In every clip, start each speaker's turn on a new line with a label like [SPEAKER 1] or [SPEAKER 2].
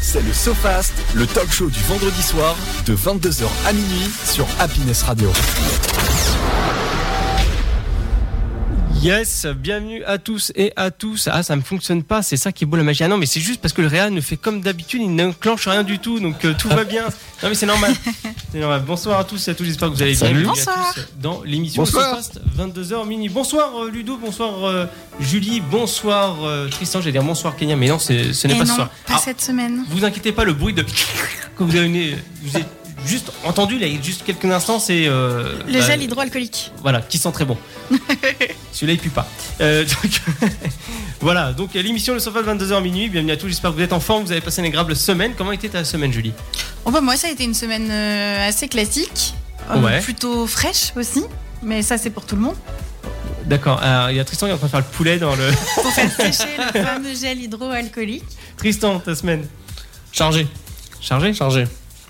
[SPEAKER 1] C'est le SoFast, le talk show du vendredi soir de 22h à minuit sur Happiness Radio.
[SPEAKER 2] Yes, bienvenue à tous et à tous. Ah, ça ne fonctionne pas, c'est ça qui est beau la magie. Ah non, mais c'est juste parce que le Real ne fait comme d'habitude, il n'enclenche rien du tout, donc euh, tout va bien. Non, mais c'est normal. C'est normal. Bonsoir à tous et à tous, j'espère que vous allez bien.
[SPEAKER 3] Salut.
[SPEAKER 2] Bienvenue
[SPEAKER 3] Bonsoir.
[SPEAKER 2] à tous dans l'émission
[SPEAKER 1] Bonsoir.
[SPEAKER 2] Sofast, 22h minuit. Bonsoir euh, Ludo, bonsoir euh, Julie, bonsoir euh, Tristan, j'allais dire bonsoir Kenya, mais non, c'est- ce n'est
[SPEAKER 3] Et
[SPEAKER 2] pas ce
[SPEAKER 3] non,
[SPEAKER 2] soir.
[SPEAKER 3] pas
[SPEAKER 2] Ah,
[SPEAKER 3] cette semaine.
[SPEAKER 2] vous inquiétez pas, le bruit de que vous avez, au nez, vous avez juste entendu là, il y a juste quelques instants, c'est euh,
[SPEAKER 3] Le
[SPEAKER 2] bah,
[SPEAKER 3] gel hydroalcoolique.
[SPEAKER 2] voilà, qui sent très bon. Celui-là, il pue pas. Euh, donc, voilà, donc l'émission Le Sofa de 22h minuit. Bienvenue à tous, j'espère que vous êtes en forme, vous avez passé une agréable semaine. Comment était ta semaine, Julie
[SPEAKER 3] Bon, bah, moi, ça a été une semaine euh, assez classique. Euh,
[SPEAKER 2] Ouais.
[SPEAKER 3] Plutôt fraîche aussi. Mais ça, c'est pour tout le monde.
[SPEAKER 2] D'accord, alors, il y a Tristan qui est en train de faire le poulet dans le.
[SPEAKER 3] Pour faire sécher le fameux gel hydroalcoolique.
[SPEAKER 2] Tristan, ta semaine
[SPEAKER 4] Chargé,
[SPEAKER 2] Chargée
[SPEAKER 4] chargé.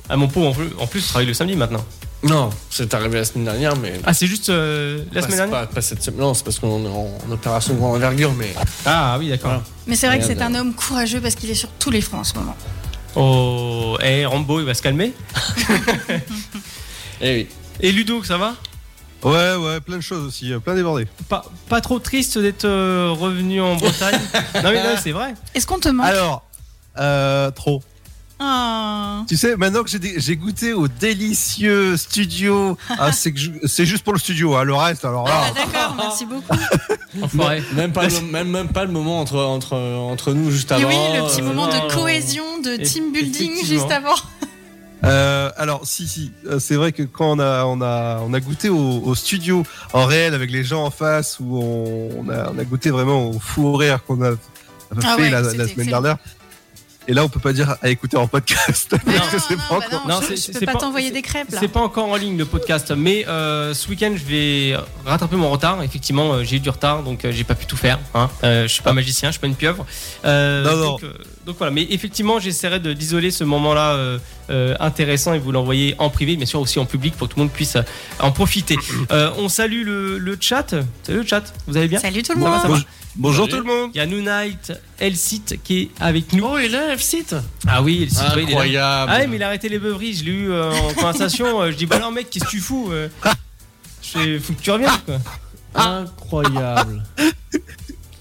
[SPEAKER 2] Ah, mon pauvre, en plus, en plus, je travaille le samedi maintenant.
[SPEAKER 4] Non, c'est arrivé la semaine dernière, mais.
[SPEAKER 2] Ah, c'est juste euh, la
[SPEAKER 4] Pas-
[SPEAKER 2] semaine dernière
[SPEAKER 4] pas, pas cette semaine. Non, c'est parce qu'on est en, en opération de grande envergure, mais.
[SPEAKER 2] Ah, oui, d'accord.
[SPEAKER 4] Voilà.
[SPEAKER 3] Mais c'est vrai que
[SPEAKER 4] Merde.
[SPEAKER 3] c'est un homme courageux parce qu'il est sur tous les fronts en ce moment.
[SPEAKER 2] Oh, eh, Rambo, il va se calmer.
[SPEAKER 4] Eh oui.
[SPEAKER 2] Et Ludo, ça va
[SPEAKER 5] Ouais, ouais, plein de choses aussi, euh, plein débordé.
[SPEAKER 2] pas, pas trop triste d'être euh, revenu en Bretagne Non, mais non, c'est vrai.
[SPEAKER 3] Est-ce qu'on te manque
[SPEAKER 5] Alors, euh, trop.
[SPEAKER 3] Ah.
[SPEAKER 5] Tu sais, maintenant que j'ai dé- j'ai goûté au délicieux studio, ah, c'est que je- c'est juste pour le studio, hein, le reste, alors là.
[SPEAKER 3] Ah, d'accord, merci beaucoup.
[SPEAKER 2] Ah. Enfoiré.
[SPEAKER 4] Même pas, le, même, même pas le moment entre, entre, entre nous juste
[SPEAKER 3] Et
[SPEAKER 4] avant.
[SPEAKER 3] oui, le petit
[SPEAKER 4] euh,
[SPEAKER 3] moment
[SPEAKER 2] non.
[SPEAKER 3] de cohésion, de team building
[SPEAKER 2] Effectivement.
[SPEAKER 3] juste avant.
[SPEAKER 5] Euh, alors, si, si, euh, c'est vrai que quand on a, on a, on a goûté au, au studio en réel avec les gens en face, où on, on a, on a goûté vraiment au fou horaire qu'on a, on a
[SPEAKER 3] Ah
[SPEAKER 5] fait
[SPEAKER 3] ouais,
[SPEAKER 5] la, la
[SPEAKER 3] c'était
[SPEAKER 5] semaine
[SPEAKER 3] excellent.
[SPEAKER 5] dernière. Et là, on peut pas dire à écouter en podcast.
[SPEAKER 3] Mais
[SPEAKER 5] parce que c'est pas
[SPEAKER 3] bah
[SPEAKER 5] encore-
[SPEAKER 3] non,
[SPEAKER 2] Non,
[SPEAKER 3] je-
[SPEAKER 2] c'est-
[SPEAKER 3] je
[SPEAKER 2] c'est
[SPEAKER 3] peux pas
[SPEAKER 2] pas-
[SPEAKER 3] t'envoyer des crêpes là.
[SPEAKER 2] C'est pas encore en ligne le podcast, mais euh, ce week-end je vais rattraper mon retard. Effectivement, euh, j'ai eu du retard, donc euh, j'ai pas pu tout faire. Hein. Euh, je suis pas magicien, je suis pas une pieuvre. Euh,
[SPEAKER 5] Ah. Non, non.
[SPEAKER 2] Donc, euh, donc voilà, mais effectivement, j'essaierai de d'isoler ce moment-là euh, euh, intéressant et vous l'envoyer en privé, bien sûr aussi en public pour que tout le monde puisse euh, en profiter. Euh, on salue le, le chat. Salut le chat, vous allez bien
[SPEAKER 3] Salut tout le
[SPEAKER 2] Ça va,
[SPEAKER 3] monde.
[SPEAKER 2] ça va
[SPEAKER 5] Bonjour
[SPEAKER 4] Salut.
[SPEAKER 5] tout le monde.
[SPEAKER 2] Il y a Noonite Elsit qui est avec nous.
[SPEAKER 4] Oh, il est F-Site
[SPEAKER 2] Ah oui, Elsit, oui, il est là.
[SPEAKER 4] Incroyable
[SPEAKER 2] Ah ouais, mais il a arrêté les beuveries, je l'ai eu euh, en conversation. euh, je dis, bah alors, mec, qu'est-ce que tu fous euh, Je fais, faut que tu reviennes, quoi.
[SPEAKER 4] Incroyable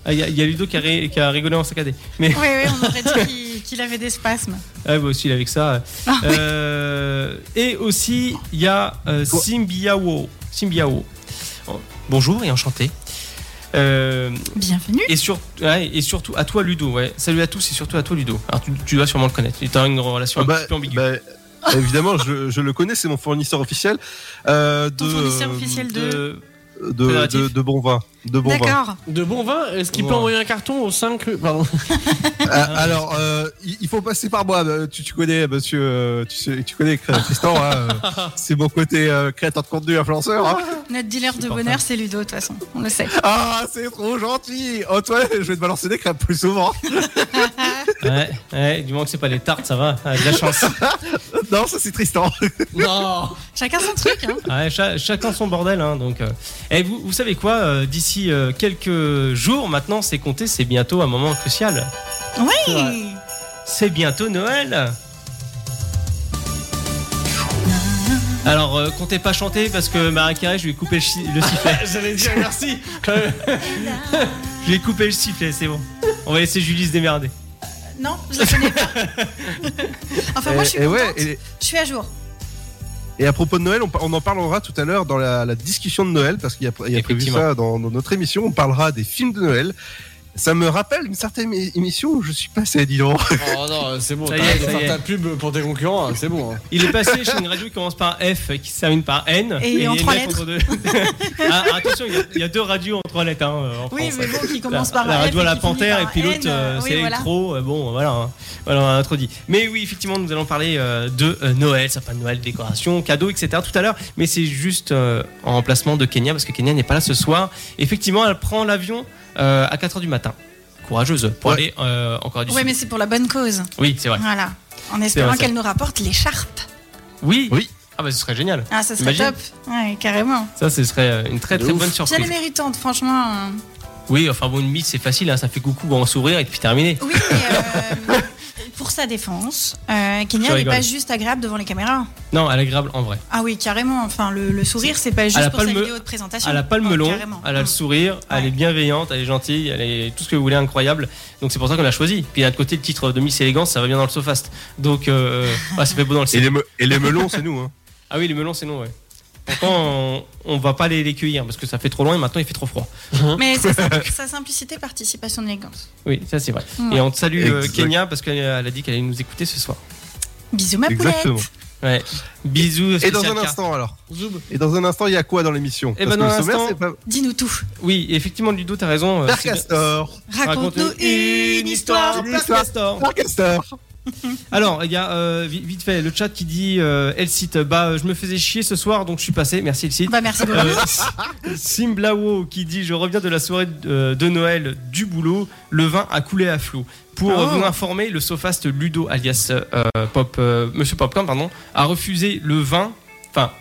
[SPEAKER 2] Ah, Il y, a- il y a Ludo qui a, ri- qui a rigolé en saccadé. Mais
[SPEAKER 3] Oui, oui, on aurait dit qu'il- qu'il avait des spasmes.
[SPEAKER 2] ah, bah aussi, il est avec ça.
[SPEAKER 3] Ah oui.
[SPEAKER 2] Euh, et aussi, il y a euh, Simbiao. Simbiao. Oh, Bonjour et enchanté. Euh,
[SPEAKER 3] Bienvenue.
[SPEAKER 2] et, sur, ouais, et surtout à toi Ludo, ouais. salut à tous et surtout à toi Ludo. Alors tu, tu dois sûrement le connaître, tu as une relation
[SPEAKER 5] Ah bah,
[SPEAKER 2] un petit peu ambiguë.
[SPEAKER 5] bah, évidemment, je, je le connais, c'est mon fournisseur officiel. euh, de,
[SPEAKER 3] Ton fournisseur officiel de.
[SPEAKER 2] Euh,
[SPEAKER 5] de,
[SPEAKER 2] Fédératif.
[SPEAKER 5] de- de bon vin. De
[SPEAKER 2] bah.
[SPEAKER 5] bon vin.
[SPEAKER 3] D'accord.
[SPEAKER 4] De bon vin, est-ce qu'il peut
[SPEAKER 2] Wow.
[SPEAKER 4] envoyer un carton aux 5 Pardon.
[SPEAKER 5] Ah, alors, euh, il il faut passer par moi. bah, Tu, tu connais, monsieur, euh, tu, sais- tu connais Cré- Tristan. hein, euh, c'est mon côté euh, créateur de contenu influenceur. hein.
[SPEAKER 3] Notre dealer de
[SPEAKER 2] Supportable.
[SPEAKER 3] bonheur, c'est Ludo, de toute façon. On le sait.
[SPEAKER 5] Ah, c'est trop gentil. Antoine, je vais te balancer des crêpes plus souvent.
[SPEAKER 2] ouais, ouais, du moment que c'est pas les tartes, ça va, avec de la chance.
[SPEAKER 5] non, ça c'est Tristan.
[SPEAKER 4] Non
[SPEAKER 3] Chacun son truc. Hein.
[SPEAKER 2] Ah Ouais, cha- chacun son bordel, hein, donc. euh. Et vous, vous savez quoi euh, D'ici euh, quelques jours, maintenant, c'est compté, c'est bientôt un moment crucial.
[SPEAKER 3] Hey.
[SPEAKER 2] C'est bientôt Noël. Alors, euh, comptez pas chanter parce que Marie Carré, je lui ai coupé le, chi- le sifflet.
[SPEAKER 4] J'allais dire merci Quand même.
[SPEAKER 2] Je lui ai coupé le sifflet, c'est bon. On va laisser Julie se démerder.
[SPEAKER 3] Non, je la connais pas. enfin, moi, je suis
[SPEAKER 2] Eh,
[SPEAKER 5] et, et ouais,
[SPEAKER 3] contente.
[SPEAKER 5] et,
[SPEAKER 3] Je suis à jour.
[SPEAKER 5] et à propos de Noël, on, par- on en parlera tout à l'heure dans la, la discussion de Noël, parce qu'il y a, il y a prévu
[SPEAKER 2] Effectivement.
[SPEAKER 5] ça dans, dans notre émission. On parlera des films de Noël. Ça me rappelle une certaine é- émission où je suis passé, dis donc.
[SPEAKER 4] Oh non, c'est bon,
[SPEAKER 2] Ça y est,
[SPEAKER 4] t'arrêtes de
[SPEAKER 2] ça y
[SPEAKER 4] faire
[SPEAKER 2] est.
[SPEAKER 4] ta pub pour tes concurrents, hein, c'est bon. hein.
[SPEAKER 2] Il est passé chez une radio qui commence par F et qui se termine par N.
[SPEAKER 3] Et en
[SPEAKER 2] il y a
[SPEAKER 3] trois
[SPEAKER 2] une lettre entre deux. Ah, attention, il y a- il y, a deux radios en trois lettres hein, en
[SPEAKER 3] Oui,
[SPEAKER 2] France.
[SPEAKER 3] mais bon, qui commence
[SPEAKER 2] la,
[SPEAKER 3] par
[SPEAKER 2] la
[SPEAKER 3] F
[SPEAKER 2] radio à
[SPEAKER 3] et
[SPEAKER 2] la
[SPEAKER 3] qui finit
[SPEAKER 2] panthère et
[SPEAKER 3] par
[SPEAKER 2] puis
[SPEAKER 3] N,
[SPEAKER 2] l'autre euh,
[SPEAKER 3] euh,
[SPEAKER 2] c'est
[SPEAKER 3] oui, voilà.
[SPEAKER 2] électro euh, bon voilà hein. voilà on a introduit mais oui effectivement nous allons parler euh, de euh, Noël ça de Noël décoration cadeaux etc tout à l'heure mais c'est juste euh, en remplacement de Kenya parce que Kenya n'est pas là ce soir effectivement elle prend l'avion euh, à 4h du matin courageuse pour
[SPEAKER 5] Ouais.
[SPEAKER 2] aller euh, en Corée du
[SPEAKER 3] Ouais,
[SPEAKER 2] Sud
[SPEAKER 3] mais c'est pour la bonne cause.
[SPEAKER 2] oui c'est vrai
[SPEAKER 3] Voilà. En
[SPEAKER 2] vrai,
[SPEAKER 3] espérant
[SPEAKER 2] ça.
[SPEAKER 3] qu'elle nous rapporte l'écharpe.
[SPEAKER 2] oui
[SPEAKER 5] Oui.
[SPEAKER 2] ah bah ce serait génial
[SPEAKER 3] Ah, ça serait
[SPEAKER 2] Imagine.
[SPEAKER 3] top. Ouais, carrément.
[SPEAKER 2] ça ce serait euh, une très
[SPEAKER 4] De
[SPEAKER 2] très
[SPEAKER 4] ouf.
[SPEAKER 2] bonne
[SPEAKER 3] C'est les
[SPEAKER 2] surprise
[SPEAKER 3] méritantes, franchement. euh,
[SPEAKER 2] oui enfin bon une mise c'est facile hein, ça fait coucou en sourire et puis terminé
[SPEAKER 3] Oui, mais euh, pour sa défense, euh, Kenya
[SPEAKER 2] Je
[SPEAKER 3] n'est
[SPEAKER 2] rigole.
[SPEAKER 3] pas juste agréable devant les caméras.
[SPEAKER 2] Non, elle est agréable en vrai.
[SPEAKER 3] Ah oui, carrément. Enfin, le, le sourire, c'est pas
[SPEAKER 2] la
[SPEAKER 3] juste pour sa
[SPEAKER 2] palme-
[SPEAKER 3] vidéo de présentation.
[SPEAKER 2] Elle a pas le
[SPEAKER 3] Oh,
[SPEAKER 2] melon,
[SPEAKER 3] carrément.
[SPEAKER 2] elle a le
[SPEAKER 3] Mm.
[SPEAKER 2] sourire, elle
[SPEAKER 3] Ouais.
[SPEAKER 2] est bienveillante, elle est gentille, elle est tout ce que vous voulez, incroyable. Donc c'est pour ça qu'on l'a choisi. Puis d'un côté, le titre de Miss Élégance, ça va bien dans le Sofast. Donc euh, ah, ça fait beau dans le
[SPEAKER 5] Et
[SPEAKER 2] ciel.
[SPEAKER 5] les, me- et les melons, c'est nous. Hein.
[SPEAKER 2] Ah oui, les melons, c'est non, ouais. Pourtant, on, on va pas les, les cueillir parce que ça fait trop loin et maintenant il fait trop froid.
[SPEAKER 3] Mais sa, sim- sa simplicité participe à son élégance.
[SPEAKER 2] Oui, ça c'est vrai.
[SPEAKER 3] Ouais.
[SPEAKER 2] Et on te salue euh,
[SPEAKER 5] Exact.
[SPEAKER 2] Kenya parce qu'elle elle a dit qu'elle allait nous écouter ce soir.
[SPEAKER 3] Bisous ma poulette.
[SPEAKER 5] Exactement.
[SPEAKER 2] Ouais. Bisous.
[SPEAKER 5] Et dans
[SPEAKER 2] spécial
[SPEAKER 5] un
[SPEAKER 2] carte.
[SPEAKER 5] instant alors. Et dans un instant, il y a quoi dans l'émission
[SPEAKER 2] Eh
[SPEAKER 5] Parce
[SPEAKER 2] ben,
[SPEAKER 5] que
[SPEAKER 2] dans
[SPEAKER 5] le sommaire,
[SPEAKER 2] l'instant-
[SPEAKER 5] c'est pas.
[SPEAKER 3] Dis-nous tout.
[SPEAKER 2] Oui, effectivement, Ludo, t'as raison. euh,
[SPEAKER 5] Père
[SPEAKER 2] c'est bien.
[SPEAKER 5] Castor.
[SPEAKER 3] Raconte-nous une histoire.
[SPEAKER 5] Une
[SPEAKER 2] Père
[SPEAKER 5] histoire.
[SPEAKER 2] Castor.
[SPEAKER 5] Père Castor.
[SPEAKER 2] Alors, il y a euh, vi- vite fait le chat qui dit euh, Elsite, bah euh, je me faisais chier ce soir donc je suis passé. Merci Elsite.
[SPEAKER 3] Bah merci beaucoup.
[SPEAKER 2] Euh, Simblao qui dit Je reviens de la soirée euh, de Noël du boulot, le vin a coulé à flot. Pour
[SPEAKER 3] Oh.
[SPEAKER 2] euh, vous informer, le sofaste Ludo alias euh, Pop, euh, Monsieur Popcorn pardon, a refusé le vin, enfin,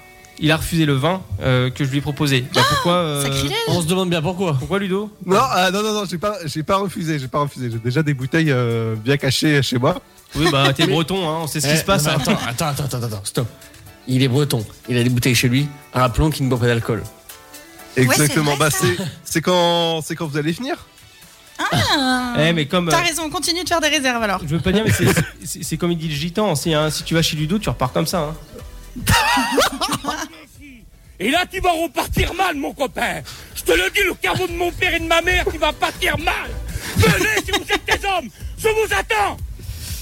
[SPEAKER 2] il a refusé le vin euh, que je lui ai proposé. Bah, pourquoi, euh,
[SPEAKER 3] Sacrilège.
[SPEAKER 4] On se demande bien pourquoi.
[SPEAKER 2] pourquoi Ludo
[SPEAKER 5] Non, ah, non, non, non, j'ai pas, j'ai pas refusé, j'ai pas refusé. J'ai déjà des bouteilles euh, bien cachées chez moi.
[SPEAKER 2] Oui, bah t'es breton, hein, on sait ce qui
[SPEAKER 4] Eh,
[SPEAKER 2] se passe.
[SPEAKER 4] non,
[SPEAKER 2] hein.
[SPEAKER 4] mais Attends, attends, attends, attends, attends, stop. Il est breton, il a des bouteilles chez lui. Rappelons qu'il ne boit pas d'alcool.
[SPEAKER 5] Exactement.
[SPEAKER 3] Ouais, c'est
[SPEAKER 5] bah, c'est, c'est quand, c'est quand vous allez finir.
[SPEAKER 3] Ah.
[SPEAKER 2] Eh, mais comme. euh,
[SPEAKER 3] T'as raison, continue de faire des réserves alors.
[SPEAKER 2] je veux pas dire, mais c'est- c'est c'est comme il dit le gitan aussi. hein. Si tu vas chez Ludo, tu repars comme ça. hein.
[SPEAKER 6] Et là, tu vas repartir mal, mon copain. Je te le dis, le caveau de mon père et de ma mère, tu vas partir mal. Venez, si vous êtes des hommes, je vous attends.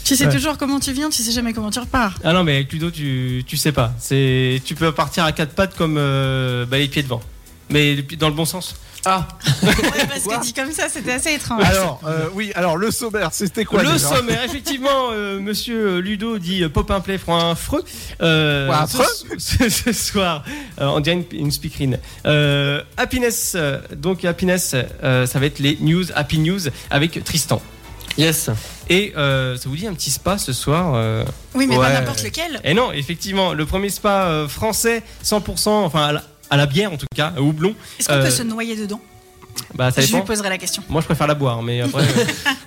[SPEAKER 3] Tu sais
[SPEAKER 2] Ouais.
[SPEAKER 3] toujours comment tu viens, tu sais jamais comment tu repars.
[SPEAKER 2] Ah non, mais avec Ludo, tu, tu sais pas. C'est Tu peux partir à quatre pattes comme euh, bah, les pieds devant. Mais le pi- dans le bon sens. Ah
[SPEAKER 3] Ouais, parce que dit comme ça, c'était assez étrange.
[SPEAKER 5] Alors, euh, oui, alors le sommaire, c'était quoi
[SPEAKER 2] Le
[SPEAKER 5] déjà
[SPEAKER 2] sommaire, effectivement, euh, monsieur Ludo dit euh, Popin Play un Freux. Euh,
[SPEAKER 5] Froid,
[SPEAKER 2] ce-
[SPEAKER 5] freux.
[SPEAKER 2] ce, ce soir, euh, on dirait une, une speakerine. Euh, happiness, euh, donc Happiness, euh, ça va être les news, Happy News avec Tristan.
[SPEAKER 4] Yes.
[SPEAKER 2] Et euh, ça vous dit un petit spa ce soir euh,
[SPEAKER 3] Oui, mais pas
[SPEAKER 5] Ouais.
[SPEAKER 3] n'importe lequel.
[SPEAKER 2] Et non, effectivement, le premier spa euh, français, 100%, enfin à la, à la bière en tout cas, au houblon.
[SPEAKER 3] Est-ce qu'on
[SPEAKER 2] Euh,
[SPEAKER 3] peut se noyer dedans
[SPEAKER 2] Bah, ça
[SPEAKER 3] Je lui
[SPEAKER 2] dépend.
[SPEAKER 3] poserai la question.
[SPEAKER 2] Moi, je préfère la boire, mais après. euh,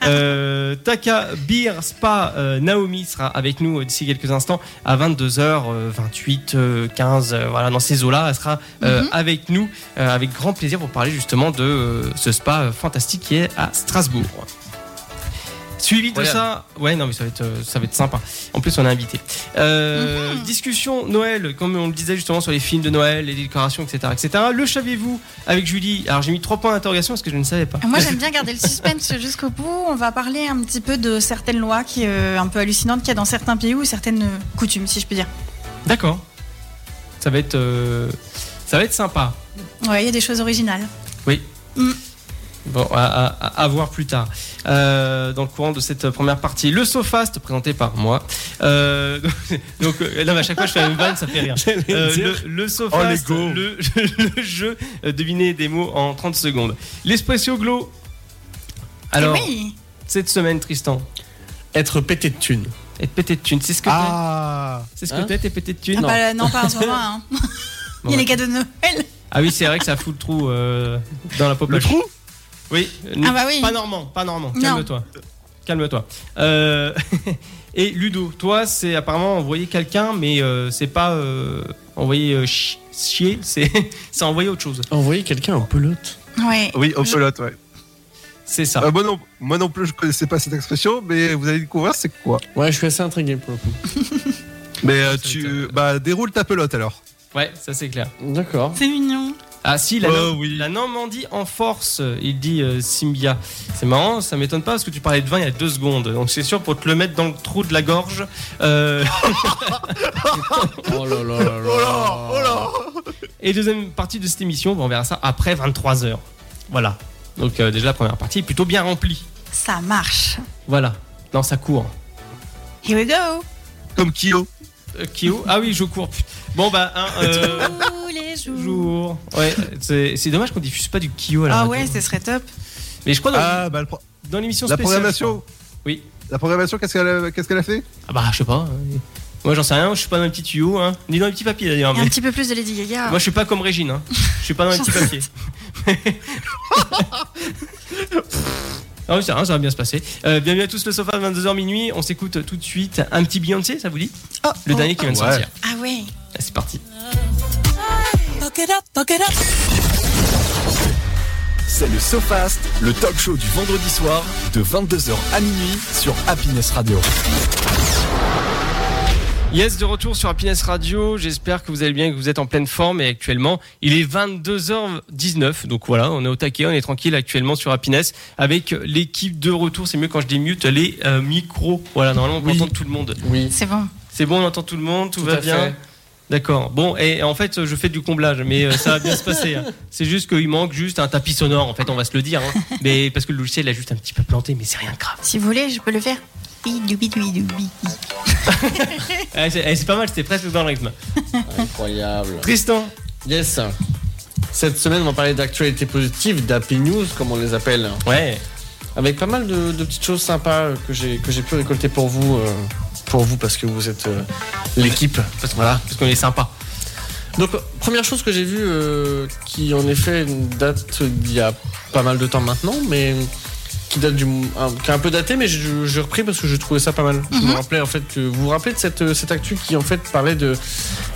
[SPEAKER 2] euh, Taka Beer Spa euh, Naomi sera avec nous euh, d'ici quelques instants à 22h28, 15, euh, voilà, dans ces eaux-là. Elle sera euh, avec nous euh, avec grand plaisir pour parler justement de euh, ce spa euh, fantastique qui est à Strasbourg. Suivi de ça, ouais, non, mais ça va être, euh, ça va être sympa. En plus, on est invité. Euh, Discussion Noël, comme on le disait justement sur les films de Noël, les décorations, etc. etc. Le saviez-vous avec Julie Alors, j'ai mis trois points d'interrogation parce que je ne savais pas.
[SPEAKER 3] Moi, j'aime bien garder le suspense jusqu'au bout. On va parler un petit peu de certaines lois qui euh, un peu hallucinantes qu'il y a dans certains pays ou certaines euh, coutumes, si je peux dire.
[SPEAKER 2] D'accord. Ça va être, euh, ça va être sympa.
[SPEAKER 3] Ouais, il y a des choses originales.
[SPEAKER 2] Bon, à, à- à voir plus tard euh, dans le courant de cette première partie. Le Sofast présenté par moi. Euh, donc euh, là, à chaque fois, je fais la même vanne, ça fait rire. Euh, le, le Sofast,
[SPEAKER 5] Oh, les gos.
[SPEAKER 2] le, le jeu euh, deviner des mots en 30 secondes. L'Espresso Glow. Alors,
[SPEAKER 3] Et Eh oui,
[SPEAKER 2] cette semaine, Tristan,
[SPEAKER 4] Être pété de thunes.
[SPEAKER 2] être pété de thunes, c'est ce que t'es
[SPEAKER 5] Ah.
[SPEAKER 2] C'est ce
[SPEAKER 4] Hein
[SPEAKER 2] que t'es, t'es pété de
[SPEAKER 3] Ah
[SPEAKER 2] thunes
[SPEAKER 3] bah, non, pas en ce moment. hein. Il y a les cadeaux de Noël.
[SPEAKER 2] Ah oui, c'est vrai que ça fout le trou euh, dans la popoche.
[SPEAKER 5] Le trou
[SPEAKER 2] Oui.
[SPEAKER 3] Ah bah oui.
[SPEAKER 2] Pas normand, pas normand.
[SPEAKER 3] Non.
[SPEAKER 2] Calme-toi. Calme-toi. Euh, et Ludo, toi, c'est apparemment envoyer quelqu'un, mais euh, c'est pas euh, envoyer euh, chi- chier, c'est c'est envoyer autre chose.
[SPEAKER 4] Envoyer quelqu'un en pelote.
[SPEAKER 3] Ouais.
[SPEAKER 5] Oui, au pelote, ouais.
[SPEAKER 2] C'est ça.
[SPEAKER 5] Euh, moi, non, moi non plus, je connaissais pas cette expression, mais vous allez découvrir c'est quoi.
[SPEAKER 4] Ouais, je suis assez intrigué pour le coup.
[SPEAKER 5] Mais euh,
[SPEAKER 2] Ça
[SPEAKER 5] tu.
[SPEAKER 2] m'étonne.
[SPEAKER 5] Bah, déroule ta pelote alors.
[SPEAKER 2] Ouais, ça c'est clair.
[SPEAKER 4] D'accord.
[SPEAKER 3] C'est mignon.
[SPEAKER 2] Ah si, la,
[SPEAKER 5] Oh,
[SPEAKER 2] Nor-
[SPEAKER 5] oui.
[SPEAKER 2] la Normandie en force, il dit euh, Symbia. C'est marrant, ça m'étonne pas parce que tu parlais de vin il y a deux secondes. Donc c'est sûr pour te le mettre dans le trou de la gorge. euh,
[SPEAKER 4] Oh là là là là.
[SPEAKER 2] Et deuxième partie de cette émission, bon, on verra ça après 23h. Voilà. Donc euh, déjà la première partie est plutôt bien remplie.
[SPEAKER 3] Ça marche.
[SPEAKER 2] Voilà. Non, ça court.
[SPEAKER 3] Here we go.
[SPEAKER 5] Comme Kyo.
[SPEAKER 2] Euh, Kyo Ah oui, je cours. Put- Bon bah, un euh,
[SPEAKER 3] Tous les jours.
[SPEAKER 2] jour. Ouais, c'est c'est dommage qu'on diffuse pas du Kyo à la
[SPEAKER 3] Ah
[SPEAKER 2] radio.
[SPEAKER 3] ouais, ce serait top.
[SPEAKER 2] Mais je crois dans,
[SPEAKER 5] Ah, bah, le pro-
[SPEAKER 2] dans l'émission
[SPEAKER 5] la
[SPEAKER 2] spéciale.
[SPEAKER 5] programmation.
[SPEAKER 2] Oui.
[SPEAKER 5] La programmation, qu'est-ce qu'elle a, qu'est-ce qu'elle a fait
[SPEAKER 2] je crois. Ah bah, je sais pas. Moi, j'en sais rien. Je suis pas dans les petits tuyaux, hein. Ni dans les petits papiers d'ailleurs.
[SPEAKER 3] Et un
[SPEAKER 2] Mais...
[SPEAKER 3] petit peu plus de Lady Gaga.
[SPEAKER 2] Moi, je suis pas comme Régine. Hein. Je suis pas dans les petits papiers. Ah oui, ça, va, ça va bien se passer. Euh, bienvenue à tous le sofa 22h minuit. On s'écoute tout de suite un petit Beyoncé, ça vous dit
[SPEAKER 3] Oh,
[SPEAKER 2] Le
[SPEAKER 3] oh,
[SPEAKER 2] dernier qui vient de
[SPEAKER 5] Ouais.
[SPEAKER 2] sortir.
[SPEAKER 3] Ah ouais.
[SPEAKER 2] Ah, C'est parti.
[SPEAKER 7] Fuck it up, fuck it up.
[SPEAKER 1] C'est le SoFast, le talk show du vendredi soir de 22h à minuit sur Happiness Radio.
[SPEAKER 2] Yes, de retour sur Happiness Radio. J'espère que vous allez bien, que vous êtes en pleine forme. Et actuellement, il est 22h19. Donc voilà, on est au taquet, on est tranquille actuellement sur Happiness avec l'équipe de retour. C'est mieux quand je démute les euh, micros. Voilà, normalement, on
[SPEAKER 4] Oui.
[SPEAKER 2] entend tout le monde.
[SPEAKER 4] Oui.
[SPEAKER 3] C'est bon.
[SPEAKER 2] C'est bon, on entend tout le monde, tout,
[SPEAKER 4] Tout
[SPEAKER 2] va
[SPEAKER 4] à
[SPEAKER 2] bien.
[SPEAKER 4] fait.
[SPEAKER 2] D'accord. Bon, et en fait, je fais du comblage, mais euh, ça va bien se passer. hein. C'est juste qu'il manque juste un tapis sonore, en fait, on va se le dire. hein. Mais parce que le logiciel a juste un petit peu planté, mais c'est rien de grave.
[SPEAKER 3] Si vous voulez, je peux le faire. Bidoubidoubidoubi.
[SPEAKER 2] Eh, c'est eh, c'est pas mal, c'était presque dans le rythme.
[SPEAKER 4] Incroyable.
[SPEAKER 2] Tristan,
[SPEAKER 4] Yes. Cette semaine, on va parler d'actualités positives, d'Happy News, comme on les appelle,
[SPEAKER 2] ouais.
[SPEAKER 4] avec pas mal de, de petites choses sympas euh, que j'ai que j'ai pu récolter pour vous, euh, pour vous parce que vous êtes euh, l'équipe.
[SPEAKER 2] Parce qu'on voilà, parce qu'on est sympa.
[SPEAKER 4] Donc première chose que j'ai vue, euh, qui en effet date d'il y a pas mal de temps maintenant, mais qui date du, un, qui est un peu daté, mais j'ai j'ai repris parce que je trouvais ça pas mal. Je me rappelais en fait, que- vous vous rappelez de cette euh, cette actu qui en fait parlait de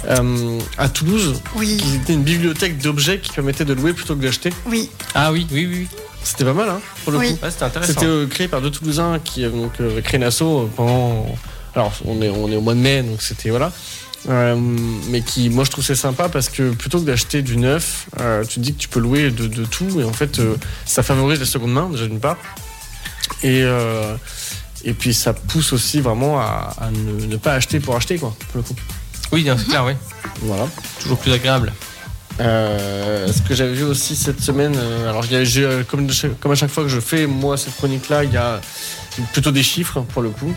[SPEAKER 4] euh, à Toulouse,
[SPEAKER 3] Oui,
[SPEAKER 4] qui était une bibliothèque d'objets qui permettait de louer plutôt que d'acheter.
[SPEAKER 3] oui.
[SPEAKER 2] Ah oui, oui, oui.
[SPEAKER 4] C'était pas mal, hein, pour le
[SPEAKER 3] Oui.
[SPEAKER 4] coup.
[SPEAKER 2] Ouais, c'était intéressant.
[SPEAKER 4] C'était euh, créé par deux Toulousains qui euh, donc euh, créé une asso euh, pendant. Alors on est on est au mois de mai donc c'était voilà. Euh, mais qui moi je trouve c'est sympa parce que plutôt que d'acheter du neuf, euh, tu te dis que tu peux louer de, de tout et en fait euh, ça favorise la seconde main déjà d'une part et euh, et puis ça pousse aussi vraiment à, à ne, ne pas acheter pour acheter quoi pour le coup.
[SPEAKER 2] Oui, non, c'est clair, oui.
[SPEAKER 4] Voilà.
[SPEAKER 2] Mm-hmm. Toujours plus agréable.
[SPEAKER 4] Euh, ce que j'avais vu aussi cette semaine, euh, alors il y a- j'ai, euh, comme, de chaque- comme à chaque fois que je fais moi cette chronique là, il y a plutôt des chiffres pour le coup.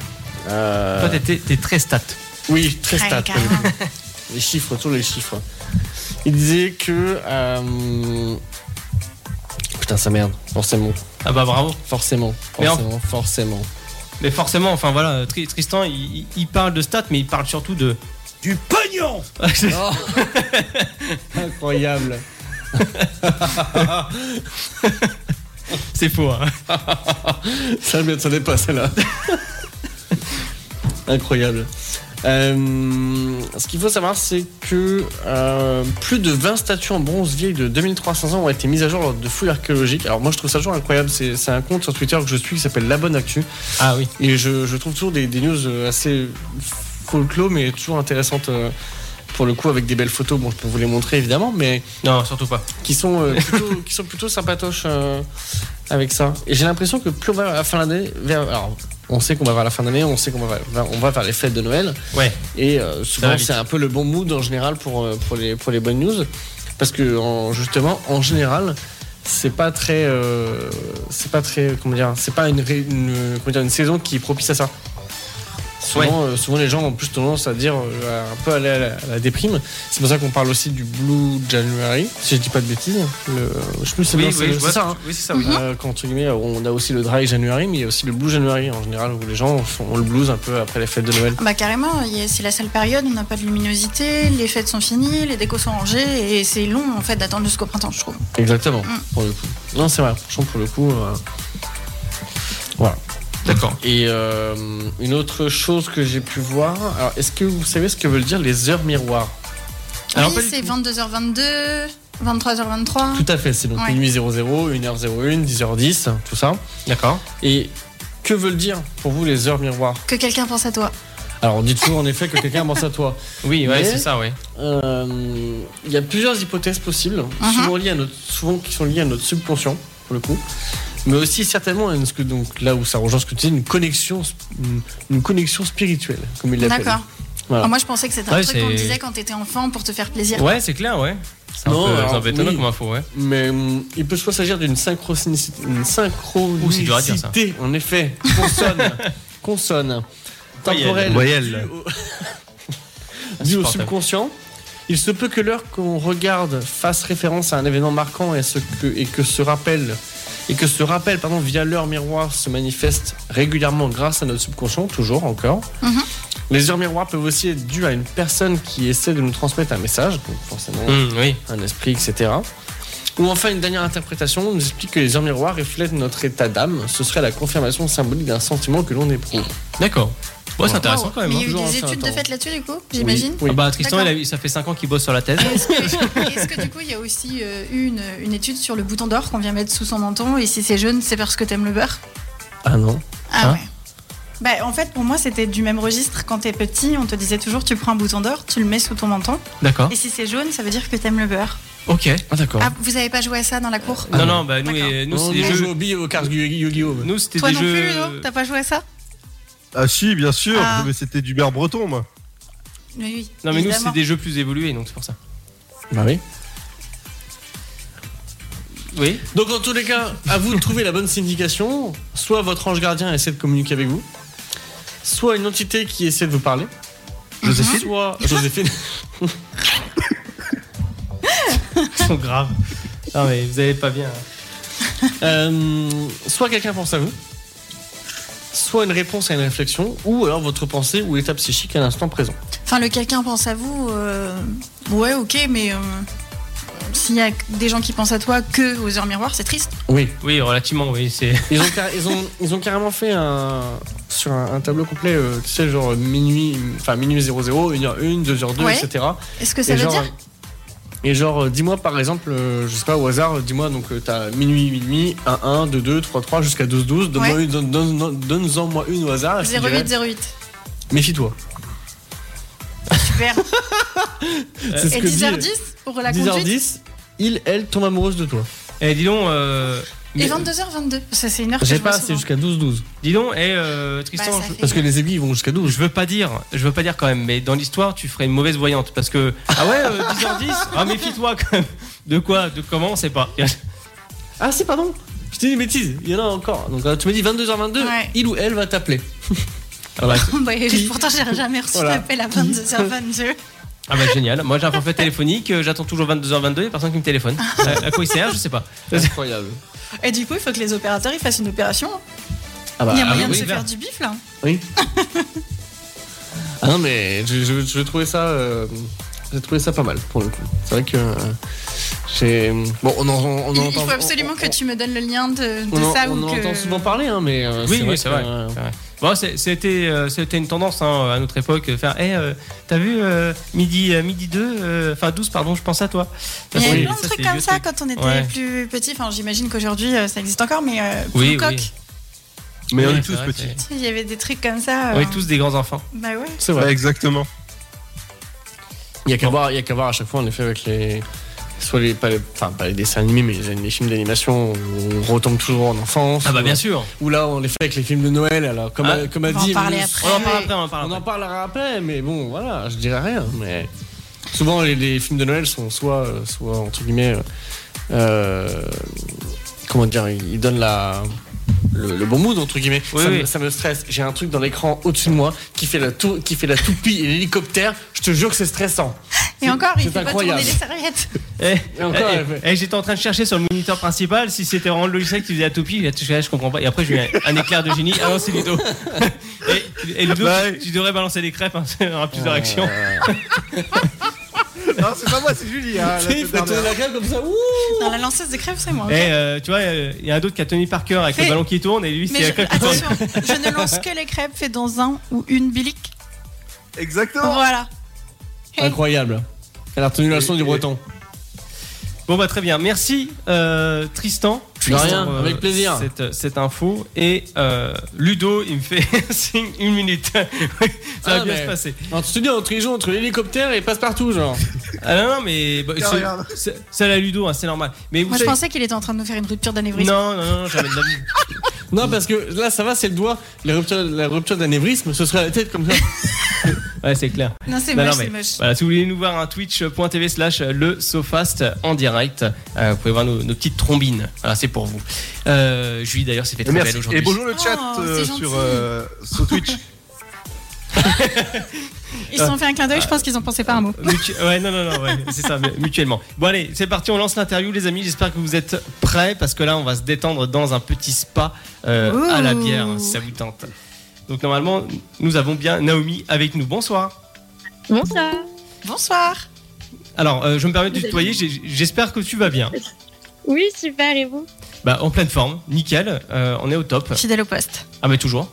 [SPEAKER 4] Euh,
[SPEAKER 2] Toi, t'es- t'es t'es très stat.
[SPEAKER 4] oui, très
[SPEAKER 3] Très
[SPEAKER 4] stats.
[SPEAKER 3] carrément.
[SPEAKER 4] les chiffres, toujours les chiffres. Il disait que. euh, Putain, sa merde, forcément,
[SPEAKER 2] Ah bah bravo.
[SPEAKER 4] forcément,
[SPEAKER 2] Mais en-
[SPEAKER 4] forcément, forcément.
[SPEAKER 2] Mais forcément, enfin voilà, Tri- Tristan, il, il- il parle de stats, mais il parle surtout de. Oh.
[SPEAKER 6] Du pognon
[SPEAKER 4] Incroyable.
[SPEAKER 2] c'est faux, hein.
[SPEAKER 4] Ça ne m'attendait pas, celle-là. Incroyable. Euh, ce qu'il faut savoir, c'est que euh, plus de 20 statues en bronze vieilles de 2300 ans ont été mises à jour lors de fouilles archéologiques. Alors, moi, je trouve ça toujours incroyable. C'est c'est un compte sur Twitter que je suis qui s'appelle La Bonne Actu.
[SPEAKER 2] Ah oui.
[SPEAKER 4] Et je, je trouve toujours des, des news euh, assez folklore, mais toujours intéressantes euh, pour le coup, avec des belles photos. Bon, je peux vous les montrer évidemment, mais
[SPEAKER 2] Non, surtout pas.
[SPEAKER 4] qui sont, euh, plutôt, qui sont plutôt sympatoches euh, avec ça. Et j'ai l'impression que plus on va à la fin d'année, vers- alors on sait qu'on va vers la fin d'année, on sait qu'on va, vers- on va vers les fêtes de Noël,
[SPEAKER 2] Ouais.
[SPEAKER 4] et euh,
[SPEAKER 2] va
[SPEAKER 4] souvent
[SPEAKER 2] vite.
[SPEAKER 4] c'est un peu le bon mood en général pour, euh, pour, les, pour les bonnes news, parce que en- justement, en général, c'est pas très, euh, c'est pas très, comment dire, c'est pas une, ré- une- comment dire, une saison qui est propice à ça. Souvent, euh, souvent les gens ont plus tendance à dire euh, à un peu aller à la, à la déprime. C'est pour ça qu'on parle aussi du Blue January, si je dis pas de bêtises. Le, je sais plus c'est
[SPEAKER 2] Oui,
[SPEAKER 4] bien,
[SPEAKER 2] oui,
[SPEAKER 4] c'est-
[SPEAKER 2] je
[SPEAKER 4] c'est
[SPEAKER 2] vois.
[SPEAKER 4] ça. hein.
[SPEAKER 2] Oui, c'est ça, oui.
[SPEAKER 4] Euh, quand, entre guillemets, on a aussi le Dry January, mais il y a aussi le Blue January en général où les gens font, ont le blues un peu après les fêtes de Noël.
[SPEAKER 3] Bah carrément, il y a- c'est la seule période, on n'a pas de luminosité, les fêtes sont finies, les décos sont rangées et c'est long en fait d'attendre jusqu'au printemps, je trouve.
[SPEAKER 4] Exactement, pour le coup. Non, c'est vrai, franchement, pour le coup. euh, Voilà.
[SPEAKER 2] D'accord.
[SPEAKER 4] Et euh, une autre chose que j'ai pu voir, alors est-ce que vous savez ce que veulent dire les heures miroirs
[SPEAKER 2] Alors,
[SPEAKER 3] oui,
[SPEAKER 2] pas du
[SPEAKER 3] c'est
[SPEAKER 2] tout.
[SPEAKER 3] 22h22, 23h23.
[SPEAKER 4] Tout à fait, c'est donc
[SPEAKER 3] Ouais.
[SPEAKER 4] minuit 00, 1h01, 10h10, tout ça.
[SPEAKER 2] D'accord.
[SPEAKER 4] Et que veulent dire pour vous les heures miroirs
[SPEAKER 3] Que quelqu'un pense à toi.
[SPEAKER 4] Alors on dit toujours en effet que quelqu'un pense à toi.
[SPEAKER 2] Oui, ouais,
[SPEAKER 4] Mais-
[SPEAKER 2] c'est ça, ouais.
[SPEAKER 4] Euh, Il y a plusieurs hypothèses possibles, souvent, liées à notre, souvent qui sont liées à notre subconscient, pour le coup. Mais aussi certainement, à une- ce que, donc, là où ça rejoint ce que tu dis, une connexion, sp- une, une connexion spirituelle, comme il l'appelle.
[SPEAKER 3] D'accord.
[SPEAKER 4] Voilà.
[SPEAKER 3] Ah, Moi je pensais que c'était un
[SPEAKER 2] Ouais,
[SPEAKER 3] truc qu'on
[SPEAKER 2] c'est-
[SPEAKER 3] te disait quand t'étais enfant pour te faire plaisir.
[SPEAKER 2] Ouais, c'est clair, ouais. C'est un
[SPEAKER 4] Non,
[SPEAKER 2] peu,
[SPEAKER 4] alors,
[SPEAKER 2] c'est un peu étonnant
[SPEAKER 4] oui.
[SPEAKER 2] comme info, ouais.
[SPEAKER 4] Mais hum, il peut soit s'agir d'une synchronicité, une synchronicité
[SPEAKER 2] c'est dur à dire, ça.
[SPEAKER 4] en effet, consonne, consonne, temporelle,
[SPEAKER 5] Voyelle.
[SPEAKER 4] due au-
[SPEAKER 2] Ah,
[SPEAKER 4] due au
[SPEAKER 2] supportable.
[SPEAKER 4] subconscient. Il se peut que l'heure qu'on regarde fasse référence à un événement marquant et, ce que, et que ce rappel et que ce rappel pardon, via l'heure miroir se manifeste régulièrement grâce à notre subconscient, toujours encore.
[SPEAKER 3] Mhm.
[SPEAKER 4] Les heures miroirs peuvent aussi être dues
[SPEAKER 2] Mhm.
[SPEAKER 4] à une personne qui essaie de nous transmettre un message, donc forcément
[SPEAKER 2] Hum, Mm, oui.
[SPEAKER 4] un esprit, etc. Ou enfin, une dernière interprétation on nous explique que les heures miroirs reflètent notre état d'âme. Ce serait la confirmation symbolique d'un sentiment que l'on éprouve.
[SPEAKER 2] D'accord. Ouais, c'est intéressant
[SPEAKER 3] Waouh.
[SPEAKER 2] quand même.
[SPEAKER 3] Mais
[SPEAKER 2] hein.
[SPEAKER 3] il y a eu
[SPEAKER 4] Toujours
[SPEAKER 3] des
[SPEAKER 4] assez
[SPEAKER 3] études de
[SPEAKER 4] intense.
[SPEAKER 3] fait là-dessus, du coup, j'imagine
[SPEAKER 4] Oui.
[SPEAKER 2] Ah bah, Tristan, il
[SPEAKER 3] D'accord.
[SPEAKER 2] a eu- ça fait 5 ans qu'il bosse sur la thèse.
[SPEAKER 3] Est-ce que, est-ce que, du coup il y a aussi euh, eu une, une étude sur le bouton d'or qu'on vient mettre sous son menton et si c'est jaune c'est parce que t'aimes le beurre
[SPEAKER 4] Ah non
[SPEAKER 3] Ah
[SPEAKER 2] Hein
[SPEAKER 3] ouais. Bah, en fait pour moi c'était du même registre quand t'es petit on te disait toujours tu prends un bouton d'or tu le mets sous ton menton
[SPEAKER 2] D'accord.
[SPEAKER 3] et si c'est jaune ça veut dire que t'aimes le beurre.
[SPEAKER 2] Ok.
[SPEAKER 4] Ah d'accord.
[SPEAKER 3] Ah vous avez pas joué à ça dans la cour
[SPEAKER 2] Non, non, bah, nous,
[SPEAKER 3] D'accord.
[SPEAKER 2] et- nous,
[SPEAKER 4] Ah. Non,
[SPEAKER 2] c'est des
[SPEAKER 4] on joue
[SPEAKER 2] jeux.
[SPEAKER 4] aux billes, aux cartes Yu-Gi-Oh!
[SPEAKER 2] Nous, c'était
[SPEAKER 3] Toi
[SPEAKER 2] des
[SPEAKER 3] non plus
[SPEAKER 2] jeux.
[SPEAKER 3] Ludo t'as pas joué à ça
[SPEAKER 5] Ah si, bien sûr,
[SPEAKER 3] Ah.
[SPEAKER 5] mais c'était du beurre breton, moi.
[SPEAKER 3] Oui oui.
[SPEAKER 2] Non, mais nous,
[SPEAKER 3] évidemment.
[SPEAKER 2] c'est des jeux plus évolués, donc c'est pour ça.
[SPEAKER 4] Bah oui.
[SPEAKER 2] Oui.
[SPEAKER 4] Donc en tous les cas, à vous de trouver la bonne signification. Soit votre ange gardien essaie de communiquer avec vous, soit une entité qui essaie de vous parler.
[SPEAKER 5] Joséphine
[SPEAKER 4] Soit Joséphine.
[SPEAKER 2] Ils sont graves. Oh, Non, mais vous allez pas bien.
[SPEAKER 4] Euh, soit quelqu'un pense à vous, soit une réponse à une réflexion, ou alors votre pensée ou l'état psychique à l'instant présent.
[SPEAKER 3] Enfin le quelqu'un pense à vous euh, ouais ok mais euh, s'il y a des gens qui pensent à toi que aux heures miroirs c'est triste.
[SPEAKER 4] Oui.
[SPEAKER 2] Oui, relativement, oui. C'est.
[SPEAKER 4] Ils ont, car- ils ont, ils ont carrément fait un, sur un, un tableau complet, euh, tu sais, genre minuit, enfin minuit 00, 1h1, 2h2,
[SPEAKER 3] Ouais.
[SPEAKER 4] etc.
[SPEAKER 3] Est-ce que ça
[SPEAKER 4] et
[SPEAKER 3] veut
[SPEAKER 4] genre,
[SPEAKER 3] dire
[SPEAKER 4] et genre, euh, dis-moi par exemple, euh, je sais pas au hasard, euh, dis-moi donc euh, t'as minuit, minuit, 1, 1, 2, 2, 3, 3 jusqu'à 12, 12, donne-moi
[SPEAKER 3] Ouais.
[SPEAKER 4] une, donne, donne- donne- donne-en moi une au hasard. et je te dirai,
[SPEAKER 3] 08 08
[SPEAKER 4] Méfie-toi.
[SPEAKER 3] super
[SPEAKER 4] C'est ce
[SPEAKER 3] Et
[SPEAKER 4] que dit,
[SPEAKER 3] 10h10
[SPEAKER 4] euh,
[SPEAKER 3] pour la
[SPEAKER 4] 10h10,
[SPEAKER 3] conduite
[SPEAKER 4] il, elle tombe amoureuse de toi.
[SPEAKER 2] Eh, dis donc. euh, mais-
[SPEAKER 3] Et 22h22. Ça, c'est une heure que
[SPEAKER 4] J'ai
[SPEAKER 3] je vois
[SPEAKER 4] pas, c'est
[SPEAKER 3] souvent.
[SPEAKER 4] jusqu'à 12, 12.
[SPEAKER 2] Dis donc, eh, euh, Tristan,
[SPEAKER 3] Bah, ça
[SPEAKER 2] je-
[SPEAKER 3] fait-
[SPEAKER 4] Parce que les aiguilles vont jusqu'à 12.
[SPEAKER 2] Je veux pas dire, je veux pas dire quand même, mais dans l'histoire, tu ferais une mauvaise voyante parce que ah ouais, euh, 10h10, ah méfie-toi quand même. De quoi, de comment, on sait pas.
[SPEAKER 4] Ah si, pardon, je t'ai dit une bêtise, il y en a encore. Donc euh, tu me dis 22h22,
[SPEAKER 3] Ouais.
[SPEAKER 4] il ou elle va t'appeler. Voilà.
[SPEAKER 3] Bah, et
[SPEAKER 4] Qui
[SPEAKER 3] pourtant, j'ai jamais reçu
[SPEAKER 4] Voilà.
[SPEAKER 3] l'appel à 22h22.
[SPEAKER 2] Ah bah génial. Moi j'ai un forfait téléphonique, euh, j'attends toujours 22h22, il y a personne qui me téléphone.
[SPEAKER 3] Ah.
[SPEAKER 2] Euh, À, à quoi il sert, je sais pas.
[SPEAKER 4] Incroyable.
[SPEAKER 3] Et du coup, il faut que les opérateurs ils fassent une opération.
[SPEAKER 4] Ah bah,
[SPEAKER 3] il y a
[SPEAKER 4] ah
[SPEAKER 3] moyen
[SPEAKER 4] oui,
[SPEAKER 3] de se
[SPEAKER 4] oui,
[SPEAKER 3] faire du bif là.
[SPEAKER 4] Oui. ah non, mais je, je, je trouvais ça. euh, J'ai trouvé ça pas mal pour le coup. C'est vrai que. euh, j'ai. Bon, on en, on en
[SPEAKER 3] Il, il
[SPEAKER 4] entend.
[SPEAKER 3] faut absolument
[SPEAKER 4] on-
[SPEAKER 3] que
[SPEAKER 4] on-
[SPEAKER 3] tu me donnes le lien de, de
[SPEAKER 4] on en-
[SPEAKER 3] ça
[SPEAKER 4] on
[SPEAKER 3] ou
[SPEAKER 4] en
[SPEAKER 3] que.
[SPEAKER 4] entend souvent parler, hein, mais. euh,
[SPEAKER 2] Oui, oui,
[SPEAKER 4] que,
[SPEAKER 2] c'est vrai.
[SPEAKER 4] euh,
[SPEAKER 2] c'est vrai. Bon, c'est- c'était, euh, c'était une tendance hein, à notre époque, de faire, eh, euh, t'as vu euh, midi, euh, midi 2, euh, enfin 12 pardon, je pense à toi.
[SPEAKER 3] Il y a
[SPEAKER 4] Oui,
[SPEAKER 3] eu plein de
[SPEAKER 2] Ça,
[SPEAKER 3] trucs
[SPEAKER 2] c'est
[SPEAKER 3] comme
[SPEAKER 2] vieux
[SPEAKER 3] ça
[SPEAKER 2] truc.
[SPEAKER 3] quand on était
[SPEAKER 2] Ouais.
[SPEAKER 3] plus petit. Enfin, j'imagine qu'aujourd'hui euh, ça existe encore, mais euh, pour
[SPEAKER 2] Oui,
[SPEAKER 3] le coq,
[SPEAKER 2] oui.
[SPEAKER 5] Mais on
[SPEAKER 2] Oui,
[SPEAKER 5] est
[SPEAKER 2] c'est
[SPEAKER 5] tous
[SPEAKER 2] vrai,
[SPEAKER 5] petits.
[SPEAKER 2] c'est-
[SPEAKER 3] tu sais, il y avait des trucs comme ça.
[SPEAKER 2] On
[SPEAKER 3] euh,
[SPEAKER 2] est tous des grands enfants.
[SPEAKER 3] Bah ouais.
[SPEAKER 4] C'est
[SPEAKER 5] Ouais,
[SPEAKER 4] vrai.
[SPEAKER 5] exactement.
[SPEAKER 4] Il y a qu'à voir, il y a qu'à voir à chaque fois, en effet, avec les. Soit les. Pas les enfin, pas les dessins animés, mais les, les films d'animation, on retombe toujours en enfance.
[SPEAKER 2] Ah bah
[SPEAKER 4] ou-
[SPEAKER 2] bien sûr.
[SPEAKER 4] Ou là, on les fait avec les films de Noël, alors, comme,
[SPEAKER 2] Ah,
[SPEAKER 4] a, comme a
[SPEAKER 3] on va en
[SPEAKER 4] dit.
[SPEAKER 3] parler
[SPEAKER 4] Mousse-
[SPEAKER 3] après.
[SPEAKER 2] On en parle après, on en parle
[SPEAKER 4] On
[SPEAKER 2] après.
[SPEAKER 4] en parlera après, mais bon, voilà, je dirais rien. Mais souvent, les, les films de Noël sont soit, euh, soit entre guillemets, euh, euh, comment dire, ils donnent la le, le bon mood entre guillemets.
[SPEAKER 2] Oui,
[SPEAKER 4] ça,
[SPEAKER 2] oui.
[SPEAKER 4] Me, ça me stresse. J'ai un truc dans l'écran au-dessus de moi qui fait la tou- qui fait la toupie et l'hélicoptère. Je te jure que c'est stressant.
[SPEAKER 3] Et encore, il
[SPEAKER 4] c'est
[SPEAKER 3] faut pas tourner
[SPEAKER 4] incroyable.
[SPEAKER 3] les serviettes.
[SPEAKER 2] Eh,
[SPEAKER 4] Et encore,
[SPEAKER 2] eh,
[SPEAKER 4] elle fait-
[SPEAKER 2] eh, j'étais en train de chercher sur le moniteur principal si c'était vraiment le logiciel qui faisait la toupie. J'ai dit, Je comprends pas. Et après, j'ai eu un, un éclair de génie. Ah non, c'est Ludo. et, et Ludo,
[SPEAKER 5] Ouais.
[SPEAKER 2] tu, tu devrais balancer les crêpes. Hein, ça aura plus de réaction.
[SPEAKER 5] non, c'est pas moi, c'est Julie. hein, la
[SPEAKER 4] Il
[SPEAKER 5] semaine
[SPEAKER 4] fait tourner
[SPEAKER 5] dernière.
[SPEAKER 4] la gueule comme ça. Ouh
[SPEAKER 3] Non, la lanceuse de crêpes, c'est moi. ok
[SPEAKER 2] Eh, euh, tu vois, euh, il y a un d'autre qui a Tony Parker avec le
[SPEAKER 3] Mais-
[SPEAKER 2] ballon qui tourne et lui, c'est
[SPEAKER 3] Mais
[SPEAKER 2] la
[SPEAKER 3] je-
[SPEAKER 2] crêpe qui tourne.
[SPEAKER 3] attention, je ne lance que les crêpes faites dans un ou une bilique.
[SPEAKER 5] Exactement.
[SPEAKER 3] Voilà. Hey.
[SPEAKER 4] Incroyable. Elle a retenu la leçon du breton.
[SPEAKER 2] Bon, bah très bien. Merci, euh, Tristan.
[SPEAKER 4] De rien,
[SPEAKER 2] pour, euh,
[SPEAKER 4] avec plaisir.
[SPEAKER 2] Cette, cette info. Et euh, Ludo, il me fait signe une minute. ça va
[SPEAKER 4] Ah,
[SPEAKER 2] bien
[SPEAKER 4] mais-
[SPEAKER 2] se passer.
[SPEAKER 4] Entre studio, entre ils jouent, entre l'hélicoptère et passe-partout, genre.
[SPEAKER 2] Ah non, non, mais. bah,
[SPEAKER 5] Tiens,
[SPEAKER 2] c'est-
[SPEAKER 5] regarde.
[SPEAKER 2] c'est- c'est la Ludo, hein, c'est normal. Mais vous
[SPEAKER 3] Moi, je
[SPEAKER 2] savez-
[SPEAKER 3] pensais qu'il était en train de nous faire une rupture d'anévrisme.
[SPEAKER 2] Non, non, non, jamais de la vie.
[SPEAKER 4] Non, parce que là, ça va, c'est le doigt. La rupture, la rupture d'anévrisme, ce serait la tête comme ça.
[SPEAKER 2] Ouais, c'est clair.
[SPEAKER 3] Non, c'est
[SPEAKER 2] Non,
[SPEAKER 3] moche,
[SPEAKER 2] non, mais
[SPEAKER 3] c'est moche.
[SPEAKER 2] Voilà, si vous voulez nous voir, hein, un twitch.tv slash euh, le Sofast en direct. Euh, vous pouvez voir nos, nos petites trombines. Voilà, c'est pour vous. Euh, Julie, d'ailleurs, s'est fait très belle
[SPEAKER 5] Merci. Et
[SPEAKER 2] aujourd'hui.
[SPEAKER 5] bonjour le
[SPEAKER 3] Oh,
[SPEAKER 5] chat
[SPEAKER 3] c'est
[SPEAKER 5] euh,
[SPEAKER 3] gentil.
[SPEAKER 5] sur, euh, sur Twitch.
[SPEAKER 3] Ils se sont fait un clin d'œil, je pense qu'ils ont pensé pas un mot.
[SPEAKER 2] Mutu- ouais, non, non, non, ouais, c'est ça, mais mutuellement. Bon, allez, c'est parti, on lance l'interview, les amis. J'espère que vous êtes prêts parce que là, on va se détendre dans un petit spa euh, à la
[SPEAKER 3] Ouh.
[SPEAKER 2] bière, si ça vous tente. Donc, normalement, nous avons bien Naomi avec nous. Bonsoir.
[SPEAKER 8] Bonsoir.
[SPEAKER 3] Bonsoir.
[SPEAKER 2] Alors, euh, je me permets de tutoyer, j'ai- j'espère que tu vas bien.
[SPEAKER 8] Oui, super, et vous
[SPEAKER 2] Bah, en pleine forme, nickel, euh, on est au top.
[SPEAKER 3] Fidèle au poste.
[SPEAKER 2] Ah, mais toujours.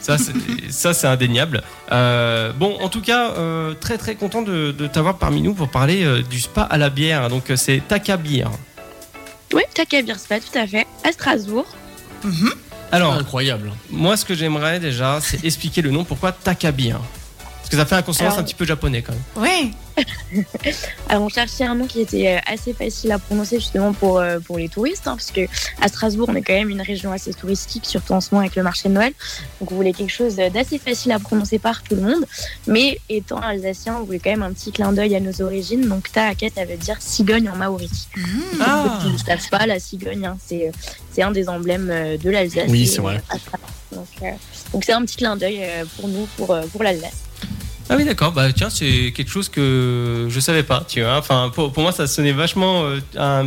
[SPEAKER 2] ça, c'est- ça, c'est indéniable. Euh, bon, en tout cas, euh, très très content de, de t'avoir parmi nous pour parler euh, du spa à la bière. Donc, euh, c'est Taka Bière.
[SPEAKER 8] Oui, Takabir Spa, tout à fait, à Strasbourg.
[SPEAKER 3] Mhm.
[SPEAKER 2] Alors,
[SPEAKER 4] Incroyable.
[SPEAKER 2] moi, ce que j'aimerais déjà, c'est expliquer le nom, pourquoi Taka Bière. Parce que ça fait un consonance
[SPEAKER 8] Alors-
[SPEAKER 2] un petit peu japonais quand même.
[SPEAKER 3] Ouais.
[SPEAKER 8] Alors, on cherchait un nom qui était euh, assez facile à prononcer justement pour, euh, pour les touristes, hein, parce que à Strasbourg, on est quand même une région assez touristique, surtout en ce moment avec le marché de Noël. Donc, on voulait quelque chose d'assez facile à prononcer par tout le monde. Mais étant alsacien, on voulait quand même un petit clin d'œil à nos origines. Donc, Taaka, ça veut dire cigogne en maori.
[SPEAKER 3] Hmm.
[SPEAKER 8] Pour
[SPEAKER 3] Ah.
[SPEAKER 8] ceux qui ne savent pas, la cigogne, hein, c'est, c'est un des emblèmes euh, de l'Alsace.
[SPEAKER 4] Oui, c'est
[SPEAKER 8] Et,
[SPEAKER 4] vrai.
[SPEAKER 8] euh, Donc, euh, donc c'est un petit clin d'œil euh, pour nous, pour, euh, pour l'Alsace.
[SPEAKER 2] Ah oui d'accord bah tiens c'est quelque chose que je savais pas tu vois enfin pour, pour moi ça sonnait vachement euh, un-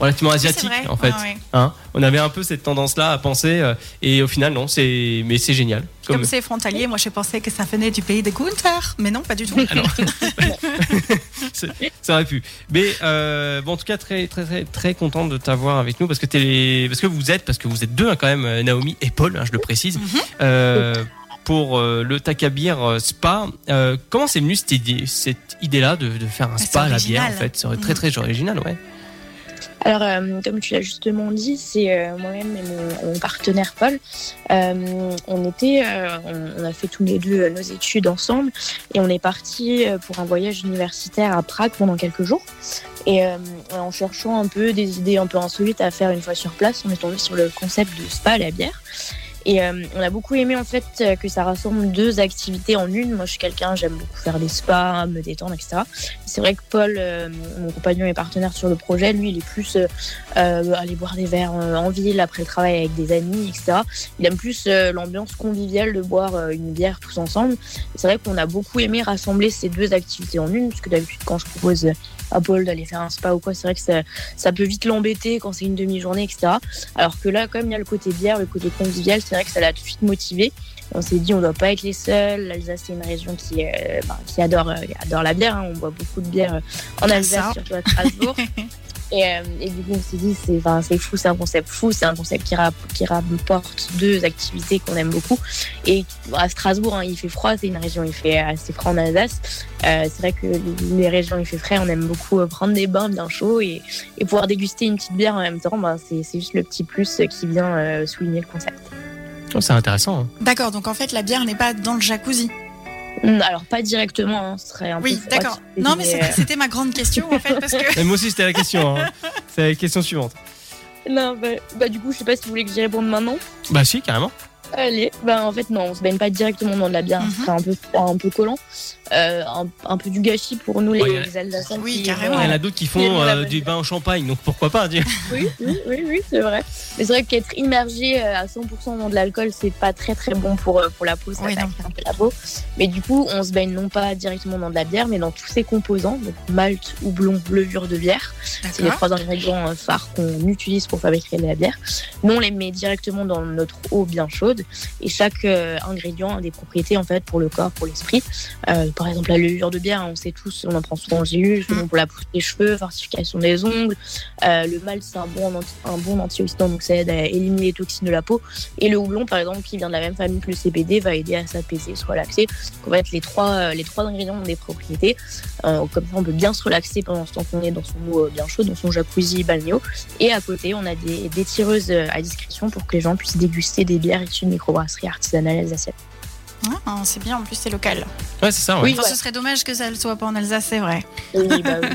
[SPEAKER 2] relativement asiatique
[SPEAKER 3] C'est vrai.
[SPEAKER 2] en fait
[SPEAKER 3] Ouais, ouais.
[SPEAKER 2] hein on avait un peu cette tendance là à penser euh, et au final non c'est mais c'est génial
[SPEAKER 3] Comme
[SPEAKER 2] comme
[SPEAKER 3] c'est frontalier, moi je pensais que ça venait du pays de Gunther, mais non, pas du tout.
[SPEAKER 2] Alors, ça aurait pu mais euh, bon en tout cas très très très très content de t'avoir avec nous parce que t'es les- parce que vous êtes parce que vous êtes deux hein, quand même euh, Naomi et Paul hein, je le précise Euh, pour euh, le Takabir euh, Spa, euh, comment c'est venu cette idée, cette idée-là de, de faire un
[SPEAKER 3] c'est
[SPEAKER 2] spa à la bière en
[SPEAKER 3] original.
[SPEAKER 2] fait C'est très
[SPEAKER 3] Mhm.
[SPEAKER 2] très original, ouais.
[SPEAKER 8] Alors, euh, comme tu l'as justement dit, c'est euh, moi-même et mon, mon partenaire Paul. Euh, on était, euh, on, on a fait tous les deux euh, nos études ensemble et on est parti euh, pour un voyage universitaire à Prague pendant quelques jours. Et euh, en cherchant un peu des idées un peu insolites à faire une fois sur place, on est tombé sur le concept de spa à la bière. Et euh, on a beaucoup aimé en fait euh, que ça rassemble deux activités en une. Moi, je suis quelqu'un, j'aime beaucoup faire des spas, me détendre, etc. C'est vrai que Paul, euh, mon compagnon et partenaire sur le projet, lui, il est plus euh, euh, aller boire des verres euh, en ville après le travail avec des amis, etc. Il aime plus euh, l'ambiance conviviale de boire euh, une bière tous ensemble. Et C'est vrai qu'on a beaucoup aimé rassembler ces deux activités en une, parce que d'habitude, quand je propose à Paul d'aller faire un spa ou quoi, c'est vrai que ça, ça peut vite l'embêter quand c'est une demi-journée, etc. Alors que là, comme il y a le côté bière, le côté convivial, c'est vrai que ça l'a tout de suite motivé. On s'est dit, on doit pas être les seuls. L'Alsace, c'est une région qui, euh, bah, qui adore, euh, adore la bière. hein. On boit beaucoup de bière euh, en
[SPEAKER 3] Ah,
[SPEAKER 8] Alsace,
[SPEAKER 3] ça.
[SPEAKER 8] surtout à Strasbourg. Et, euh, et du coup, on s'est dit, c'est enfin, c'est fou, c'est un concept fou, c'est un concept qui, rap- qui rapporte deux activités qu'on aime beaucoup. Et à Strasbourg, hein, il fait froid, c'est une région, il fait assez froid en Alsace. Euh, c'est vrai que les régions, il fait frais, on aime beaucoup euh, prendre des bains bien chauds et, et pouvoir déguster une petite bière en même temps, ben, c'est c'est juste le petit plus euh, qui vient euh, souligner le concept.
[SPEAKER 2] Oh, c'est intéressant. hein.
[SPEAKER 3] D'accord, donc en fait la bière n'est pas dans le jacuzzi.
[SPEAKER 8] Mm, Alors, pas directement, hein, ce serait un
[SPEAKER 3] Oui,
[SPEAKER 8] peu. froid,
[SPEAKER 3] d'accord. Non, mais
[SPEAKER 8] euh,
[SPEAKER 3] c'était- c'était ma grande question en fait, parce que
[SPEAKER 2] Mais moi aussi, c'était la question. hein. C'est la question suivante.
[SPEAKER 8] Non, bah, bah, du coup, je sais pas si vous voulez que j'y réponde maintenant.
[SPEAKER 2] Bah si, carrément.
[SPEAKER 8] Allez, ben en fait non, on se baigne pas directement dans de la bière,
[SPEAKER 3] Mhm.
[SPEAKER 8] ce serait un peu un peu collant, Euh, un, un peu du gâchis pour nous les,
[SPEAKER 2] Ouais, il y en a-
[SPEAKER 8] les Alsaciens.
[SPEAKER 3] Oui,
[SPEAKER 8] qui-
[SPEAKER 2] Il
[SPEAKER 3] carrément.
[SPEAKER 2] y en
[SPEAKER 8] Ouais.
[SPEAKER 2] a d'autres qui
[SPEAKER 8] Mais nous,
[SPEAKER 2] font
[SPEAKER 8] la
[SPEAKER 2] euh,
[SPEAKER 8] bonne
[SPEAKER 2] du
[SPEAKER 8] idée.
[SPEAKER 2] bain au champagne, donc pourquoi pas dire.
[SPEAKER 8] Oui, oui, oui, oui, c'est vrai. Mais c'est vrai qu'être immergé euh, à 100% dans de l'alcool, c'est pas très très bon pour euh, pour la peau, ça
[SPEAKER 3] Oui,
[SPEAKER 8] attaque un peu la peau. Mais du coup, on se baigne non pas directement dans de la bière, mais dans tous ses composants, donc malt, houblon, levure de bière. C'est les
[SPEAKER 3] D'accord.
[SPEAKER 8] trois ingrédients euh, phares qu'on utilise pour fabriquer de la bière. Nous, on les met directement dans notre eau bien chaude. Et chaque euh, ingrédient a des propriétés en fait pour le corps, pour l'esprit. Euh, par exemple, la levure de bière, hein, on sait tous, on en prend souvent j'ai eu, souvent pour la pousse des cheveux, fortification des ongles. Euh, le malt, c'est un bon, anti- un bon antioxydant, donc ça aide à éliminer les toxines de la peau. Et le houblon, par exemple, qui vient de la même famille que le CBD, va aider à s'apaiser, se relaxer. Donc, en fait, les trois, euh, les trois ingrédients ont des propriétés. Euh, comme ça, on peut bien se relaxer pendant ce temps qu'on est dans son eau euh, bien chaude, dans son jacuzzi balnéo. Et à côté, on a des, des tireuses euh, à discrétion pour que les gens puissent déguster des bières issues de microbrasseries artisanales alsaciennes.
[SPEAKER 3] Ah, c'est bien, en plus c'est local.
[SPEAKER 2] Ouais, c'est ça. ouais.
[SPEAKER 8] Oui.
[SPEAKER 3] Enfin, ce serait dommage que ça ne soit pas en Alsace, c'est vrai.
[SPEAKER 8] Oui, bah oui.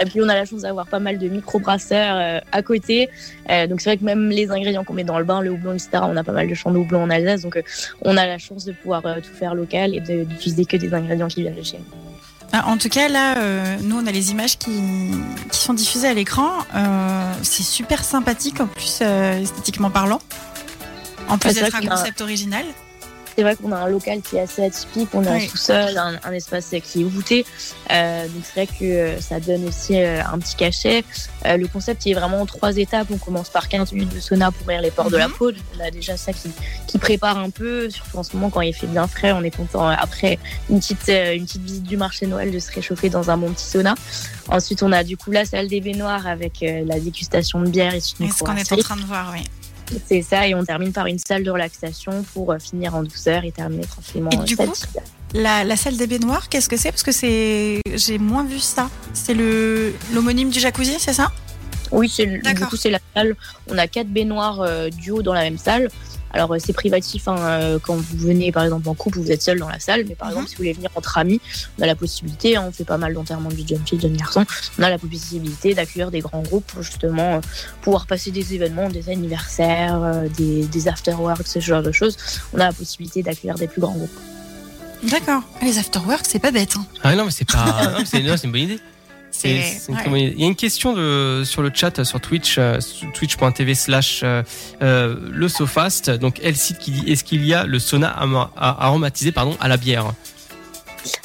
[SPEAKER 8] Et puis, on a la chance d'avoir pas mal de microbrasseurs euh, à côté. Euh, donc, c'est vrai que même les ingrédients qu'on met dans le bain, le houblon, etc., on a pas mal de champs de houblon en Alsace. Donc, euh, on a la chance de pouvoir euh, tout faire local et de- d'utiliser que des ingrédients qui viennent de chez nous.
[SPEAKER 3] Ah, En tout cas, là, euh, nous, on a les images qui, qui sont diffusées à l'écran. Euh, c'est super sympathique, en plus, euh, esthétiquement parlant. En plus
[SPEAKER 8] Ah, c'est vrai
[SPEAKER 3] d'être un
[SPEAKER 8] qu'on a-
[SPEAKER 3] concept original.
[SPEAKER 8] C'est vrai qu'on a un local qui est assez atypique, on est en
[SPEAKER 3] Oui.
[SPEAKER 8] sous-sol, un, un espace qui est voûté. Euh, donc c'est vrai que euh, ça donne aussi euh, un petit cachet. Euh, le concept il est vraiment en trois étapes. On commence par 15 minutes de sauna pour ouvrir les portes
[SPEAKER 3] Mhm.
[SPEAKER 8] de la peau. Donc, on a déjà ça qui, qui prépare un peu. Surtout en ce moment quand il fait bien frais, on est content. euh, Après une petite, euh, une petite visite du marché de Noël de se réchauffer dans un bon petit sauna. Ensuite on a du coup la salle des baignoires avec euh, la dégustation de bière et
[SPEAKER 3] Et ce qu'on est en train de voir, oui.
[SPEAKER 8] c'est ça, et on termine par une salle de relaxation pour euh, finir en douceur et terminer tranquillement.
[SPEAKER 3] Et
[SPEAKER 8] euh,
[SPEAKER 3] du
[SPEAKER 8] cette
[SPEAKER 3] coup,
[SPEAKER 8] salle.
[SPEAKER 3] La, la salle des baignoires, qu'est-ce que c'est Parce que c'est, j'ai moins vu ça. C'est le l'homonyme du jacuzzi, c'est ça
[SPEAKER 8] oui, c'est le- du
[SPEAKER 3] D'accord.
[SPEAKER 8] coup, c'est la salle. On a quatre baignoires euh, duo dans la même salle. Alors, euh, c'est privatif hein, euh, quand vous venez, par exemple, en couple, vous êtes seul dans la salle. Mais par
[SPEAKER 3] Mhm.
[SPEAKER 8] exemple, si vous voulez venir entre amis, on a la possibilité, hein, on fait pas mal d'enterrements de jeunes filles, de jeunes garçons, on a la possibilité d'accueillir des grands groupes pour justement euh, pouvoir passer des événements, des anniversaires, euh, des, des afterworks, ce genre de choses. On a la possibilité d'accueillir des plus grands groupes.
[SPEAKER 3] D'accord. Les afterworks, c'est pas bête. hein.
[SPEAKER 2] Ah non, mais c'est pas. non, mais c'est non, c'est une bonne idée. C'est c'est une
[SPEAKER 3] ouais.
[SPEAKER 2] très bonne idée. Il y a une question de, sur le chat, sur Twitch, euh, sur twitch.tv slash euh, euh, le Sofast. Donc, elle cite qui dit Est-ce qu'il y a le sauna ama- a- aromatisé pardon, à la bière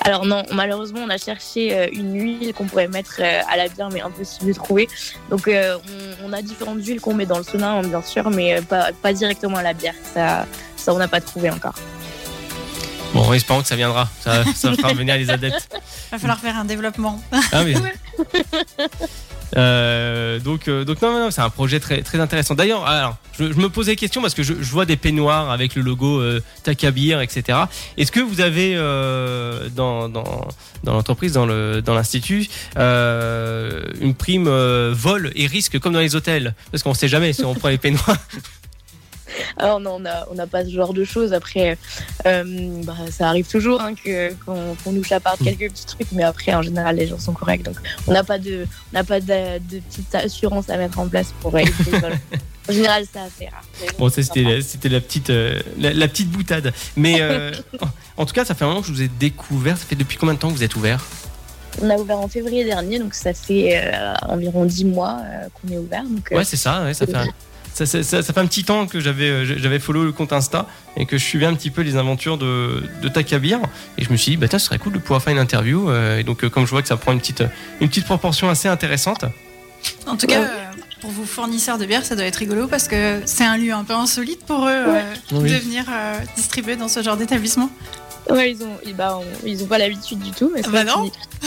[SPEAKER 8] Alors non, malheureusement, on a cherché euh, une huile qu'on pourrait mettre euh, à la bière, mais impossible de trouver. Donc euh, on, on a différentes huiles qu'on met dans le sauna, hein, bien sûr, mais euh, pas, pas directement à la bière. Ça, ça on n'a pas trouvé encore.
[SPEAKER 2] Bon, espérons que ça viendra. Ça, ça fera venir les adeptes.
[SPEAKER 3] Va falloir faire un développement.
[SPEAKER 2] Ah, mais- Euh, donc, euh, donc non, non, non, c'est un projet très, très intéressant. D'ailleurs, alors, je, je me posais des questions parce que je, je vois des peignoirs avec le logo euh, Takabir, etc. Est-ce que vous avez euh, dans, dans, dans l'entreprise, dans le dans l'institut, euh, une prime euh, vol et risque comme dans les hôtels Parce qu'on ne sait jamais si on prend les peignoirs.
[SPEAKER 8] Alors non, on n'a on n'a pas ce genre de choses. Après, euh, bah, ça arrive toujours hein, que- qu'on qu'on nous chaparde
[SPEAKER 2] Mm.
[SPEAKER 8] quelques petits trucs, mais après, en général, les gens sont corrects. Donc on n'a pas de, on n'a pas de, de petite assurance à mettre en place pour euh, éviter le vol. En général, ça assez rare. Ah, Mais
[SPEAKER 2] Bon, ça c'était la, c'était la petite euh, la, la petite boutade. Mais euh, en, en tout cas, ça fait un moment que je vous ai découvert. Ça fait depuis combien de temps que vous êtes ouvert
[SPEAKER 8] On a ouvert en février dernier, donc ça fait euh, environ 10 mois euh, qu'on est ouvert. Donc, euh,
[SPEAKER 2] Ouais, c'est ça, ouais, ça, fait un, ça, ça- ça- ça fait un petit temps que j'avais euh, je- j'avais follow le compte Insta et que je suivais un petit peu les aventures de, de Takabir. Et je me suis dit, bah, tiens, ce serait cool de pouvoir faire une interview. euh, Et donc, euh, comme je vois que ça prend une petite, une petite proportion assez intéressante.
[SPEAKER 3] En tout cas, euh, pour vous fournisseurs de bière, ça doit être rigolo parce que c'est un lieu un peu insolite pour eux euh,
[SPEAKER 4] Oui.
[SPEAKER 3] de venir euh, distribuer dans ce genre d'établissement.
[SPEAKER 8] ouais, ils ont, ils, bah, on- ils ont pas l'habitude du tout, mais c'est
[SPEAKER 3] Ah bah
[SPEAKER 8] vrai
[SPEAKER 3] non.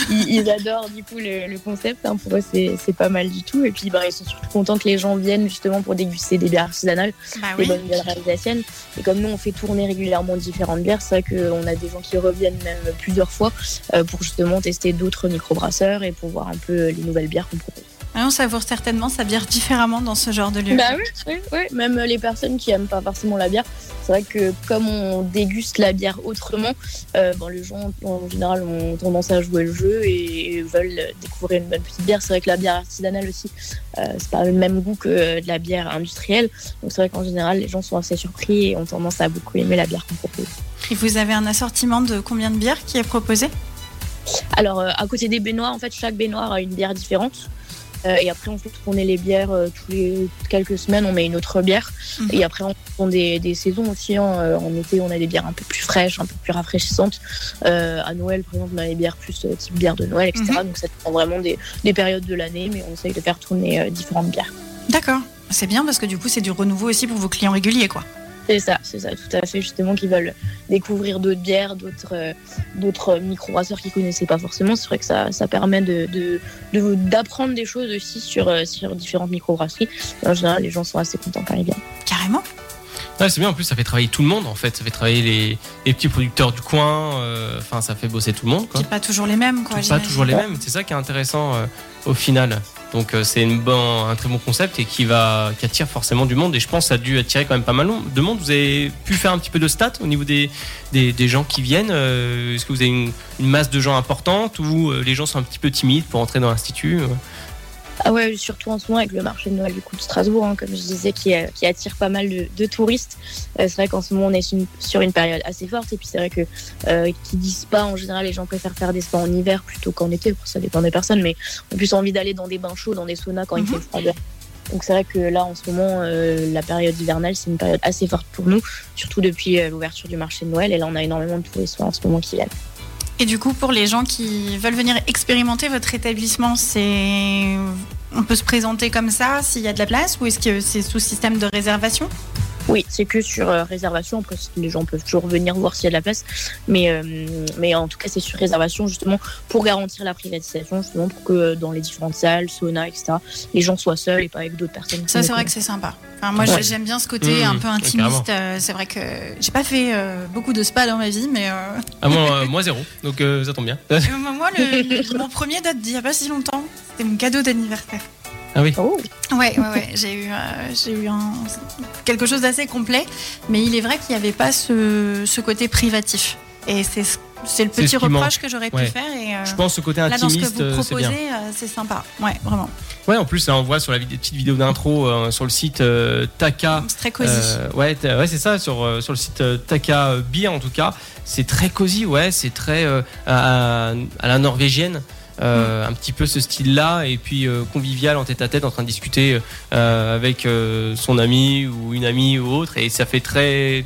[SPEAKER 8] qu'ils- ils, ils adorent du coup le, le concept. hein. pour eux, c'est c'est pas mal du tout. Et puis, bah, ils sont surtout contents que les gens viennent justement pour déguster des bières artisanales,
[SPEAKER 3] Bah
[SPEAKER 2] Eh
[SPEAKER 8] des
[SPEAKER 3] oui.
[SPEAKER 2] ben.
[SPEAKER 8] bonnes bières alsaciennes. Et comme nous, on fait tourner régulièrement différentes bières, c'est vrai qu'on a des gens qui reviennent même plusieurs fois euh, pour justement tester d'autres microbrasseurs et pour voir un peu les nouvelles bières qu'on propose.
[SPEAKER 3] Ah, on savoure certainement sa bière différemment dans ce genre de lieu.
[SPEAKER 8] Bah oui, oui, oui. Même euh, les personnes qui aiment pas forcément la bière, c'est vrai que comme on déguste la bière autrement, euh, bon, les gens en général ont tendance à jouer le jeu et veulent découvrir une bonne petite bière. C'est vrai que la bière artisanale aussi, euh, c'est pas le même goût que euh, de la bière industrielle. Donc c'est vrai qu'en général, les gens sont assez surpris et ont tendance à beaucoup aimer la bière qu'on propose.
[SPEAKER 3] Et vous avez un assortiment de combien de bières qui est proposé
[SPEAKER 8] Alors euh, à côté des baignoires, en fait, chaque baignoire a une bière différente. Euh, et après, on fait tourner les bières euh, tous les quelques semaines, on met une autre bière.
[SPEAKER 3] Mhm.
[SPEAKER 8] Et après, on prend des, des saisons aussi. hein. Euh, En été, on a des bières un peu plus fraîches, un peu plus rafraîchissantes. Euh, à Noël, par exemple, on a des bières plus euh, type bière de Noël, etc. Donc ça dépend vraiment des, des périodes de l'année, mais on essaye de faire tourner euh, différentes bières.
[SPEAKER 3] D'accord. C'est bien parce que du coup, c'est du renouveau aussi pour vos clients réguliers, quoi.
[SPEAKER 8] C'est ça, c'est ça, tout à fait, justement, qui veulent découvrir d'autres bières, d'autres, euh, d'autres micro-brasseurs qu'ils connaissaient pas forcément. C'est vrai que ça, ça permet de, de, de- d'apprendre des choses aussi sur, euh, sur différentes microbrasseries. Et En général, les gens sont assez contents quand ils viennent.
[SPEAKER 3] Carrément.
[SPEAKER 2] Ouais, c'est bien, en plus, ça fait travailler tout le monde en fait. Ça fait travailler les, les petits producteurs du coin. euh, Enfin, ça fait bosser tout le monde. Quoi.
[SPEAKER 3] C'est pas toujours les mêmes, quoi.
[SPEAKER 2] Tout- pas
[SPEAKER 3] j'imagine.
[SPEAKER 2] toujours les mêmes. C'est ça qui est intéressant euh, au final. Donc euh, c'est une bon- un très bon concept et qui va qui attire forcément du monde. Et je pense que ça a dû attirer quand même pas mal de monde. Vous avez pu faire un petit peu de stats au niveau des, des, des gens qui viennent. Euh, Est-ce que vous avez une, une masse de gens importante ou euh, les gens sont un petit peu timides pour entrer dans l'institut euh
[SPEAKER 8] Ah ouais, surtout en ce moment avec le marché de Noël du coup de Strasbourg, hein, comme je disais, qui, euh, qui attire pas mal de, de touristes. Euh, c'est vrai qu'en ce moment on est sur une, sur une période assez forte et puis c'est vrai que euh, qui disent pas en général les gens préfèrent faire des spas en hiver plutôt qu'en été. Après, ça dépend des personnes, mais on a plus envie d'aller dans des bains chauds, dans des saunas quand il
[SPEAKER 3] Mhm.
[SPEAKER 8] fait froid. dehors. Donc c'est vrai que là, en ce moment, euh, la période hivernale, c'est une période assez forte pour nous, surtout depuis euh, l'ouverture du marché de Noël. Et là, on a énormément de touristes en ce moment qui viennent.
[SPEAKER 3] Et du coup, pour les gens qui veulent venir expérimenter votre établissement, c'est on peut se présenter comme ça s'il y a de la place ou est-ce que c'est sous système de réservation
[SPEAKER 8] Oui, c'est que sur euh, réservation. Après, les gens peuvent toujours venir voir s'il y a de la place. Mais, euh, mais en tout cas, c'est sur réservation, justement, pour garantir la privatisation, justement, pour que euh, dans les différentes salles, sauna, etc., les gens soient seuls et pas avec d'autres personnes.
[SPEAKER 3] Ça, c'est vrai que c'est sympa. Enfin, moi,
[SPEAKER 8] Ouais.
[SPEAKER 3] j'aime bien ce côté
[SPEAKER 2] Mmh,
[SPEAKER 3] un peu
[SPEAKER 2] ouais,
[SPEAKER 3] intimiste. Euh, c'est vrai que j'ai pas fait euh, beaucoup de spa dans ma vie, mais euh,
[SPEAKER 2] Ah, moi, euh, moi, zéro, donc euh, ça tombe bien.
[SPEAKER 3] moi, le- le- mon premier date d'il y a pas si longtemps, c'était mon cadeau d'anniversaire.
[SPEAKER 2] Ah oui.
[SPEAKER 8] Oh.
[SPEAKER 3] Ouais, ouais, ouais. J'ai eu, euh, j'ai eu un- quelque chose d'assez complet, mais il est vrai qu'il n'y avait pas ce, ce côté privatif. Et c'est ce- c'est le
[SPEAKER 2] C'est
[SPEAKER 3] petit
[SPEAKER 2] ce qui
[SPEAKER 3] reproche
[SPEAKER 2] manque.
[SPEAKER 3] que j'aurais
[SPEAKER 2] Ouais.
[SPEAKER 3] pu faire. Et, euh,
[SPEAKER 2] Je pense au côté
[SPEAKER 3] là, dans ce que
[SPEAKER 2] intimiste,
[SPEAKER 3] vous
[SPEAKER 2] euh, c'est bien.
[SPEAKER 3] proposez, euh, c'est sympa. Ouais, vraiment.
[SPEAKER 2] Ouais, en plus, là, on voit sur la vid- petite vidéo d'intro euh, sur le site euh, Taka.
[SPEAKER 3] C'est très cosy.
[SPEAKER 2] euh, ouais, t- ouais, c'est ça, sur, euh, sur le site euh, Taka euh, Beer en tout cas. C'est très cosy, ouais, c'est très euh, à, à- à la norvégienne. euh, Un petit peu ce style-là, et puis euh, convivial en tête à tête, en train de discuter euh, avec euh, son ami ou une amie ou autre, et ça fait très,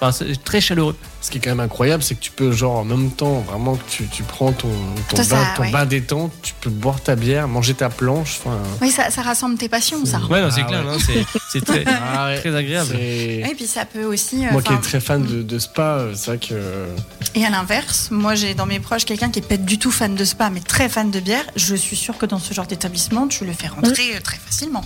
[SPEAKER 2] enfin, c'est très chaleureux.
[SPEAKER 4] Ce qui est quand même incroyable, c'est que tu peux, genre, en même temps, vraiment, que tu, tu prends ton,
[SPEAKER 3] Tout
[SPEAKER 4] ton, bain,
[SPEAKER 3] ça,
[SPEAKER 4] ton
[SPEAKER 3] ouais.
[SPEAKER 4] bain détente, tu peux boire ta bière, manger ta planche. Enfin,
[SPEAKER 3] Oui, ça, ça rassemble tes passions, ça.
[SPEAKER 2] Ouais, non, c'est
[SPEAKER 4] Ah
[SPEAKER 2] clair,
[SPEAKER 4] ouais.
[SPEAKER 2] hein, c'est- c'est très,
[SPEAKER 4] ah ouais,
[SPEAKER 2] très agréable.
[SPEAKER 4] c'est-
[SPEAKER 3] Et puis ça peut aussi. euh,
[SPEAKER 4] Moi qui
[SPEAKER 3] enfin,
[SPEAKER 4] est très fan de, de spa, euh, c'est vrai que. euh,
[SPEAKER 3] Et à l'inverse, moi j'ai dans mes proches quelqu'un qui est pas du tout fan de spa, mais très fan de bière. Je suis sûre que dans ce genre d'établissement, tu le fais rentrer euh, très facilement.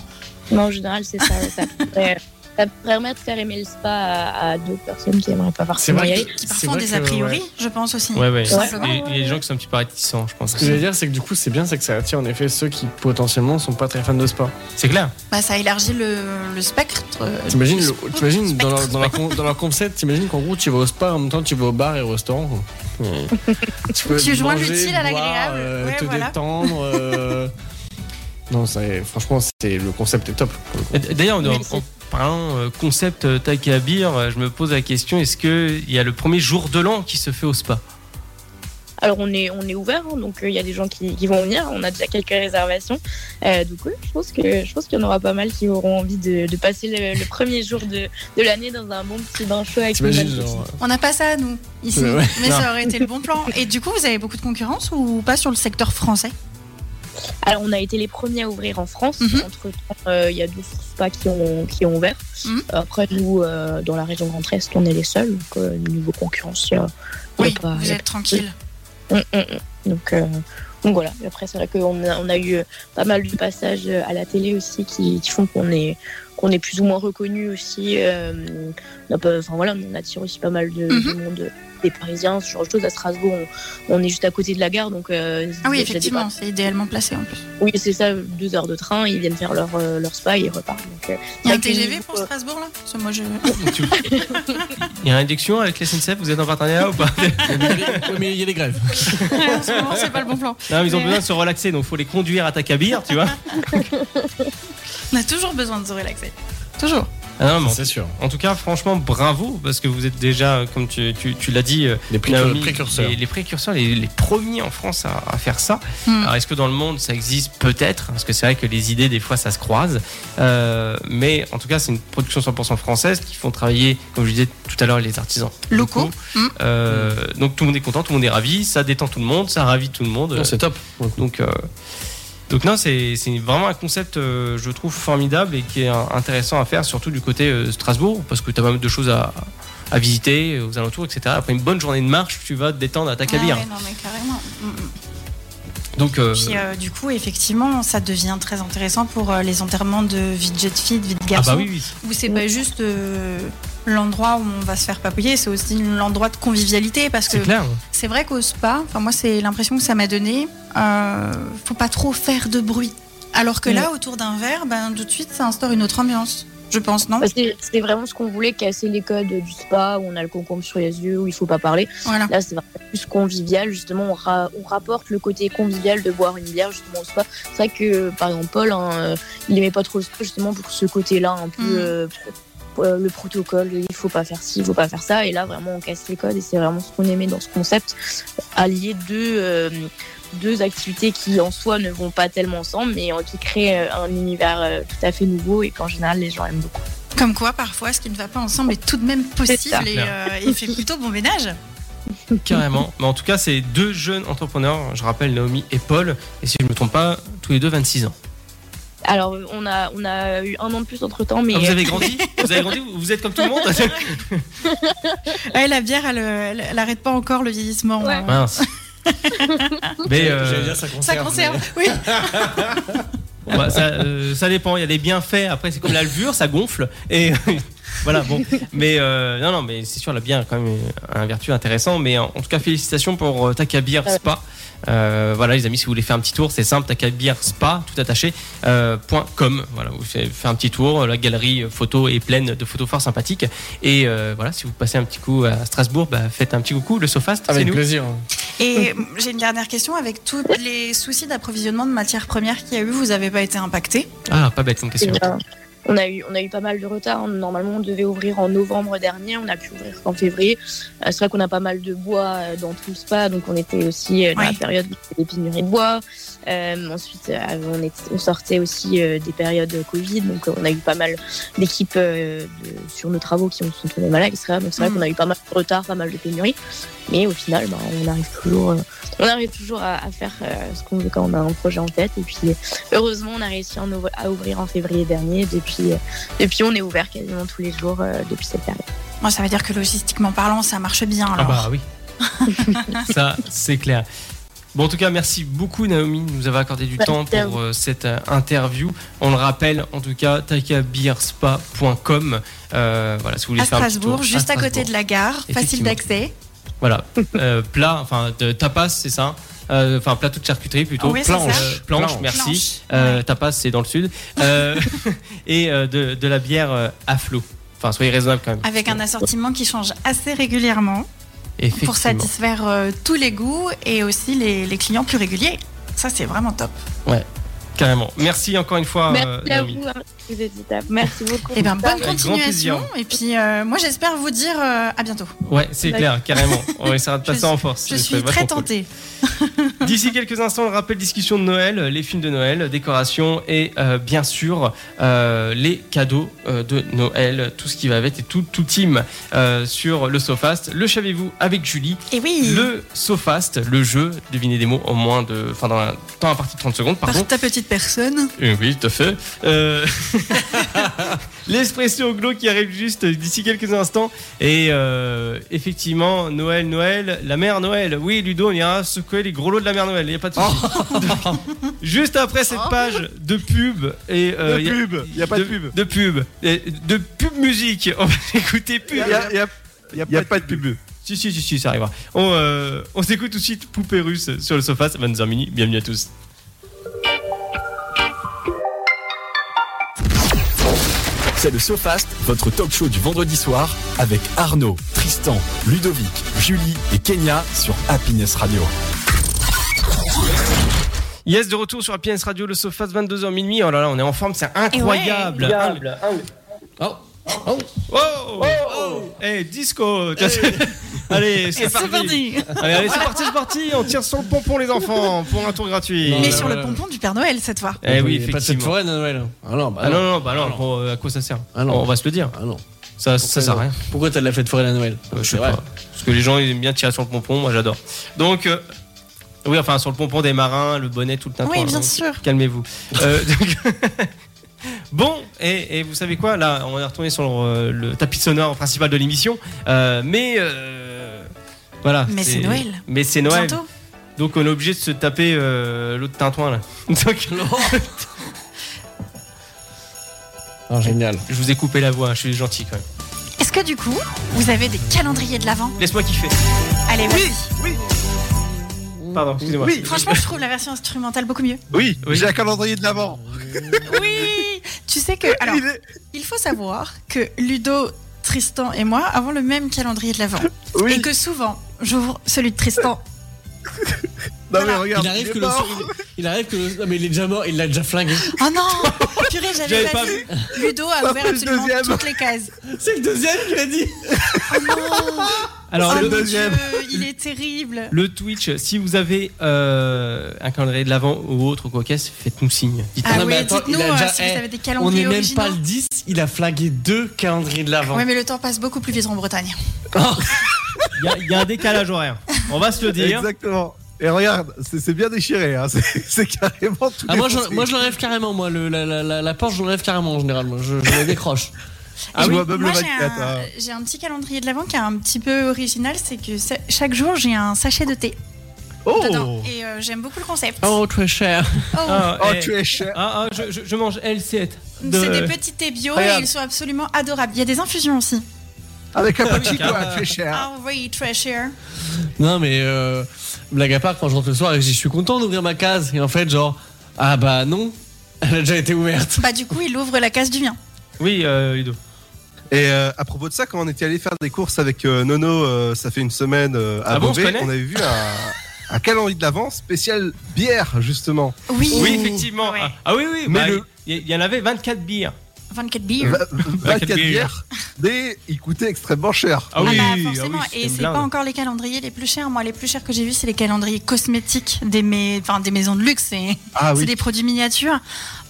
[SPEAKER 8] Mais en général, c'est ça. ça, pourrait- ça permet de faire aimer le spa à, à d'autres personnes qui n'aimeraient pas forcément
[SPEAKER 4] vrai
[SPEAKER 8] y
[SPEAKER 4] que-
[SPEAKER 8] aller.
[SPEAKER 3] Qui
[SPEAKER 4] c'est
[SPEAKER 3] parfois ont
[SPEAKER 4] vrai
[SPEAKER 3] des
[SPEAKER 4] que,
[SPEAKER 3] a priori,
[SPEAKER 4] ouais.
[SPEAKER 3] je pense aussi.
[SPEAKER 2] Ouais, ouais.
[SPEAKER 3] Tout
[SPEAKER 8] Ouais.
[SPEAKER 3] simplement.
[SPEAKER 2] Les- les gens qui sont un petit peu réticents, je pense.
[SPEAKER 4] Ce que j'allais dire, c'est que du coup, c'est bien, c'est que ça attire en effet ceux qui potentiellement sont pas très fans de spa.
[SPEAKER 2] C'est clair.
[SPEAKER 3] Bah, ça élargit le, le spectre. euh,
[SPEAKER 4] T'imagines,
[SPEAKER 3] du
[SPEAKER 4] le-
[SPEAKER 3] spectre.
[SPEAKER 4] t'imagines dans, leur, dans, leur con- dans leur concept, t'imagines qu'en gros, tu vas au spa en même temps, tu vas au bar et au restaurant. quoi. tu peux
[SPEAKER 3] Tu joins
[SPEAKER 4] manger,
[SPEAKER 3] l'utile à
[SPEAKER 4] boire,
[SPEAKER 3] l'agréable.
[SPEAKER 4] euh,
[SPEAKER 3] Ouais,
[SPEAKER 4] te
[SPEAKER 3] voilà.
[SPEAKER 4] détendre. euh, Non, c'est- franchement, c'est le concept est top. pour le coup.
[SPEAKER 2] Et d- D'ailleurs, en,
[SPEAKER 8] Mais
[SPEAKER 2] en parlant euh, concept euh, Taka Beer, euh, je me pose la question est-ce qu'il y a le premier jour de l'an qui se fait au spa
[SPEAKER 8] Alors on est, on est ouvert, hein, donc euh, il y a des gens qui, qui vont venir, on a déjà quelques réservations. Euh, donc oui, je pense que je pense qu'il y en aura pas mal qui auront envie de, de passer le, le premier jour de, de l'année dans un bon petit bain chaud avec une
[SPEAKER 4] T'imagines,
[SPEAKER 8] bonne
[SPEAKER 4] genre.
[SPEAKER 3] On n'a pas ça, nous, ici.
[SPEAKER 4] Ouais, ouais.
[SPEAKER 3] Mais
[SPEAKER 2] Non.
[SPEAKER 3] ça aurait été le bon plan. Et du coup, vous avez beaucoup de concurrence ou pas sur le secteur français
[SPEAKER 8] Alors, on a été les premiers à ouvrir en France.
[SPEAKER 3] Mhm.
[SPEAKER 8] Entre temps, il y a 12 spas qui ont, qui ont ouvert.
[SPEAKER 3] Mhm.
[SPEAKER 8] Après, nous, euh, dans la région Grand Est, on est les seuls. Donc, euh, niveau concurrence, il y a- il y a
[SPEAKER 3] Oui,
[SPEAKER 8] pas- il
[SPEAKER 3] vous
[SPEAKER 8] Bah, y a
[SPEAKER 3] êtes tranquille.
[SPEAKER 8] Mm, mm, mm. Donc, euh, donc voilà. Et Après, c'est vrai qu'on a, on a eu euh, pas mal de passages euh, à la télé aussi qui, qui font qu'on est, qu'on est plus ou moins reconnu aussi. euh, on, a pas- enfin, voilà, on attire aussi pas mal de,
[SPEAKER 3] Mhm.
[SPEAKER 8] du monde, des Parisiens, ce genre de choses. À Strasbourg, on, on est juste à côté de la gare. Donc, euh,
[SPEAKER 3] Ah oui,
[SPEAKER 8] il y a déjà des
[SPEAKER 3] effectivement, c'est idéalement placé en plus.
[SPEAKER 8] oui, c'est ça, deux heures de train, ils viennent faire leur, euh, leur spa et ils repartent. Donc, euh,
[SPEAKER 3] Il y a un
[SPEAKER 8] c'est vrai que
[SPEAKER 3] TGV
[SPEAKER 8] nous,
[SPEAKER 3] pour
[SPEAKER 8] euh,
[SPEAKER 3] Strasbourg, là Parce que moi, je...
[SPEAKER 2] Il y a une induction avec la SNCF Vous êtes en partenariat ou pas
[SPEAKER 4] Ouais, mais il y a des grèves.
[SPEAKER 3] En ce moment, c'est pas le bon plan.
[SPEAKER 2] Non, mais ils ont
[SPEAKER 3] Mais-
[SPEAKER 2] besoin de se relaxer, donc il faut les conduire à Taka Beer, tu vois.
[SPEAKER 3] On a toujours besoin de se relaxer. Toujours.
[SPEAKER 2] Ah non, mais
[SPEAKER 4] C'est sûr.
[SPEAKER 2] en- en tout cas, franchement, bravo, parce que vous êtes déjà, euh, comme tu, tu- tu l'as dit, euh,
[SPEAKER 4] Des précur-
[SPEAKER 2] Naomi,
[SPEAKER 4] précurseurs.
[SPEAKER 2] Les, les précurseurs, les, les premiers en France à, à faire ça.
[SPEAKER 3] Hmm.
[SPEAKER 2] Alors, est-ce que dans le monde ça existe Peut-être, parce que c'est vrai que les idées, des fois, ça se croise. Euh, mais en tout cas, c'est une production 100% française qui font travailler, comme je disais tout à l'heure, les artisans
[SPEAKER 3] Locaux. Hmm.
[SPEAKER 2] Euh, Donc tout le monde est content, tout le monde est ravi, ça détend tout le monde, ça ravit tout le monde.
[SPEAKER 4] Non, C'est top.
[SPEAKER 2] Donc, euh, donc non, c'est c'est vraiment un concept, euh, je trouve, formidable et qui est euh, intéressant à faire, surtout du côté euh, Strasbourg, parce que tu as pas mal de choses à, à visiter euh, aux alentours, etc. Après une bonne journée de marche, tu vas te détendre à ta
[SPEAKER 3] Ah
[SPEAKER 2] cabine.
[SPEAKER 3] ouais, non, mais carrément. Mm, mm.
[SPEAKER 2] Euh. Donc, euh,
[SPEAKER 3] Puis euh, du coup, effectivement, ça devient très intéressant pour euh, les enterrements de vie de jet fille, de vie de
[SPEAKER 2] ah
[SPEAKER 3] garçon,
[SPEAKER 2] bah oui, oui.
[SPEAKER 3] où c'est pas juste euh, l'endroit où on va se faire papouiller, c'est aussi l'endroit de convivialité, parce que
[SPEAKER 2] c'est clair.
[SPEAKER 3] c'est vrai qu'au spa, enfin moi c'est l'impression que ça m'a donné, euh, faut pas trop faire de bruit. Alors que là, autour d'un verre, ben, tout de suite, ça instaure une autre ambiance, je pense, non
[SPEAKER 8] bah, c'est- C'était vraiment ce qu'on voulait, casser les codes du spa, où on a le concombre sur les yeux, où il faut pas parler.
[SPEAKER 3] Voilà.
[SPEAKER 8] Là, c'est vraiment plus convivial, justement, on, ra- on rapporte le côté convivial de boire une bière, justement, au spa. C'est vrai que, par exemple, Paul, hein, euh, il aimait pas trop le spa, justement, pour ce côté-là, un peu...
[SPEAKER 3] Mhm.
[SPEAKER 8] euh, euh, le protocole, il faut pas faire ci, il faut pas faire ça. Et là, vraiment, on casse les codes et c'est vraiment ce qu'on aimait dans ce concept, allier deux, euh, deux activités qui en soi ne vont pas tellement ensemble, mais euh, qui créent euh, un univers euh, tout à fait nouveau et qu'en général, les gens aiment beaucoup.
[SPEAKER 3] Comme quoi, parfois, ce qui ne va pas ensemble est tout de même
[SPEAKER 8] C'est
[SPEAKER 3] possible
[SPEAKER 8] ça.
[SPEAKER 3] et, euh, et fait plutôt bon ménage.
[SPEAKER 2] Carrément. Mais en tout cas, c'est deux jeunes entrepreneurs, je rappelle Naomi et Paul, et si je me trompe pas, tous les deux 26 ans.
[SPEAKER 8] Alors, on a, on a eu un an de plus entre temps, mais
[SPEAKER 2] Ah, vous avez grandi Vous avez grandi Vous vous êtes comme tout le monde
[SPEAKER 3] Ouais, la bière, elle, euh, elle, elle arrête pas encore le vieillissement.
[SPEAKER 8] Ouais.
[SPEAKER 3] hein.
[SPEAKER 2] Mince. Mais euh,
[SPEAKER 4] J'allais dire, ça
[SPEAKER 3] Ça
[SPEAKER 4] conserve.
[SPEAKER 3] conserve, oui.
[SPEAKER 2] bon, bah, ça, euh, ça dépend. Il y a des bienfaits. Après, c'est comme la levure, ça gonfle. Et voilà, bon. Mais euh, non, non, mais c'est sûr, la bière a quand même un vertu intéressant. Mais en, en tout cas, félicitations pour euh, Takabir Spa. Euh, voilà, les amis, si vous voulez faire un petit tour, c'est simple Takabir Spa, tout attaché. euh, point .com. Voilà, vous faites faire un petit tour. La galerie photo est pleine de photos fort sympathiques. Et euh, voilà, si vous passez un petit coup à Strasbourg, bah, faites un petit coucou. Le Sofast, c'est
[SPEAKER 4] Avec
[SPEAKER 2] nous.
[SPEAKER 4] plaisir.
[SPEAKER 3] Et euh, j'ai une dernière question. Avec tous les soucis d'approvisionnement de matières premières qu'il y a eu, vous n'avez pas été impacté
[SPEAKER 2] Ah, pas bête comme question.
[SPEAKER 8] Euh, On a, eu, on a eu pas mal de retard. Normalement, on devait ouvrir en novembre dernier. On a pu ouvrir qu'en février. Euh, C'est vrai qu'on a pas mal de bois euh, dans tout le spa. Donc, on était aussi euh, dans
[SPEAKER 3] Oui.
[SPEAKER 8] la période où il y avait des pénuries de bois. Euh, ensuite, euh, on, est- on sortait aussi euh, des périodes Covid. Donc, euh, on a eu pas mal d'équipes euh, de- sur nos travaux qui sont tombées malades, etc. Donc, c'est vrai
[SPEAKER 3] Mm.
[SPEAKER 8] qu'on a eu pas mal de retard, pas mal de pénuries. Mais au final, ben, on arrive toujours, euh, on arrive toujours à, à faire euh, ce qu'on veut quand on a un projet en tête. Et puis, Heureusement, on a réussi à en ouv- à ouvrir en février dernier. Depuis, euh, depuis on est ouvert quasiment tous les jours euh, depuis cette période.
[SPEAKER 3] Moi, ça veut dire que logistiquement parlant, ça marche bien.
[SPEAKER 2] Ah
[SPEAKER 3] Alors.
[SPEAKER 2] bah oui. Ça, c'est clair. Bon, en tout cas, merci beaucoup Naomi de nous avoir accordé du
[SPEAKER 8] Merci
[SPEAKER 2] temps
[SPEAKER 8] à
[SPEAKER 2] pour euh, cette euh, interview. On le rappelle, en tout cas, takabierspa.com. Euh, voilà, si vous voulez
[SPEAKER 3] à
[SPEAKER 2] faire un petit
[SPEAKER 3] Strasbourg,
[SPEAKER 2] tour.
[SPEAKER 3] juste à, côté de la gare, facile
[SPEAKER 2] Effectivement.
[SPEAKER 3] d'accès.
[SPEAKER 2] Voilà, Euh, plat, enfin, de tapas, c'est ça Euh, Enfin, plateau de charcuterie plutôt.
[SPEAKER 3] Oui, c'est ça.
[SPEAKER 2] Euh, planche,
[SPEAKER 4] Planche.
[SPEAKER 2] merci.
[SPEAKER 3] Planche.
[SPEAKER 2] Euh, tapas, c'est dans le sud. Euh, et euh, de, de la bière euh, à flot. Enfin, soyez raisonnable quand même.
[SPEAKER 3] Avec un assortiment qui change assez régulièrement pour
[SPEAKER 2] Effectivement.
[SPEAKER 3] satisfaire euh, tous les goûts et aussi les, les clients plus réguliers. Ça, c'est vraiment top.
[SPEAKER 2] Carrément. Merci encore une fois, euh,
[SPEAKER 8] Merci à
[SPEAKER 2] Naomi.
[SPEAKER 8] vous, hein, vous êtes étape. Merci beaucoup.
[SPEAKER 3] Et bien, Eh ben, bonne
[SPEAKER 2] grand
[SPEAKER 3] continuation.
[SPEAKER 2] plaisir.
[SPEAKER 3] Et puis, euh, moi, j'espère vous dire euh, à bientôt.
[SPEAKER 2] Ouais, c'est
[SPEAKER 8] Bah,
[SPEAKER 2] clair, carrément. On essaiera de
[SPEAKER 3] je
[SPEAKER 2] passer
[SPEAKER 3] suis-
[SPEAKER 2] en force.
[SPEAKER 3] Je
[SPEAKER 2] Ça
[SPEAKER 3] suis
[SPEAKER 2] serait
[SPEAKER 3] très
[SPEAKER 2] vachement cool.
[SPEAKER 3] tentée.
[SPEAKER 2] D'ici quelques instants, on rappelle discussion de Noël, les films de Noël, décoration et euh, bien sûr euh, les cadeaux euh, de Noël, tout ce qui va avec et tout, tout team euh, sur le Sofast. Le savez-vous avec Julie
[SPEAKER 3] Et Eh oui,
[SPEAKER 2] Le Sofast, le jeu, devinez des mots en moins de. Enfin, dans un temps à partir de 30 secondes, pardon.
[SPEAKER 3] par ta petite personne.
[SPEAKER 2] Euh, Oui, tout à fait. Euh... L'espresso glow qui arrive juste d'ici quelques instants. Et euh, effectivement, Noël, Noël, la mère Noël. Oui, Ludo, on ira secouer les gros lots de la mère Noël. Il n'y a pas de souci. juste après cette page de pub. Et, euh,
[SPEAKER 5] Ah. de
[SPEAKER 2] y a-
[SPEAKER 5] pub, il n'y a pas de pub.
[SPEAKER 2] De pub. Et de pub musique. On va écouter pub.
[SPEAKER 5] Il n'y a, y a- y a pas de pub.
[SPEAKER 2] Si, si, si, si, ça arrivera. On, euh, on s'écoute tout de suite Poupée Russe sur le sofa, c'est 22h mini. Bienvenue à tous.
[SPEAKER 1] C'est le SoFast, votre talk show du vendredi soir avec Arnaud, Tristan, Ludovic, Julie et Kenya sur Happiness Radio.
[SPEAKER 2] Yes, de retour sur APS Radio, le Sofas, 22h minuit. Oh là là, on est en forme, c'est incroyable.
[SPEAKER 4] Oh. Oh.
[SPEAKER 2] Oh, Hey, disco Allez, c'est
[SPEAKER 3] Eh. Et c'est
[SPEAKER 2] parti.
[SPEAKER 3] parti.
[SPEAKER 2] Allez, allez, c'est parti, c'est parti. On tire sur le pompon, les enfants, pour un tour gratuit.
[SPEAKER 4] Non,
[SPEAKER 3] Mais
[SPEAKER 4] Euh,
[SPEAKER 3] sur le
[SPEAKER 4] ouais.
[SPEAKER 3] pompon du Père Noël cette fois.
[SPEAKER 2] Eh oui,
[SPEAKER 4] Il y a Pas de cette
[SPEAKER 2] effectivement.
[SPEAKER 4] forêt de Noël. Ah non, bah
[SPEAKER 2] Ah non,
[SPEAKER 4] non.
[SPEAKER 2] non, bah non, gros, euh, à quoi ça sert
[SPEAKER 4] Ah non.
[SPEAKER 2] On va se le dire.
[SPEAKER 4] Ah non.
[SPEAKER 2] Ça, ça sert à rien.
[SPEAKER 4] Pourquoi t'as de la fête forêt à Noël
[SPEAKER 2] Euh, je
[SPEAKER 4] C'est
[SPEAKER 2] sais
[SPEAKER 4] vrai.
[SPEAKER 2] pas. Parce que les gens ils aiment bien tirer sur le pompon, moi j'adore. Donc, euh, oui, enfin sur le pompon des marins, le bonnet, tout le tintouin.
[SPEAKER 3] Oui, bien
[SPEAKER 2] Donc,
[SPEAKER 3] sûr.
[SPEAKER 2] Calmez-vous. Euh, donc- bon, et, et vous savez quoi Là, on est retourné sur euh, le, tapis sonore principal de l'émission. Euh, mais euh, voilà.
[SPEAKER 3] Mais c'est Noël.
[SPEAKER 2] Mais c'est Noël.
[SPEAKER 3] Bientôt.
[SPEAKER 2] Donc on est obligé de se taper euh, l'autre tintouin là. Donc,
[SPEAKER 4] Ah, génial.
[SPEAKER 2] je vous ai coupé la voix, hein, je suis gentil quand même.
[SPEAKER 3] Est-ce que du coup, vous avez des calendriers de l'avant
[SPEAKER 2] Laisse-moi kiffer.
[SPEAKER 3] Allez, oui.
[SPEAKER 2] Pardon, excusez-moi.
[SPEAKER 5] Oui,
[SPEAKER 3] Franchement, je trouve la version instrumentale beaucoup mieux.
[SPEAKER 5] oui,
[SPEAKER 2] Oui.
[SPEAKER 5] j'ai un calendrier de l'avant.
[SPEAKER 3] Oui. Tu sais que alors,
[SPEAKER 5] Il est-
[SPEAKER 3] il faut savoir que Ludo, Tristan et moi avons le même calendrier de l'avant et
[SPEAKER 5] Oui,
[SPEAKER 3] que souvent, j'ouvre celui de Tristan.
[SPEAKER 5] non mais
[SPEAKER 3] voilà.
[SPEAKER 5] regarde.
[SPEAKER 4] Il arrive
[SPEAKER 5] est
[SPEAKER 4] que le
[SPEAKER 5] mort.
[SPEAKER 4] soir- Il arrive que. le- Non, mais il est déjà mort, il l'a déjà flingué.
[SPEAKER 3] Oh non Purée, j'avais
[SPEAKER 2] J'avais
[SPEAKER 3] pas,
[SPEAKER 2] pas
[SPEAKER 3] vu. Ludo a ouvert
[SPEAKER 5] fait Ah, le
[SPEAKER 3] absolument
[SPEAKER 5] deuxième.
[SPEAKER 3] toutes les cases.
[SPEAKER 4] C'est le deuxième qui l'a dit
[SPEAKER 2] Alors,
[SPEAKER 3] Oh
[SPEAKER 5] Ah,
[SPEAKER 2] le,
[SPEAKER 3] mon
[SPEAKER 5] deuxième.
[SPEAKER 3] Dieu, il est terrible.
[SPEAKER 2] le Twitch, si vous avez euh, un calendrier de l'avant ou autre quoi qu'est-ce, faites-nous signe. Dites-
[SPEAKER 3] Ah
[SPEAKER 4] Non, mais
[SPEAKER 3] oui,
[SPEAKER 4] attends,
[SPEAKER 3] dites-nous
[SPEAKER 4] il a
[SPEAKER 3] euh,
[SPEAKER 4] déjà-
[SPEAKER 3] si
[SPEAKER 4] eh,
[SPEAKER 3] vous avez des
[SPEAKER 4] On
[SPEAKER 3] calendriers
[SPEAKER 4] est même
[SPEAKER 3] originaux.
[SPEAKER 4] pas le 10, il a flingué deux calendriers de l'avant.
[SPEAKER 3] Ouais, mais le temps passe beaucoup plus vite en Bretagne.
[SPEAKER 2] Il y a- il y, a un décalage horaire. On va se le dire.
[SPEAKER 5] Exactement. Et regarde, c'est c'est bien déchiré, hein. c'est c'est carrément tout.
[SPEAKER 4] Ah, moi, je,
[SPEAKER 5] défoncé.
[SPEAKER 4] moi je l'enlève carrément, moi. Le, la, la, la, la Porsche, je l'enlève carrément en général. Moi. Je, je la décroche.
[SPEAKER 5] Ah
[SPEAKER 3] Et
[SPEAKER 5] oui.
[SPEAKER 3] moi,
[SPEAKER 5] Jouable
[SPEAKER 3] moi,
[SPEAKER 5] 24,
[SPEAKER 3] j'ai un,
[SPEAKER 5] hein.
[SPEAKER 3] j'ai un petit calendrier de l'avant qui est un petit peu original, c'est que sa- chaque jour j'ai un sachet de thé
[SPEAKER 5] Oh,
[SPEAKER 3] dedans et euh, j'aime beaucoup le concept.
[SPEAKER 4] Oh, très cher.
[SPEAKER 3] Oh.
[SPEAKER 2] Ah,
[SPEAKER 5] oh
[SPEAKER 2] eh,
[SPEAKER 5] tu es cher.
[SPEAKER 2] ah, ah, je, je- je mange L7. de-
[SPEAKER 3] C'est des petits thés bio et
[SPEAKER 5] Regarde.
[SPEAKER 3] ils sont absolument adorables. Il y a des infusions aussi.
[SPEAKER 5] Avec un petit
[SPEAKER 2] car-
[SPEAKER 5] doigt, tu es cher.
[SPEAKER 3] Ah oui, très cher.
[SPEAKER 4] Non, mais euh, blague à part, quand je rentre le soir et je dis je suis content d'ouvrir ma case, et en fait, genre, ah bah non, elle a déjà été ouverte.
[SPEAKER 3] Bah du coup, il ouvre la case du vin.
[SPEAKER 2] Oui, euh, Ludo.
[SPEAKER 5] Et euh, à propos de ça, quand on était allé faire des courses avec euh, Nono, euh, ça fait une semaine euh, à
[SPEAKER 2] Ah bon, on se
[SPEAKER 5] Beauvais,
[SPEAKER 2] connaît
[SPEAKER 5] on avait vu un, un calendrier de l'avant spécial bière, justement.
[SPEAKER 3] Oui.
[SPEAKER 2] Oui, effectivement.
[SPEAKER 3] Ouais.
[SPEAKER 2] Ah, ah oui, oui.
[SPEAKER 5] Mais
[SPEAKER 2] bah,
[SPEAKER 5] le-
[SPEAKER 2] Il y, il y en avait 24 bières.
[SPEAKER 3] 24 beer.
[SPEAKER 5] Va-
[SPEAKER 2] Paquet de
[SPEAKER 5] 24 bières, mais il coûtait extrêmement cher.
[SPEAKER 2] Ah
[SPEAKER 3] Ah
[SPEAKER 2] oui,
[SPEAKER 3] bah,
[SPEAKER 2] ah
[SPEAKER 3] forcément,
[SPEAKER 2] oui,
[SPEAKER 3] et
[SPEAKER 2] une
[SPEAKER 3] c'est
[SPEAKER 2] blinde.
[SPEAKER 3] pas encore les calendriers les plus chers. Moi, les plus chers que j'ai vus, c'est les calendriers cosmétiques des, mais... enfin, des maisons de luxe. Et...
[SPEAKER 5] Ah
[SPEAKER 3] C'est
[SPEAKER 5] oui.
[SPEAKER 3] des produits miniatures.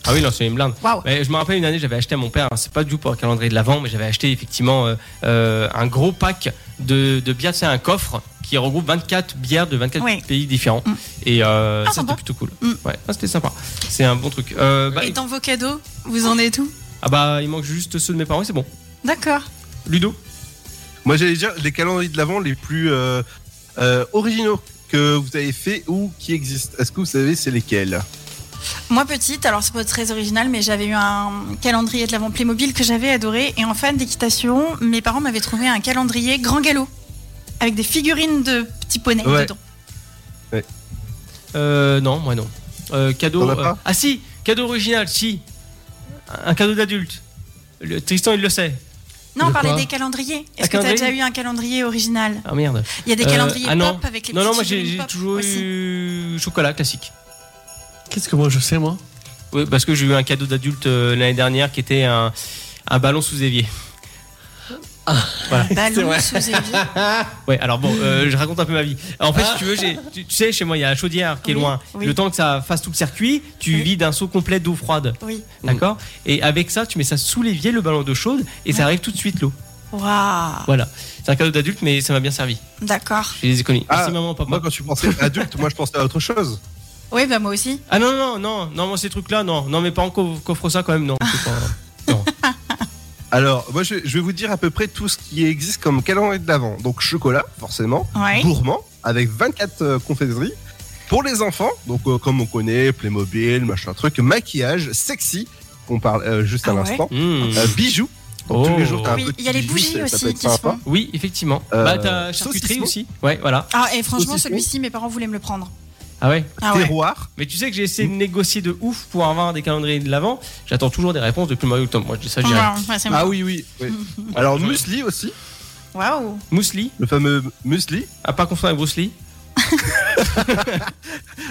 [SPEAKER 2] Ah oui, non, c'est une blinde.
[SPEAKER 3] Waouh.
[SPEAKER 2] Mais je me rappelle une année, j'avais acheté à mon père, hein, c'est pas du tout pour un calendrier de l'avant, mais j'avais acheté effectivement euh, euh, un gros pack de, de bières, c'est un coffre qui regroupe 24 bières de 24
[SPEAKER 3] Oui.
[SPEAKER 2] pays différents.
[SPEAKER 3] Mm.
[SPEAKER 2] Et euh,
[SPEAKER 3] Ah,
[SPEAKER 2] ça,
[SPEAKER 3] sympa.
[SPEAKER 2] c'était plutôt cool.
[SPEAKER 3] Mm.
[SPEAKER 2] Ouais, ah, c'était sympa. C'est un bon truc. Euh, bah,
[SPEAKER 3] et dans vos cadeaux, vous en êtes où
[SPEAKER 2] Ah bah, il manque juste ceux de mes parents, c'est bon.
[SPEAKER 3] D'accord.
[SPEAKER 2] Ludo
[SPEAKER 5] Moi, j'allais dire les calendriers de l'avant les plus euh, euh, originaux que vous avez fait ou qui existent. Est-ce que vous savez c'est lesquels
[SPEAKER 3] Moi petite, alors c'est pas très original, mais j'avais eu un calendrier de l'avant Playmobil que j'avais adoré. Et en fan d'équitation, mes parents m'avaient trouvé un calendrier grand galop avec des figurines de petits poneys
[SPEAKER 5] Ouais.
[SPEAKER 3] dedans.
[SPEAKER 2] euh, Non, moi non. Euh, cadeau.
[SPEAKER 5] T'en as
[SPEAKER 2] euh,
[SPEAKER 5] pas
[SPEAKER 2] ah si, cadeau original, si. Un cadeau d'adulte. Le- Tristan, il le sait.
[SPEAKER 3] Non,
[SPEAKER 4] De
[SPEAKER 3] on parlait
[SPEAKER 4] quoi
[SPEAKER 3] des calendriers.
[SPEAKER 2] Un
[SPEAKER 3] Est-ce que tu as
[SPEAKER 2] calendrier
[SPEAKER 3] déjà eu un calendrier original
[SPEAKER 2] Ah merde.
[SPEAKER 3] Il y a des
[SPEAKER 2] Euh,
[SPEAKER 3] calendriers
[SPEAKER 2] ah non.
[SPEAKER 3] pop avec les
[SPEAKER 2] non, non,
[SPEAKER 3] petites
[SPEAKER 2] moi j'ai
[SPEAKER 3] figurines
[SPEAKER 2] j'ai
[SPEAKER 3] pop
[SPEAKER 2] toujours
[SPEAKER 3] aussi.
[SPEAKER 2] eu chocolat classique.
[SPEAKER 4] Qu'est-ce que moi je sais, moi
[SPEAKER 2] Oui, parce que j'ai eu un cadeau d'adulte euh, l'année dernière qui était un, un ballon sous évier.
[SPEAKER 3] Ballon sous évier.
[SPEAKER 2] Ouais, alors bon, euh, je raconte un peu ma vie. En fait, si tu veux, j'ai- tu, tu sais, chez moi, il y a la chaudière qui est
[SPEAKER 3] Ah. Oui,
[SPEAKER 2] loin.
[SPEAKER 3] oui.
[SPEAKER 2] Le temps que ça fasse tout le circuit, tu
[SPEAKER 3] Oui. Mm.
[SPEAKER 2] vides un seau complet d'eau froide.
[SPEAKER 3] Oui.
[SPEAKER 2] D'accord Et avec ça, tu mets ça sous l'évier, le ballon d'eau chaude, et ça
[SPEAKER 3] Ouais.
[SPEAKER 2] arrive tout de suite l'eau.
[SPEAKER 3] Waouh.
[SPEAKER 2] Voilà. C'est un cadeau d'adulte, mais ça m'a bien servi.
[SPEAKER 3] D'accord.
[SPEAKER 2] J'ai des économies.
[SPEAKER 5] Ah,
[SPEAKER 2] Merci, maman,
[SPEAKER 5] Moi,
[SPEAKER 2] papa.
[SPEAKER 5] quand tu pensais adulte, moi je pensais à autre chose.
[SPEAKER 3] Oui, bah moi aussi.
[SPEAKER 2] Ah non, non, non, non, moi, ces trucs-là, non. Non, mes parents co- coffrent ça quand même, non. c'est pas-
[SPEAKER 5] Alors, moi, je, je vais vous dire à peu près tout ce qui existe comme calendrier de l'avant. Donc, chocolat, forcément,
[SPEAKER 3] Ouais.
[SPEAKER 5] gourmand, avec 24 euh, confédéries. Pour les enfants, donc euh, comme on connaît, Playmobil, machin truc, maquillage, sexy, qu'on parle euh, juste à
[SPEAKER 3] Ah ouais
[SPEAKER 5] l'instant,
[SPEAKER 2] Hmm.
[SPEAKER 5] Euh, bijoux. Donc, tous les jours, t'as un
[SPEAKER 3] Oui,
[SPEAKER 5] petit
[SPEAKER 3] il y a les
[SPEAKER 5] bijou,
[SPEAKER 3] bougies
[SPEAKER 5] ça- ça peut
[SPEAKER 3] aussi
[SPEAKER 5] être
[SPEAKER 3] qui se
[SPEAKER 5] sympa.
[SPEAKER 3] font.
[SPEAKER 2] Oui, effectivement.
[SPEAKER 5] Euh,
[SPEAKER 2] bah, t'as charcuterie
[SPEAKER 5] saucisson.
[SPEAKER 2] aussi. Ouais, voilà.
[SPEAKER 3] Ah, et franchement,
[SPEAKER 5] Saucisson.
[SPEAKER 3] celui-ci, mes parents voulaient me le prendre.
[SPEAKER 2] Ah ouais
[SPEAKER 3] Ah ouais.
[SPEAKER 5] Terroir,
[SPEAKER 2] Mais tu sais que j'ai essayé de négocier de ouf pour avoir des calendriers de l'avant. J'attends toujours des réponses depuis le mois d'octobre. Moi, je dis ça, je dirais.
[SPEAKER 3] Ouais, ouais, c'est
[SPEAKER 5] ah
[SPEAKER 3] bon.
[SPEAKER 5] oui, oui. oui. Alors, muesli aussi,
[SPEAKER 3] Waouh.
[SPEAKER 2] Mousli,
[SPEAKER 5] le fameux muesli.
[SPEAKER 2] à pas confondre avec Bruce Lee.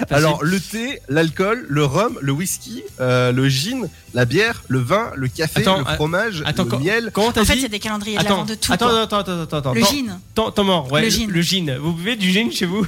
[SPEAKER 5] Alors, le thé, l'alcool, le rhum, le whisky, euh, le gin, la bière, le vin, le café,
[SPEAKER 2] Attends,
[SPEAKER 5] le
[SPEAKER 2] a-
[SPEAKER 5] fromage,
[SPEAKER 2] attends,
[SPEAKER 5] le
[SPEAKER 2] quand-
[SPEAKER 5] miel.
[SPEAKER 2] comment t'as
[SPEAKER 3] En fait, il y
[SPEAKER 2] dit
[SPEAKER 3] a des calendriers de
[SPEAKER 2] attends,
[SPEAKER 3] l'avant de tout.
[SPEAKER 2] attends,
[SPEAKER 3] quoi.
[SPEAKER 2] attends, attends, attends, attends.
[SPEAKER 3] le
[SPEAKER 2] attends.
[SPEAKER 3] gin,
[SPEAKER 2] Tant- tant mort, ouais,
[SPEAKER 3] Le
[SPEAKER 2] le
[SPEAKER 3] gin.
[SPEAKER 2] gin. Vous buvez du gin chez vous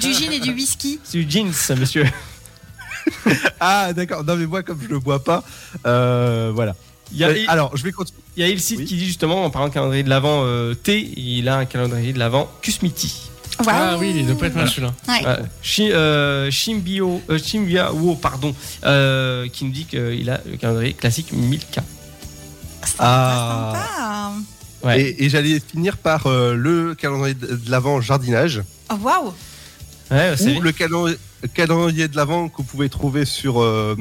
[SPEAKER 3] du gin et du whisky.
[SPEAKER 2] C'est du gin, ça, monsieur.
[SPEAKER 5] Euh, Ah, d'accord. Non, mais moi, comme je le bois pas, euh, voilà.
[SPEAKER 2] Il y a,
[SPEAKER 5] Mais, alors, je vais continuer.
[SPEAKER 2] il y a Ilcid
[SPEAKER 5] oui.
[SPEAKER 2] qui dit justement, en parlant de calendrier de l'avant T, il a un calendrier de l'avant Kusmiti.
[SPEAKER 3] Waouh.
[SPEAKER 4] Ah oui, il doit pas être mal celui-là.
[SPEAKER 3] Ouais.
[SPEAKER 5] Ah.
[SPEAKER 2] Ouais. Chi- euh, Chimbio, euh, Chimbiao, pardon, euh, qui nous dit qu'il a le calendrier classique Milka.
[SPEAKER 3] C'est
[SPEAKER 5] Ah.
[SPEAKER 3] sympa.
[SPEAKER 2] Ouais.
[SPEAKER 5] Et, et j'allais finir par euh, le calendrier de, de l'avant jardinage
[SPEAKER 3] Oh, Waouh.
[SPEAKER 2] Ouais, c'est
[SPEAKER 5] ou le calen- calendrier de l'avant que vous pouvez trouver sur euh,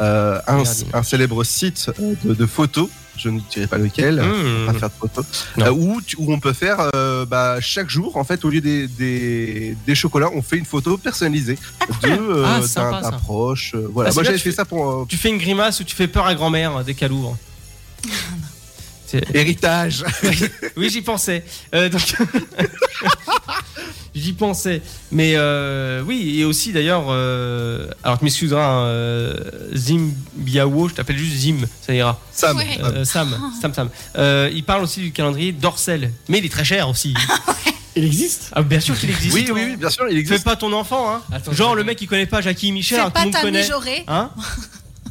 [SPEAKER 5] euh, un,
[SPEAKER 2] Regardez.
[SPEAKER 5] un célèbre site de, de photos. Je ne dirai pas lequel.
[SPEAKER 2] Mmh.
[SPEAKER 5] Pas faire de photos.
[SPEAKER 2] Non.
[SPEAKER 5] Euh, où, tu- où on peut faire euh, bah, chaque jour, en fait, au lieu des, des, des chocolats, on fait une photo personnalisée de euh,
[SPEAKER 2] Ah,
[SPEAKER 5] d'un-
[SPEAKER 2] sympa,
[SPEAKER 5] d'un
[SPEAKER 2] ça.
[SPEAKER 5] proche. euh, voilà.
[SPEAKER 2] Ah,
[SPEAKER 5] Moi,
[SPEAKER 2] celui-là,
[SPEAKER 5] j'avais
[SPEAKER 2] tu
[SPEAKER 5] fait
[SPEAKER 2] fais-
[SPEAKER 5] ça pour euh,
[SPEAKER 2] Tu fais une grimace ou tu fais peur à grand-mère dès qu'elle ouvre. C'est-
[SPEAKER 5] héritage.
[SPEAKER 2] Oui, j'y pensais. Euh, donc... j'y pensais. Mais euh, oui, et aussi d'ailleurs, euh, alors tu m'excuseras, hein, euh, Zim Biawo, je t'appelle juste Zim, ça ira.
[SPEAKER 5] Sam.
[SPEAKER 3] Ouais.
[SPEAKER 5] Ah,
[SPEAKER 2] Euh, Sam, Sam, Sam. Euh, il parle aussi du calendrier d'Orcel, mais il est très cher aussi.
[SPEAKER 3] Ah
[SPEAKER 4] Il existe
[SPEAKER 2] Ah, bien sûr qu'il existe.
[SPEAKER 5] Oui, oui, oui, bien sûr, il
[SPEAKER 2] Fais
[SPEAKER 5] existe.
[SPEAKER 2] pas ton enfant, hein.
[SPEAKER 9] Attends,
[SPEAKER 2] Genre
[SPEAKER 9] attends.
[SPEAKER 2] le mec il connaît pas Jackie Michel,
[SPEAKER 3] Fais
[SPEAKER 2] alors tout le
[SPEAKER 3] pas
[SPEAKER 2] monde
[SPEAKER 3] ta
[SPEAKER 2] connaît.
[SPEAKER 3] mijaurée.
[SPEAKER 5] Ah,
[SPEAKER 2] Hein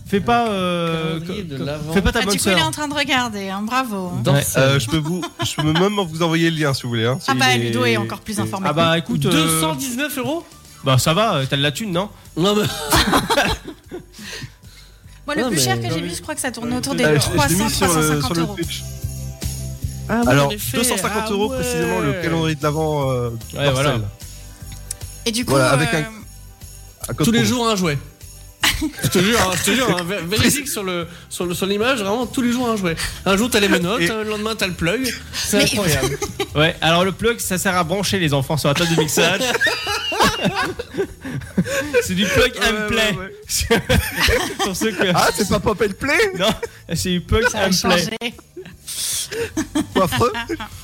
[SPEAKER 2] Fais pas. euh,
[SPEAKER 4] Calendrier
[SPEAKER 2] co-
[SPEAKER 4] de
[SPEAKER 2] co-
[SPEAKER 4] l'Avent.
[SPEAKER 2] fais pas ta
[SPEAKER 3] Ah,
[SPEAKER 2] bonne
[SPEAKER 3] du coup, il est en
[SPEAKER 2] sœur.
[SPEAKER 3] train de regarder, hein, bravo. hein.
[SPEAKER 9] Dans
[SPEAKER 2] Ouais.
[SPEAKER 9] ce-
[SPEAKER 5] Euh, je peux vous, je peux même vous envoyer le lien si vous voulez. hein.
[SPEAKER 3] Ah bah,
[SPEAKER 5] Il
[SPEAKER 3] Ludo est encore plus informé.
[SPEAKER 2] Ah bah écoute. euh,
[SPEAKER 9] 219 euros
[SPEAKER 2] Bah ça va, euh, t'as de la thune, non
[SPEAKER 4] Non, mais.
[SPEAKER 3] Moi, le
[SPEAKER 4] Non,
[SPEAKER 3] plus
[SPEAKER 4] mais-
[SPEAKER 3] cher que
[SPEAKER 4] non,
[SPEAKER 3] j'ai
[SPEAKER 4] mais-
[SPEAKER 3] vu, je crois que ça tourne autour
[SPEAKER 5] Ah,
[SPEAKER 3] des
[SPEAKER 5] je- je l'ai mis sur le, sur
[SPEAKER 3] 300-350
[SPEAKER 5] le
[SPEAKER 3] euros.
[SPEAKER 5] Twitch.
[SPEAKER 4] Ah, oui,
[SPEAKER 5] Alors,
[SPEAKER 4] en effet.
[SPEAKER 5] 250
[SPEAKER 4] Ah
[SPEAKER 5] euros
[SPEAKER 4] ouais.
[SPEAKER 5] précisément le calendrier de l'avant. Euh,
[SPEAKER 2] Ouais, voilà.
[SPEAKER 5] d'Orcel.
[SPEAKER 3] Et du coup,
[SPEAKER 5] Voilà, avec
[SPEAKER 3] euh,
[SPEAKER 5] un- à code
[SPEAKER 4] Tous les
[SPEAKER 5] promo.
[SPEAKER 4] jours, un jouet. je te jure, hein, je te jure, hein, vé- vérifie que sur le sur le- sur l'image, vraiment tous les jours un jouet. Un jour t'as les menottes,
[SPEAKER 5] Et-
[SPEAKER 4] hein, le lendemain t'as le plug, c'est
[SPEAKER 3] Mais-
[SPEAKER 4] incroyable.
[SPEAKER 2] Ouais, alors le plug, ça sert à brancher les enfants sur la table de mixage. c'est du plug
[SPEAKER 5] Ouais,
[SPEAKER 2] and
[SPEAKER 5] ouais,
[SPEAKER 2] play.
[SPEAKER 5] ouais.
[SPEAKER 2] Pour ceux que.
[SPEAKER 5] Ah, c'est pas Pop and Play
[SPEAKER 2] Non, c'est du plug
[SPEAKER 3] ça a
[SPEAKER 2] and play.
[SPEAKER 3] changé.
[SPEAKER 5] Ou affreux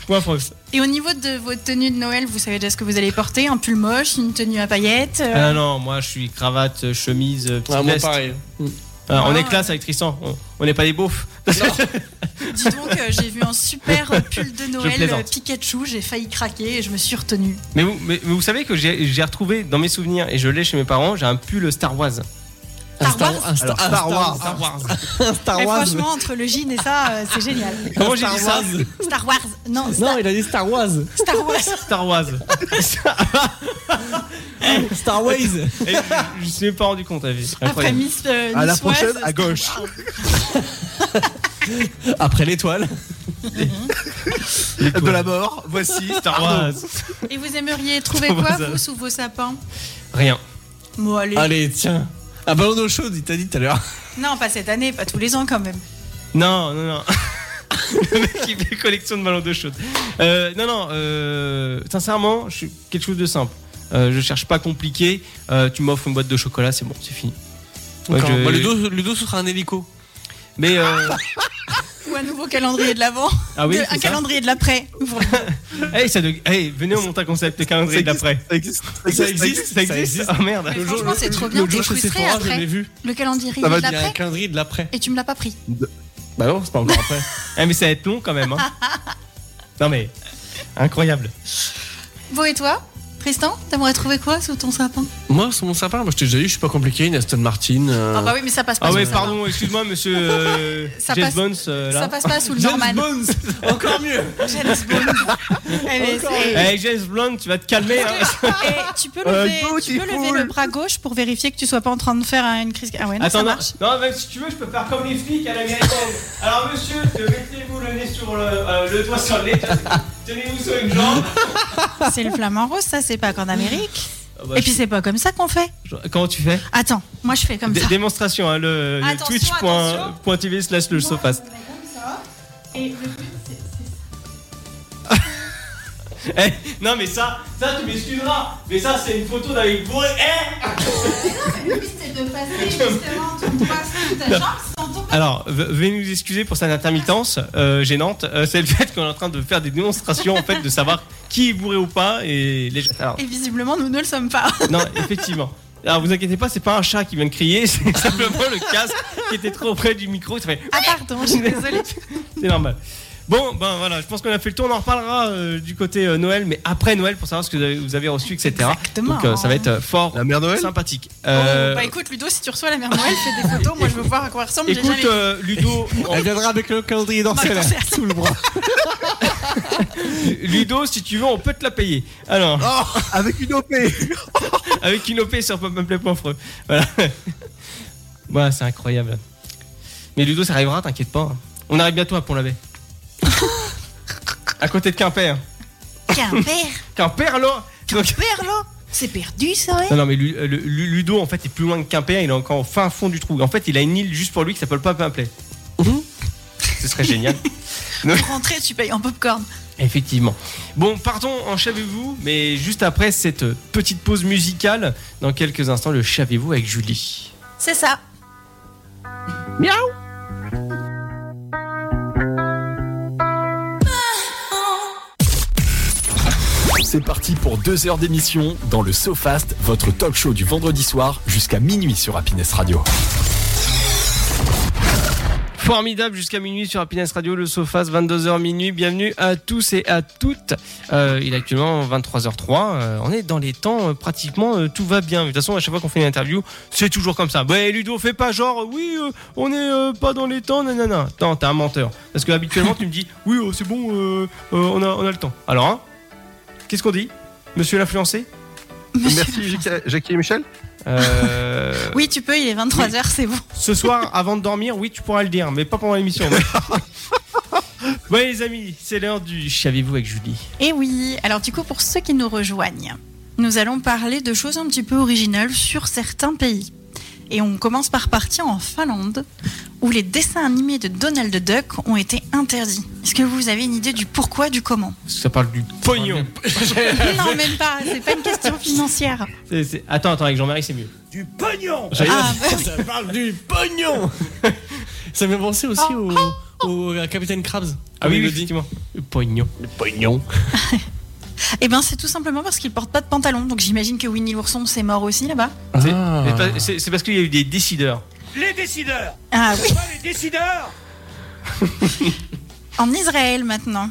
[SPEAKER 2] Point France.
[SPEAKER 3] Et au niveau de vos tenues de Noël, vous savez déjà ce que vous allez porter Un pull moche, une tenue à paillettes euh,
[SPEAKER 2] Ah non, moi je suis cravate, chemise, petit
[SPEAKER 4] Ah, moi
[SPEAKER 2] veste.
[SPEAKER 4] pareil.
[SPEAKER 2] Ah, on
[SPEAKER 3] Ah.
[SPEAKER 2] est classe avec Tristan, on- on n'est pas des beaufs.
[SPEAKER 3] Dis donc, euh, j'ai vu un super pull de Noël
[SPEAKER 2] plaisante.
[SPEAKER 3] euh, Pikachu, j'ai failli craquer et je me suis retenue.
[SPEAKER 2] Mais vous, mais- mais vous savez que j'ai j'ai retrouvé dans mes souvenirs, et je l'ai chez mes parents, j'ai un pull Star Wars.
[SPEAKER 4] Un
[SPEAKER 3] Star Wars
[SPEAKER 4] Star- un Star-
[SPEAKER 5] Alors, Star Wars.
[SPEAKER 2] Star Wars.
[SPEAKER 4] un Star
[SPEAKER 3] Et
[SPEAKER 4] Wars.
[SPEAKER 3] franchement, entre le jean et ça, euh, c'est génial.
[SPEAKER 2] Comment j'ai dit ça
[SPEAKER 3] Star Wars, non, Star,
[SPEAKER 4] Non, il a dit Star Wars.
[SPEAKER 3] Star Wars.
[SPEAKER 2] Star Wars.
[SPEAKER 4] Star Wars.
[SPEAKER 2] Et je je me suis pas rendu compte, à vie.
[SPEAKER 3] Après
[SPEAKER 2] Incroyable.
[SPEAKER 3] Miss euh,
[SPEAKER 5] À la
[SPEAKER 3] Niçoise,
[SPEAKER 5] prochaine, à
[SPEAKER 3] Star
[SPEAKER 5] gauche.
[SPEAKER 3] Wars.
[SPEAKER 4] Après l'étoile.
[SPEAKER 5] de la mort. Voici
[SPEAKER 2] Star Wars.
[SPEAKER 3] Et vous aimeriez trouver
[SPEAKER 2] Star
[SPEAKER 3] quoi,
[SPEAKER 2] Wars.
[SPEAKER 3] vous, sous vos sapins
[SPEAKER 2] Rien.
[SPEAKER 3] Bon, allez.
[SPEAKER 4] Allez, tiens. Un ballon d'eau chaude, il t'a dit tout à l'heure.
[SPEAKER 3] Non, pas cette année, pas tous les ans quand même.
[SPEAKER 2] Non, non, non. le mec qui fait collection de ballons d'eau chaude. Euh, non, non, euh, sincèrement, je suis quelque chose de simple. Euh, je cherche pas compliqué. Euh, tu m'offres une boîte de chocolat, c'est bon, c'est fini. Moi,
[SPEAKER 4] D'accord.
[SPEAKER 2] je-
[SPEAKER 4] Bah, Ludo, Ludo, ce sera un hélico.
[SPEAKER 2] Mais euh,
[SPEAKER 3] Ou un nouveau calendrier de l'avant.
[SPEAKER 2] ah oui,
[SPEAKER 3] De-
[SPEAKER 2] c'est
[SPEAKER 3] un
[SPEAKER 2] ça.
[SPEAKER 3] calendrier de l'après. Pour le-
[SPEAKER 2] Hey, ça de- hey, venez on monte un concept de calendrier
[SPEAKER 5] Ça
[SPEAKER 2] d'après.
[SPEAKER 5] Ça existe.
[SPEAKER 2] Ça existe, ça existe. Oh merde.
[SPEAKER 3] Mais
[SPEAKER 4] Le jour-
[SPEAKER 3] franchement, c'est trop
[SPEAKER 4] le-
[SPEAKER 3] bien,
[SPEAKER 4] Le jour
[SPEAKER 3] t'es
[SPEAKER 4] chez
[SPEAKER 3] frustré
[SPEAKER 4] Sephora, je
[SPEAKER 3] après.
[SPEAKER 4] l'ai vu.
[SPEAKER 3] Le calendrier
[SPEAKER 5] Ça va
[SPEAKER 3] de
[SPEAKER 4] Il y a un
[SPEAKER 3] l'après
[SPEAKER 4] calendrier de l'après.
[SPEAKER 3] et tu me l'as pas pris.
[SPEAKER 4] Bah non, c'est pas encore après.
[SPEAKER 2] Ah, mais ça va être long quand même. hein. Non mais incroyable. Ah
[SPEAKER 3] Bon et toi Tristan, t'aimerais trouver quoi sous ton sapin
[SPEAKER 4] Moi, sur mon sapin, moi, je t'ai déjà dit, je suis pas compliqué, une Aston Martin. euh,
[SPEAKER 3] Ah bah oui, mais ça passe pas
[SPEAKER 2] Ah
[SPEAKER 3] sous
[SPEAKER 2] ouais,
[SPEAKER 3] le sapin.
[SPEAKER 2] pardon, excuse-moi monsieur euh,
[SPEAKER 3] Ça
[SPEAKER 2] James
[SPEAKER 3] passe-
[SPEAKER 2] Bones euh, là.
[SPEAKER 3] Ça passe pas sous le
[SPEAKER 4] James
[SPEAKER 3] Norman.
[SPEAKER 4] Bones. Encore mieux.
[SPEAKER 3] James Bond. Eh, mais c'est-
[SPEAKER 2] Hey James Bond, tu vas te calmer. hein.
[SPEAKER 3] Eh, tu peux lever, tu peux lever
[SPEAKER 5] beautiful.
[SPEAKER 3] le bras gauche pour vérifier que tu sois pas en train de faire une crise. Ah ouais, non, ça
[SPEAKER 2] non.
[SPEAKER 3] marche.
[SPEAKER 2] Non, même si tu veux, je peux faire comme les flics à l'américaine. Alors, monsieur, te- mettez-vous le nez sur le, euh, le doigt sur le nez, tenez-vous sur une jambe.
[SPEAKER 3] C'est le flamant rose, ça, c'est pas qu'en Amérique.
[SPEAKER 2] Ah bah,
[SPEAKER 3] Et puis c'est pas comme ça qu'on fait.
[SPEAKER 2] je- Comment tu fais
[SPEAKER 3] Attends, moi je fais comme
[SPEAKER 2] Dé-
[SPEAKER 3] ça.
[SPEAKER 2] Démonstration, hein, le, le
[SPEAKER 3] Attention,
[SPEAKER 2] twitch point-
[SPEAKER 3] attention.
[SPEAKER 2] point TV slash le sofast. Eh, non, mais ça, ça, tu m'excuseras. Mais ça, c'est une photo d'avec bourré. Eh
[SPEAKER 3] c'est de passer justement ton bras sous ta jambe sans ton
[SPEAKER 2] Alors, ve- veuillez nous excuser pour cette intermittence euh, gênante. Euh, c'est le fait qu'on est en train de faire des démonstrations en fait de savoir qui est bourré ou pas et les. Alors,
[SPEAKER 3] Et visiblement, nous ne le sommes pas.
[SPEAKER 2] Non, effectivement. Alors vous inquiétez pas, c'est pas un chat qui vient de crier, c'est simplement le casque qui était trop près du micro. Ça fait,
[SPEAKER 3] Ah, pardon, je suis désolée.
[SPEAKER 2] c'est normal. Bon, ben voilà, je pense qu'on a fait le tour. On en reparlera euh, du côté euh, Noël, mais après Noël pour savoir ce que vous avez, vous avez reçu, etc.
[SPEAKER 3] Exactement.
[SPEAKER 2] Donc euh, ça va être euh, fort
[SPEAKER 5] La mère Noël
[SPEAKER 2] sympathique. Euh,
[SPEAKER 3] Oh, bah écoute, Ludo, si tu reçois la mère Noël, fais des photos. Moi, je veux voir à quoi elle ressemble. j'ai
[SPEAKER 2] écoute,
[SPEAKER 3] jamais-
[SPEAKER 2] euh, Ludo,
[SPEAKER 4] Elle viendra avec le calendrier d'Orsay,
[SPEAKER 3] Bah,
[SPEAKER 4] là,
[SPEAKER 3] c'est-
[SPEAKER 4] sous le bras.
[SPEAKER 2] Ludo, si tu veux, on peut te la payer. Alors,
[SPEAKER 5] Oh, Avec une OP.
[SPEAKER 2] avec une OP sur popmeplay.fr. E. Voilà. voilà, c'est incroyable. Mais Ludo, ça arrivera, t'inquiète pas. On arrive bientôt à Pont-l'Abbé. à côté de Quimper.
[SPEAKER 3] Qu'un
[SPEAKER 2] Quimper, là Donc-
[SPEAKER 3] père, là C'est perdu, ça, ouais
[SPEAKER 2] Non, non, mais Lu- euh, le- Lu- Ludo, en fait, est plus loin que Quimper, il est encore au fin fond du trou. En fait, il a une île juste pour lui qui s'appelle pas Pimplay. Ce serait génial.
[SPEAKER 3] Pour rentrer, tu payes en popcorn.
[SPEAKER 2] Effectivement. Bon, partons en Chavez-vous, mais juste après cette petite pause musicale, dans quelques instants, le Chavez-vous avec Julie.
[SPEAKER 3] C'est ça.
[SPEAKER 1] C'est parti pour deux heures d'émission dans le SoFast, votre talk show du vendredi soir jusqu'à minuit sur Happiness Radio.
[SPEAKER 2] Formidable jusqu'à minuit sur Happiness Radio, le Sofas, 22h minuit. Bienvenue à tous et à toutes. Euh, il est actuellement 23h03. euh, on est dans les temps, euh, pratiquement euh, tout va bien. De toute façon, à chaque fois qu'on fait une interview, c'est toujours comme ça. Ouais, Ludo, fais pas genre, euh, oui, euh, on est euh, pas dans les temps, nanana. Non, t'es un menteur. Parce que habituellement, tu me dis, oui, oh, c'est bon, euh, euh, on, a, on a le temps. Alors, hein, qu'est-ce qu'on dit Monsieur l'influencé
[SPEAKER 5] Merci Jacques- Jackie et Michel.
[SPEAKER 2] Euh,
[SPEAKER 3] Oui, tu peux, il est 23h, c'est bon.
[SPEAKER 2] Ce soir, avant de dormir, oui, tu pourras le dire, mais pas pendant l'émission. ouais, les amis, c'est l'heure du Savez-vous avec Julie
[SPEAKER 3] Et Eh oui, alors du coup, pour ceux qui nous rejoignent, nous allons parler de choses un petit peu originales sur certains pays. Et on commence par partir en Finlande, où les dessins animés de Donald Duck ont été interdits. Est-ce que vous avez une idée du pourquoi, du comment
[SPEAKER 2] Parce que ça parle du pognon.
[SPEAKER 3] Non, même pas, c'est pas une question financière.
[SPEAKER 2] C'est- c'est- Attends, attends, avec Jean-Marie, c'est mieux.
[SPEAKER 6] Du pognon
[SPEAKER 2] J'allais dire-
[SPEAKER 3] Ah, bah,
[SPEAKER 4] Ça parle du pognon Ça me fait penser aussi au, au à Capitaine Krabs.
[SPEAKER 2] Ah oui, oui,
[SPEAKER 4] le
[SPEAKER 2] effectivement. Pognon.
[SPEAKER 4] pognon.
[SPEAKER 3] Eh ben, c'est tout simplement parce qu'il porte pas de pantalon. Donc j'imagine que Winnie l'ourson, c'est mort aussi là-bas.
[SPEAKER 2] C'est-
[SPEAKER 4] Ah.
[SPEAKER 2] c'est pas- C'est c'est parce qu'il y a eu des décideurs.
[SPEAKER 6] Les décideurs
[SPEAKER 3] Ah oui.
[SPEAKER 6] Pas les décideurs
[SPEAKER 3] En Israël maintenant.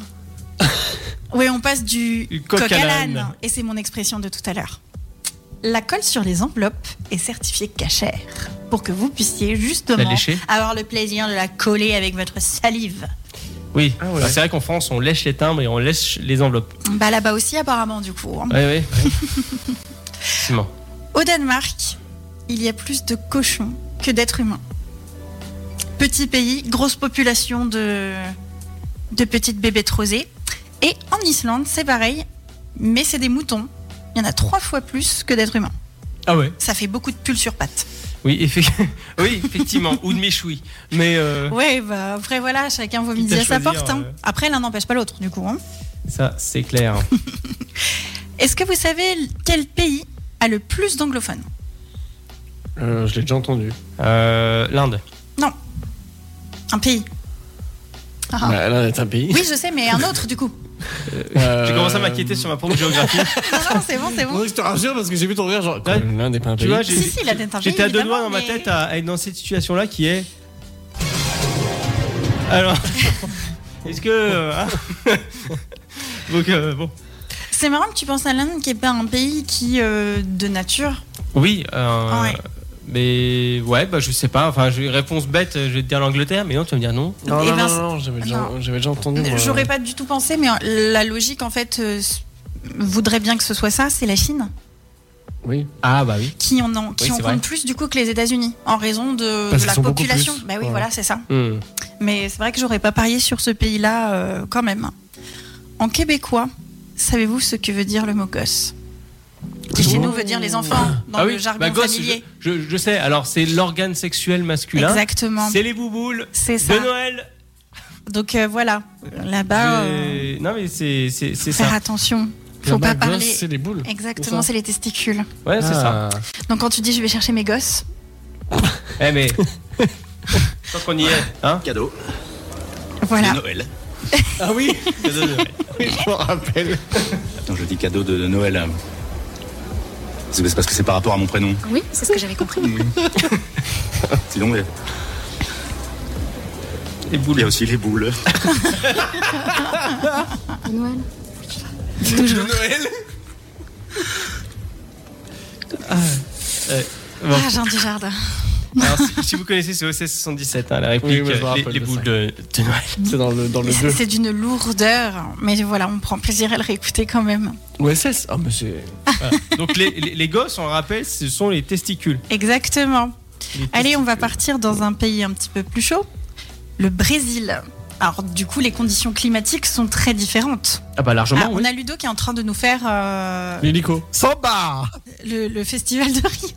[SPEAKER 3] oui, on passe du
[SPEAKER 2] Du
[SPEAKER 3] coq,
[SPEAKER 2] coq
[SPEAKER 3] à
[SPEAKER 2] à
[SPEAKER 3] l'âne.
[SPEAKER 2] l'âne.
[SPEAKER 3] Et c'est mon expression de tout à l'heure. La colle sur les enveloppes est certifiée cachère pour que vous puissiez
[SPEAKER 2] La
[SPEAKER 3] justement
[SPEAKER 2] lécher
[SPEAKER 3] avoir le plaisir de la coller avec votre salive.
[SPEAKER 2] Oui.
[SPEAKER 4] Ah
[SPEAKER 2] Bah, c'est vrai qu'en France, on lèche les timbres et on lèche les enveloppes.
[SPEAKER 3] Bah là-bas aussi apparemment du coup. hein.
[SPEAKER 2] Ouais, ouais. Effectivement.
[SPEAKER 3] Au Danemark, il y a plus de cochons que d'êtres humains. Petit pays, grosse population de, de petites bébêtes rosées. Et en Islande, c'est pareil, mais c'est des moutons. Il y en a trois fois plus que d'êtres humains.
[SPEAKER 2] Ah ouais
[SPEAKER 3] Ça fait beaucoup de pulls sur pattes.
[SPEAKER 2] Oui, effe- oui effectivement. Ou de méchoui. Mais euh,
[SPEAKER 3] Ouais, bah après voilà, chacun vaut midi
[SPEAKER 2] Quitte à
[SPEAKER 3] à sa
[SPEAKER 2] choisir,
[SPEAKER 3] porte. hein.
[SPEAKER 2] euh.
[SPEAKER 3] Après, l'un n'empêche pas l'autre, du coup. hein.
[SPEAKER 2] ça, c'est clair.
[SPEAKER 3] Est-ce que vous savez quel pays a le plus d'anglophones
[SPEAKER 4] Euh, je l'ai déjà entendu.
[SPEAKER 2] Euh, L'Inde.
[SPEAKER 3] Un pays Ah.
[SPEAKER 4] Bah, L'Inde est un pays.
[SPEAKER 3] Oui, je sais, mais un autre, du coup.
[SPEAKER 4] Euh,
[SPEAKER 2] J'ai commencé à m'inquiéter sur ma propre géographie.
[SPEAKER 3] Non, non, c'est bon, c'est bon.
[SPEAKER 4] Non, je te rassure parce que j'ai vu ton regard genre.
[SPEAKER 2] Ouais.
[SPEAKER 4] L'Inde est pas un
[SPEAKER 2] Tu
[SPEAKER 4] pays.
[SPEAKER 2] vois, j'ai-
[SPEAKER 3] Si, si, la tête
[SPEAKER 2] J'étais à deux doigts
[SPEAKER 3] évidemment,
[SPEAKER 2] dans ma
[SPEAKER 3] mais-
[SPEAKER 2] tête à, à être dans cette situation-là qui est. Alors, est-ce que. euh, hein Donc, euh, bon.
[SPEAKER 3] C'est marrant que tu penses à l'Inde qui est pas un pays qui euh, de nature.
[SPEAKER 2] Oui, euh,
[SPEAKER 3] Ah Ouais.
[SPEAKER 2] mais ouais, bah, je sais pas. Enfin, j'ai une réponse bête, je vais te dire l'Angleterre, mais non, tu vas me dire non.
[SPEAKER 4] Non,
[SPEAKER 3] Eh ben,
[SPEAKER 4] non, non, non, j'avais déjà,
[SPEAKER 3] non.
[SPEAKER 4] j'avais déjà entendu. moi.
[SPEAKER 3] J'aurais pas du tout pensé, mais euh, la logique en fait euh, s- voudrait bien que ce soit ça. C'est la Chine
[SPEAKER 4] Oui.
[SPEAKER 2] Ah, bah oui.
[SPEAKER 3] qui en, en- qui
[SPEAKER 2] Oui,
[SPEAKER 3] en
[SPEAKER 2] c'est
[SPEAKER 3] compte
[SPEAKER 2] vrai.
[SPEAKER 3] plus du coup que les États-Unis en raison de,
[SPEAKER 4] Parce
[SPEAKER 3] de la
[SPEAKER 4] qu'ils sont beaucoup
[SPEAKER 3] population.
[SPEAKER 4] plus.
[SPEAKER 3] Bah oui,
[SPEAKER 4] Ouais.
[SPEAKER 3] voilà, c'est ça.
[SPEAKER 2] Hmm.
[SPEAKER 3] Mais c'est vrai que j'aurais pas parié sur ce pays-là euh, quand même. En québécois, savez-vous ce que veut dire le mot gosse Qui chez nous veut dire les enfants dans
[SPEAKER 2] ah
[SPEAKER 3] le
[SPEAKER 2] oui,
[SPEAKER 3] jargon
[SPEAKER 2] bah, gosse,
[SPEAKER 3] familier.
[SPEAKER 2] je, je- je sais. Alors, c'est l'organe sexuel masculin.
[SPEAKER 3] Exactement.
[SPEAKER 2] C'est les bouboules
[SPEAKER 3] C'est
[SPEAKER 2] de
[SPEAKER 3] ça.
[SPEAKER 2] Noël.
[SPEAKER 3] Donc euh, voilà, là-bas, euh,
[SPEAKER 2] J'ai- Non, mais c'est c'est- c'est
[SPEAKER 3] faire
[SPEAKER 2] ça.
[SPEAKER 3] attention. Faut pas
[SPEAKER 4] Là-bas, gosse,
[SPEAKER 3] parler.
[SPEAKER 4] C'est les boules.
[SPEAKER 3] Exactement, c'est les testicules.
[SPEAKER 2] Ouais, c'est ça.
[SPEAKER 4] Ah.
[SPEAKER 3] Donc quand tu dis je vais chercher mes gosses,
[SPEAKER 2] Eh, mais. Tant qu'on y est, hein
[SPEAKER 9] Cadeau
[SPEAKER 3] voilà.
[SPEAKER 9] de Noël.
[SPEAKER 4] Ah oui,
[SPEAKER 5] Je me rappelle.
[SPEAKER 9] Donc je dis cadeau de, de Noël. euh, C'est c'est parce que c'est par rapport à mon prénom.
[SPEAKER 8] Oui, c'est ce que j'avais compris.
[SPEAKER 9] Sinon, il y a-
[SPEAKER 2] Les
[SPEAKER 9] il
[SPEAKER 2] boules.
[SPEAKER 9] y a aussi les boules.
[SPEAKER 8] Noël.
[SPEAKER 3] Ah, Jean du Jardin.
[SPEAKER 2] Alors, si, si vous connaissez, c'est OSS 77, hein, la
[SPEAKER 4] Oui,
[SPEAKER 2] réplique,
[SPEAKER 4] mais je me
[SPEAKER 2] euh, les,
[SPEAKER 4] rappelle
[SPEAKER 2] les
[SPEAKER 4] de ça.
[SPEAKER 2] boules de, de Noël.
[SPEAKER 4] c'est dans le dans le 2.
[SPEAKER 3] C'est d'une lourdeur, mais voilà, on prend plaisir à le réécouter quand même.
[SPEAKER 4] OSS. Ah mais c'est.
[SPEAKER 2] Donc, les, les- les gosses, on le rappelle, ce sont les testicules.
[SPEAKER 3] Exactement.
[SPEAKER 2] Les
[SPEAKER 3] Allez, on va
[SPEAKER 2] testicules.
[SPEAKER 3] partir dans un pays un petit peu plus chaud, le Brésil. Alors du coup, les conditions climatiques sont très différentes.
[SPEAKER 2] Ah, bah, largement,
[SPEAKER 3] Ah,
[SPEAKER 2] oui.
[SPEAKER 3] On a Ludo qui est en train de nous faire euh,
[SPEAKER 4] L'hélico.
[SPEAKER 5] Samba
[SPEAKER 3] le, le festival de Rio,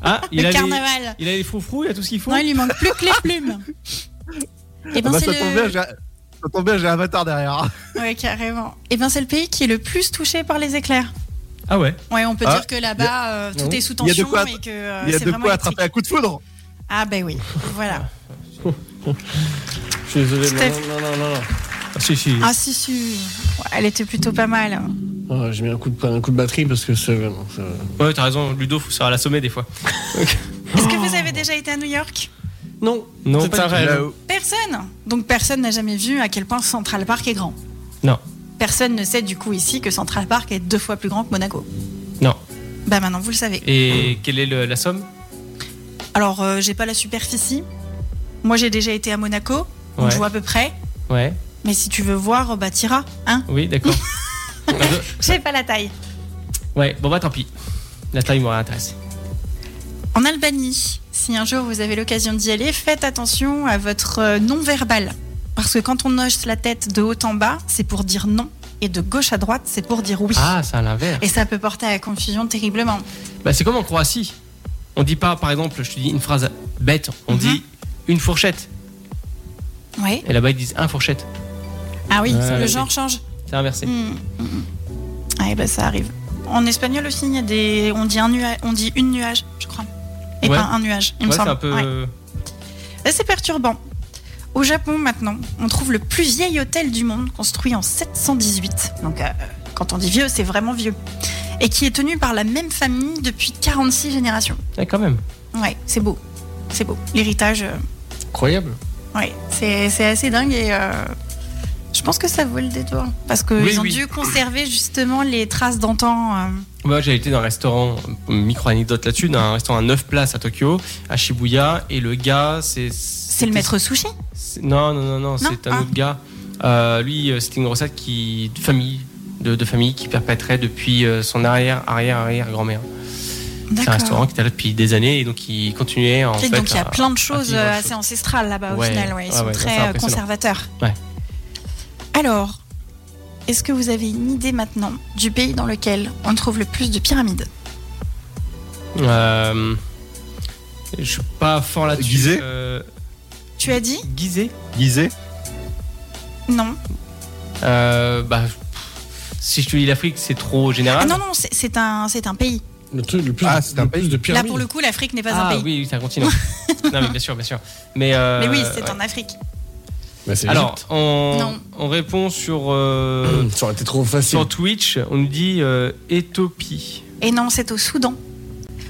[SPEAKER 2] Ah, il
[SPEAKER 3] le
[SPEAKER 2] a, les,
[SPEAKER 3] carnaval.
[SPEAKER 2] il a les froufrous, il a tout ce qu'il faut.
[SPEAKER 3] Non, il lui manque plus que les plumes. Et
[SPEAKER 5] Ah
[SPEAKER 3] ben
[SPEAKER 5] bah,
[SPEAKER 3] c'est
[SPEAKER 5] ça tombe bien,
[SPEAKER 3] le...
[SPEAKER 5] j'ai- ça tombe bien, j'ai Avatar derrière.
[SPEAKER 3] Ouais, carrément. Et ben c'est le pays qui est le plus touché par les éclairs.
[SPEAKER 2] Ah, ouais.
[SPEAKER 3] Ouais, on peut
[SPEAKER 5] Ah,
[SPEAKER 3] dire que là-bas euh, tout
[SPEAKER 4] Non.
[SPEAKER 3] est sous
[SPEAKER 5] Il y a de
[SPEAKER 3] tension
[SPEAKER 5] quoi-
[SPEAKER 3] et que euh,
[SPEAKER 5] Il y a
[SPEAKER 3] c'est
[SPEAKER 5] de
[SPEAKER 3] vraiment
[SPEAKER 5] quoi
[SPEAKER 3] électrique.
[SPEAKER 5] attraper un coup de foudre.
[SPEAKER 3] Ah ben oui, voilà.
[SPEAKER 4] Je suis désolé.
[SPEAKER 3] Steph.
[SPEAKER 4] Non non non non. non.
[SPEAKER 2] Ah, si, si.
[SPEAKER 3] Ah si si, Ouais, elle était plutôt pas mal.
[SPEAKER 4] Ah, J'ai mis un coup, de, un coup de batterie parce que c'est vraiment. ça-
[SPEAKER 2] Ouais, t'as raison, Ludo, faut savoir l'assommer des fois.
[SPEAKER 3] Est-ce que vous avez déjà été à New York
[SPEAKER 4] Non,
[SPEAKER 2] Non,
[SPEAKER 4] c'est
[SPEAKER 2] pas
[SPEAKER 4] un
[SPEAKER 2] du tout.
[SPEAKER 4] rêve.
[SPEAKER 3] Personne Donc personne n'a jamais vu à quel point Central Park est grand.
[SPEAKER 2] Non.
[SPEAKER 3] Personne ne sait du coup ici que Central Park est deux fois plus grand que Monaco.
[SPEAKER 2] Non.
[SPEAKER 3] Bah maintenant vous le savez.
[SPEAKER 2] Et quelle est le- la somme
[SPEAKER 3] Alors euh, j'ai pas la superficie. Moi j'ai déjà été à Monaco, donc
[SPEAKER 2] Ouais.
[SPEAKER 3] je vois à peu près.
[SPEAKER 2] Ouais,
[SPEAKER 3] Mais si tu veux voir, bah t'iras, hein
[SPEAKER 2] oui, d'accord.
[SPEAKER 3] J'ai pas la taille.
[SPEAKER 2] ouais, bon bah tant pis. La taille m'aurait intéressé.
[SPEAKER 3] En Albanie, si un jour vous avez l'occasion d'y aller, faites attention à votre euh, non-verbal. Parce que quand on hoche la tête de haut en bas, c'est pour dire non. Et de gauche à droite, c'est pour dire oui.
[SPEAKER 2] Ah, c'est à l'inverse.
[SPEAKER 3] Et ça peut porter à la confusion terriblement.
[SPEAKER 2] Bah, c'est comme en Croatie. On dit pas, par exemple, je te dis une phrase bête, on
[SPEAKER 3] Mhm.
[SPEAKER 2] dit une fourchette.
[SPEAKER 3] Oui.
[SPEAKER 2] Et là-bas, ils disent un fourchette.
[SPEAKER 3] Ah oui,
[SPEAKER 2] Ouais.
[SPEAKER 3] le genre change.
[SPEAKER 2] C'est inversé.
[SPEAKER 3] Mm, mm, mm. Ah, et bah ça arrive. En espagnol aussi, il y a des. On dit, un nuage, on dit une nuage, je crois. Et
[SPEAKER 2] Ouais.
[SPEAKER 3] pas un nuage, il me
[SPEAKER 2] ouais, c'est
[SPEAKER 3] semble.
[SPEAKER 2] un peu.
[SPEAKER 3] Ouais. Et C'est perturbant. Au Japon, maintenant, on trouve le plus vieil hôtel du monde, construit en 718. Donc, euh, quand on dit vieux, c'est vraiment vieux. Et qui est tenu par la même famille depuis 46 générations.
[SPEAKER 2] Ouais, quand même.
[SPEAKER 3] Ouais, c'est beau. C'est beau. L'héritage, euh,
[SPEAKER 4] Incroyable.
[SPEAKER 3] ouais, c'est c'est assez dingue et euh, je pense que ça vaut le détour. Parce qu'ils
[SPEAKER 2] Oui,
[SPEAKER 3] ont
[SPEAKER 2] oui.
[SPEAKER 3] dû conserver justement les traces d'antan. euh,
[SPEAKER 2] Moi, j'ai été dans un restaurant, micro-anecdote là-dessus, dans un restaurant à 9 places à Tokyo, à Shibuya, et le gars, c'est.
[SPEAKER 3] c'est le maître sushi
[SPEAKER 2] C'est- Non, non, non, non, c'est un
[SPEAKER 3] Ah.
[SPEAKER 2] autre gars. Euh, lui, euh, c'était une recette qui, de famille, de, de famille qui perpétrait depuis euh, son arrière, arrière, arrière grand-mère. C'est un restaurant qui était là depuis des années et donc il continuait en
[SPEAKER 3] Et
[SPEAKER 2] fait.
[SPEAKER 3] donc il y a
[SPEAKER 2] à-
[SPEAKER 3] plein de choses
[SPEAKER 2] vivre
[SPEAKER 3] euh,
[SPEAKER 2] chaud.
[SPEAKER 3] assez ancestrales là-bas au
[SPEAKER 2] Ouais,
[SPEAKER 3] final. ouais, ils
[SPEAKER 2] ouais,
[SPEAKER 3] sont
[SPEAKER 2] ouais, ça, c'est
[SPEAKER 3] très euh,
[SPEAKER 2] impressionnant.
[SPEAKER 3] conservateurs.
[SPEAKER 2] Ouais.
[SPEAKER 3] Alors, est-ce que vous avez une idée maintenant du pays dans lequel on trouve le plus de pyramides
[SPEAKER 2] Euh, je suis pas fort là-dessus.
[SPEAKER 5] Gizeh
[SPEAKER 2] Euh,
[SPEAKER 3] Tu as dit
[SPEAKER 2] Gizeh
[SPEAKER 5] Guisé
[SPEAKER 3] Non.
[SPEAKER 2] Euh, bah, pff, si je te dis l'Afrique, c'est trop général.
[SPEAKER 3] Ah non, non, c'est- c'est un, c'est un pays.
[SPEAKER 4] Le truc le plus,
[SPEAKER 5] Ah, c'est un
[SPEAKER 4] le plus
[SPEAKER 5] pays.
[SPEAKER 4] de
[SPEAKER 3] Là
[SPEAKER 4] pyramides.
[SPEAKER 3] pour le coup, l'Afrique n'est pas
[SPEAKER 2] Ah
[SPEAKER 3] un pays.
[SPEAKER 2] oui, oui, c'est un continent. non, mais bien sûr, bien sûr. Mais, euh,
[SPEAKER 3] Mais oui, c'est
[SPEAKER 2] ouais.
[SPEAKER 3] en Afrique.
[SPEAKER 4] Bah, c'est
[SPEAKER 2] Alors, on,
[SPEAKER 3] Non.
[SPEAKER 2] on répond sur, euh,
[SPEAKER 4] l'Égypte. Hmm, ça aurait été trop facile.
[SPEAKER 2] sur Twitch, on nous dit euh, Éthiopie.
[SPEAKER 3] Et non, c'est au Soudan.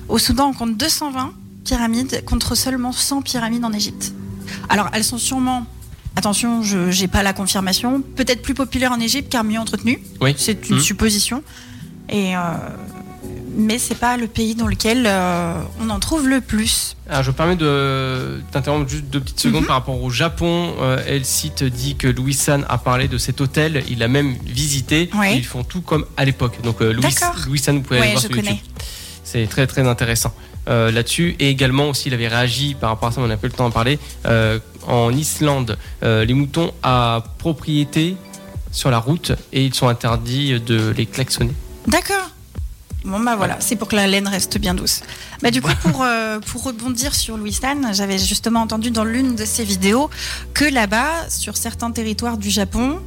[SPEAKER 3] Au Soudan, on compte 220 pyramides contre seulement 100 pyramides en Égypte. Alors, elles sont sûrement, attention, je n'ai pas la confirmation, peut-être plus populaires en Égypte car mieux entretenues.
[SPEAKER 2] Oui.
[SPEAKER 3] C'est une
[SPEAKER 2] Mhm.
[SPEAKER 3] supposition. Et euh, mais c'est pas le pays dans lequel euh, on en trouve le plus.
[SPEAKER 2] Alors, je me permets de t'interrompre juste deux petites secondes
[SPEAKER 3] Mhm.
[SPEAKER 2] par rapport au Japon. Euh, elle cite dit que Louis San a parlé de cet hôtel, il l'a même visité.
[SPEAKER 3] Ouais.
[SPEAKER 2] Et Ils font tout comme à l'époque. Donc euh, Louis,
[SPEAKER 3] D'accord.
[SPEAKER 2] Louis San, vous pouvez aller
[SPEAKER 3] Ouais,
[SPEAKER 2] voir
[SPEAKER 3] je
[SPEAKER 2] sur
[SPEAKER 3] connais.
[SPEAKER 2] YouTube. C'est très très intéressant euh, là-dessus. Et également aussi, il avait réagi par rapport à ça, mais on n'a pas eu le temps d'en parler. Euh, en Islande, euh, les moutons à propriété sur la route et ils sont interdits de les klaxonner.
[SPEAKER 3] D'accord. Bon bah voilà, c'est pour que la laine reste bien douce. Bah du coup pour euh, pour rebondir sur Louis Tan, j'avais justement entendu dans l'une de ses vidéos que là-bas, sur certains territoires du Japon,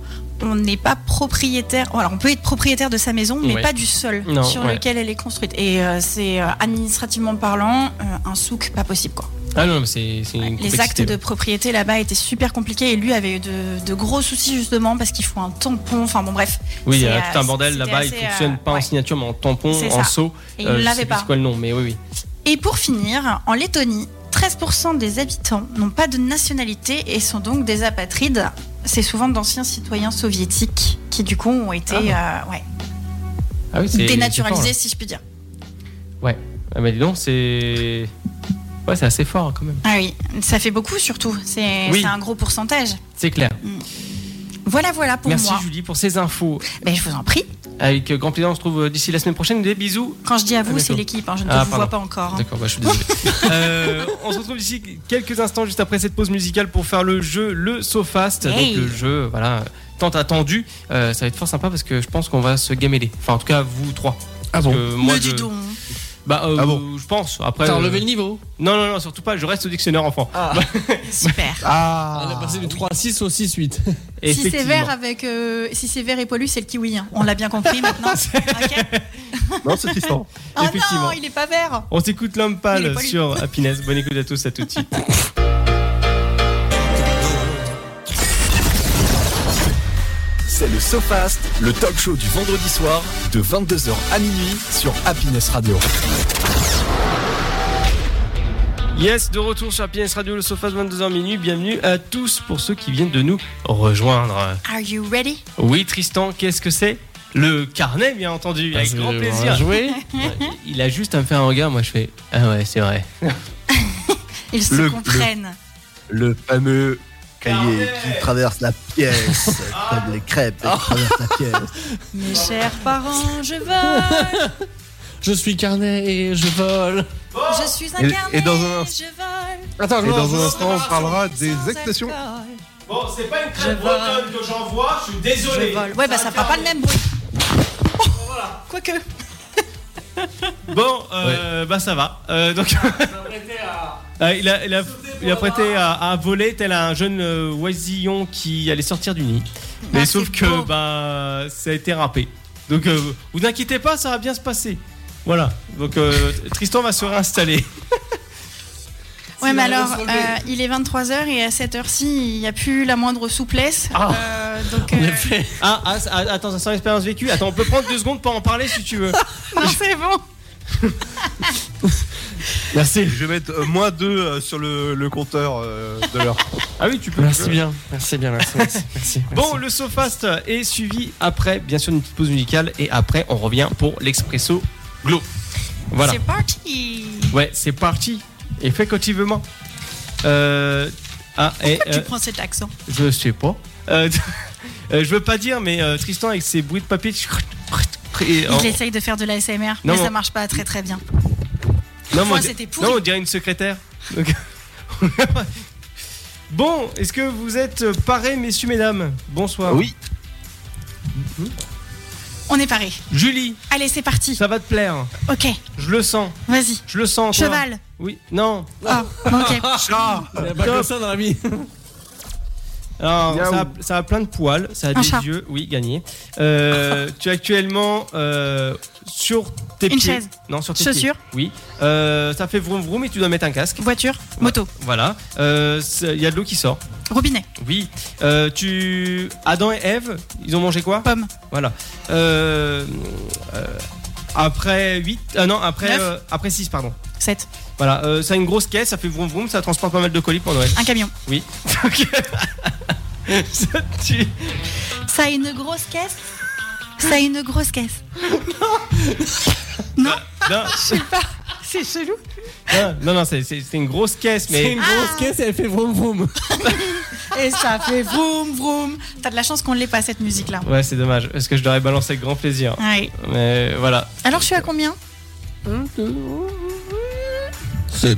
[SPEAKER 3] on n'est pas propriétaire. oh, Alors on peut être propriétaire de sa maison, mais
[SPEAKER 2] Ouais.
[SPEAKER 3] pas du sol
[SPEAKER 2] Non,
[SPEAKER 3] sur
[SPEAKER 2] ouais.
[SPEAKER 3] lequel elle est construite. Et euh, c'est euh, administrativement parlant euh, un souk pas possible quoi.
[SPEAKER 2] Ah non, mais c'est c'est une
[SPEAKER 3] Les
[SPEAKER 2] complexité,
[SPEAKER 3] actes de propriété là-bas étaient super compliqués et lui avait eu de, de gros soucis justement parce qu'il faut un tampon. Enfin bon bref.
[SPEAKER 2] Oui, il y a
[SPEAKER 3] C'est,
[SPEAKER 2] tout un
[SPEAKER 3] euh,
[SPEAKER 2] bordel
[SPEAKER 3] c'était
[SPEAKER 2] là-bas, il
[SPEAKER 3] assez,
[SPEAKER 2] fonctionne
[SPEAKER 3] euh,
[SPEAKER 2] pas en
[SPEAKER 3] ouais.
[SPEAKER 2] signature, mais en tampon,
[SPEAKER 3] C'est
[SPEAKER 2] en
[SPEAKER 3] ça.
[SPEAKER 2] seau.
[SPEAKER 3] Et
[SPEAKER 2] Euh,
[SPEAKER 3] il
[SPEAKER 2] je sais
[SPEAKER 3] l'avait
[SPEAKER 2] plus
[SPEAKER 3] pas.
[SPEAKER 2] C'est quoi le nom, mais oui, oui.
[SPEAKER 3] Et pour finir, en Lettonie, 13% des habitants n'ont pas de nationalité et sont donc des apatrides. C'est souvent d'anciens citoyens soviétiques qui, du coup, ont été euh, ouais,
[SPEAKER 2] Ah oui, c'est-
[SPEAKER 3] dénaturalisés,
[SPEAKER 2] c'est
[SPEAKER 3] si je puis dire.
[SPEAKER 2] fort, hein. Ah bah dis donc, c'est. Ouais, c'est assez fort hein, quand même.
[SPEAKER 3] Ah oui, ça fait beaucoup surtout. C'est
[SPEAKER 2] Oui.
[SPEAKER 3] c'est un gros pourcentage.
[SPEAKER 2] C'est clair.
[SPEAKER 3] Voilà, voilà pour
[SPEAKER 2] Merci
[SPEAKER 3] moi.
[SPEAKER 2] Julie pour ces infos.
[SPEAKER 3] Ben, je vous en prie.
[SPEAKER 2] Avec euh, grand plaisir, on se trouve euh, d'ici la semaine prochaine. Des bisous.
[SPEAKER 3] Quand je dis à
[SPEAKER 2] À
[SPEAKER 3] vous,
[SPEAKER 2] bientôt.
[SPEAKER 3] c'est l'équipe. hein, je ne
[SPEAKER 2] Ah,
[SPEAKER 3] vous
[SPEAKER 2] pardon.
[SPEAKER 3] vois pas encore. hein.
[SPEAKER 2] D'accord, bah, je suis désolé. Euh, on se retrouve d'ici quelques instants, juste après cette pause musicale, pour faire le jeu Le Sofast.
[SPEAKER 3] Hey.
[SPEAKER 2] Donc le jeu, voilà, tant attendu. Euh, ça va être fort sympa parce que je pense qu'on va se gameler. Enfin, en tout cas, vous trois.
[SPEAKER 4] Ah
[SPEAKER 2] Parce
[SPEAKER 4] bon
[SPEAKER 2] que moi,
[SPEAKER 3] Me
[SPEAKER 2] je-
[SPEAKER 3] dis donc.
[SPEAKER 2] Bah, euh,
[SPEAKER 5] Ah bon
[SPEAKER 2] je pense. Après,
[SPEAKER 4] T'as
[SPEAKER 2] euh,
[SPEAKER 4] relevé le niveau
[SPEAKER 2] Non, non, non, surtout pas, je reste au dictionnaire enfant.
[SPEAKER 3] Super.
[SPEAKER 5] Ah
[SPEAKER 4] Elle a passé du 3-6 au 6-8.
[SPEAKER 3] Si c'est
[SPEAKER 2] Effectivement.
[SPEAKER 3] vert avec, euh, si c'est vert et pollu, c'est le kiwi. hein. On l'a bien compris maintenant. Ok.
[SPEAKER 5] Non, c'est Tristan.
[SPEAKER 3] Oh
[SPEAKER 2] Effectivement.
[SPEAKER 3] non, il est pas vert.
[SPEAKER 2] On s'écoute l'homme
[SPEAKER 3] Il est
[SPEAKER 2] pâle
[SPEAKER 3] pas lui.
[SPEAKER 2] sur Happiness. Bonne écoute à tous, à tout de suite.
[SPEAKER 1] C'est le SoFast, le talk show du vendredi soir de 22h à minuit sur Happiness Radio.
[SPEAKER 2] Yes, de retour sur Happiness Radio, le Sofas 22h minuit. Bienvenue à tous pour ceux qui viennent de nous rejoindre.
[SPEAKER 3] Are you ready?
[SPEAKER 2] Oui, Tristan, qu'est-ce que c'est Le carnet, bien entendu, avec grand plaisir.
[SPEAKER 4] Jouer.
[SPEAKER 2] Il a juste à me faire un regard, moi je fais Ah ouais, c'est vrai.
[SPEAKER 3] Ils se
[SPEAKER 5] Le- le-
[SPEAKER 3] comprennent.
[SPEAKER 5] Le fameux
[SPEAKER 1] Ah
[SPEAKER 5] cahier
[SPEAKER 2] Carnet.
[SPEAKER 5] qui traverse la pièce, comme les crêpes
[SPEAKER 1] Ah.
[SPEAKER 5] qui traversent la pièce.
[SPEAKER 3] Mes chers parents, je vole.
[SPEAKER 4] Je suis carnet et je vole.
[SPEAKER 3] Je suis
[SPEAKER 5] Et-
[SPEAKER 3] un
[SPEAKER 5] et
[SPEAKER 3] carnet.
[SPEAKER 5] dans un-
[SPEAKER 3] Je vole.
[SPEAKER 4] Attends,
[SPEAKER 5] Et dans un
[SPEAKER 4] je
[SPEAKER 5] instant, on parlera des
[SPEAKER 3] sans
[SPEAKER 5] actations.
[SPEAKER 3] alcool.
[SPEAKER 2] Bon, c'est pas une
[SPEAKER 3] crêpe Je vole. bretonne
[SPEAKER 2] que j'envoie, je suis désolé.
[SPEAKER 3] Je vole. Ouais, bah ça fera pas le même bruit. Oh, Quoique.
[SPEAKER 2] Bon, euh, bah ça va. Euh, donc. Ah, il a, il a- il a prêté à, à voler tel un jeune euh, oisillon qui allait sortir du nid. Mais
[SPEAKER 3] Ah,
[SPEAKER 2] sauf
[SPEAKER 3] c'est
[SPEAKER 2] que
[SPEAKER 3] beau.
[SPEAKER 2] bah, ça a été râpé. Donc euh, vous inquiétez pas, ça va bien se passer. Voilà. Donc euh, Tristan va se réinstaller.
[SPEAKER 3] Ouais, mais
[SPEAKER 4] la
[SPEAKER 3] alors,
[SPEAKER 4] relevé.
[SPEAKER 3] euh, il est 23h et à cette heure-ci, il n'y a plus la moindre souplesse.
[SPEAKER 2] Ah.
[SPEAKER 3] Euh, donc, euh,
[SPEAKER 2] Ah, ah, ah, attends, ça sent l'expérience vécue. Attends, on peut prendre deux secondes pour en parler si tu veux.
[SPEAKER 3] non, c'est bon.
[SPEAKER 4] Merci.
[SPEAKER 5] Je vais mettre euh, moins 2 sur le, le compteur euh, de l'heure.
[SPEAKER 2] Ah oui, tu peux.
[SPEAKER 4] Merci bien. Merci bien. Merci. merci, merci,
[SPEAKER 2] Bon,
[SPEAKER 4] merci.
[SPEAKER 2] le SoFast est suivi après, bien sûr, une petite pause musicale et après, on revient pour l'Expresso Glow. Voilà.
[SPEAKER 3] C'est parti.
[SPEAKER 2] Ouais, c'est parti. Effectivement. Euh, ah, et,
[SPEAKER 3] Pourquoi
[SPEAKER 2] euh,
[SPEAKER 3] tu prends cet accent
[SPEAKER 2] je sais pas. Euh, euh, je veux pas dire, mais euh, Tristan avec ses bruits de papier. et oh.
[SPEAKER 3] Il
[SPEAKER 2] euh, en-
[SPEAKER 3] essaye de faire de la SMR,
[SPEAKER 2] Non,
[SPEAKER 3] mais
[SPEAKER 2] mais-
[SPEAKER 3] ça marche pas très très bien.
[SPEAKER 2] Non, mais on
[SPEAKER 3] Enfin,
[SPEAKER 2] di-
[SPEAKER 3] c'était pourri.
[SPEAKER 2] non, on dirait une secrétaire. Donc- bon, est-ce que vous êtes parés, messieurs, mesdames Bonsoir.
[SPEAKER 5] Oui.
[SPEAKER 3] On est paré.
[SPEAKER 2] Julie,
[SPEAKER 3] Allez, c'est parti.
[SPEAKER 2] ça va te plaire.
[SPEAKER 3] Ok,
[SPEAKER 2] Je le sens.
[SPEAKER 3] vas-y.
[SPEAKER 2] Je le sens. toi.
[SPEAKER 3] Cheval.
[SPEAKER 2] Oui. Non.
[SPEAKER 3] Ah, ok.
[SPEAKER 4] Il y a pas
[SPEAKER 2] Top.
[SPEAKER 4] comme ça dans la vie.
[SPEAKER 2] Alors,
[SPEAKER 5] Miaou.
[SPEAKER 2] ça, a, ça a plein de poils, ça a
[SPEAKER 3] Un
[SPEAKER 2] des
[SPEAKER 3] chat.
[SPEAKER 2] yeux, oui, gagné. Euh, tu es actuellement euh, sur tes
[SPEAKER 3] Une
[SPEAKER 2] pieds.
[SPEAKER 3] chaise.
[SPEAKER 2] Non, sur tes
[SPEAKER 3] Chaussures.
[SPEAKER 2] pieds. Oui. Euh, ça fait vroom vroom et tu dois mettre un casque.
[SPEAKER 3] Voiture, moto,
[SPEAKER 2] Voilà. Euh, c'est- Il y a de l'eau qui sort.
[SPEAKER 3] robinet,
[SPEAKER 2] Oui. Euh, tu. Adam et Ève, ils ont mangé quoi
[SPEAKER 3] pomme,
[SPEAKER 2] Voilà. Euh, euh, après 8. Ah non, après,
[SPEAKER 3] Neuf.
[SPEAKER 2] euh, après 6, pardon.
[SPEAKER 3] 7,
[SPEAKER 2] Voilà. Euh, ça a une grosse caisse, ça fait vroom vroom, ça transporte pas mal de colis pour Noël.
[SPEAKER 3] un camion.
[SPEAKER 2] Oui. Donc, ça, tu-
[SPEAKER 3] Ça a une grosse caisse Ça a une grosse caisse. Non,
[SPEAKER 2] Non.
[SPEAKER 3] je sais pas. C'est chelou.
[SPEAKER 2] Non, non, non, c'est c'est- c'est une grosse caisse,
[SPEAKER 4] C'est
[SPEAKER 2] mais
[SPEAKER 4] une grosse caisse et elle fait vroom vroom.
[SPEAKER 3] Et ça fait vroom vroom. T'as de la chance qu'on l'ait pas cette musique là.
[SPEAKER 2] ouais, c'est dommage parce que je l'aurais balancé avec grand plaisir.
[SPEAKER 3] Ouais.
[SPEAKER 2] Mais voilà.
[SPEAKER 3] Alors je suis à combien
[SPEAKER 4] C'est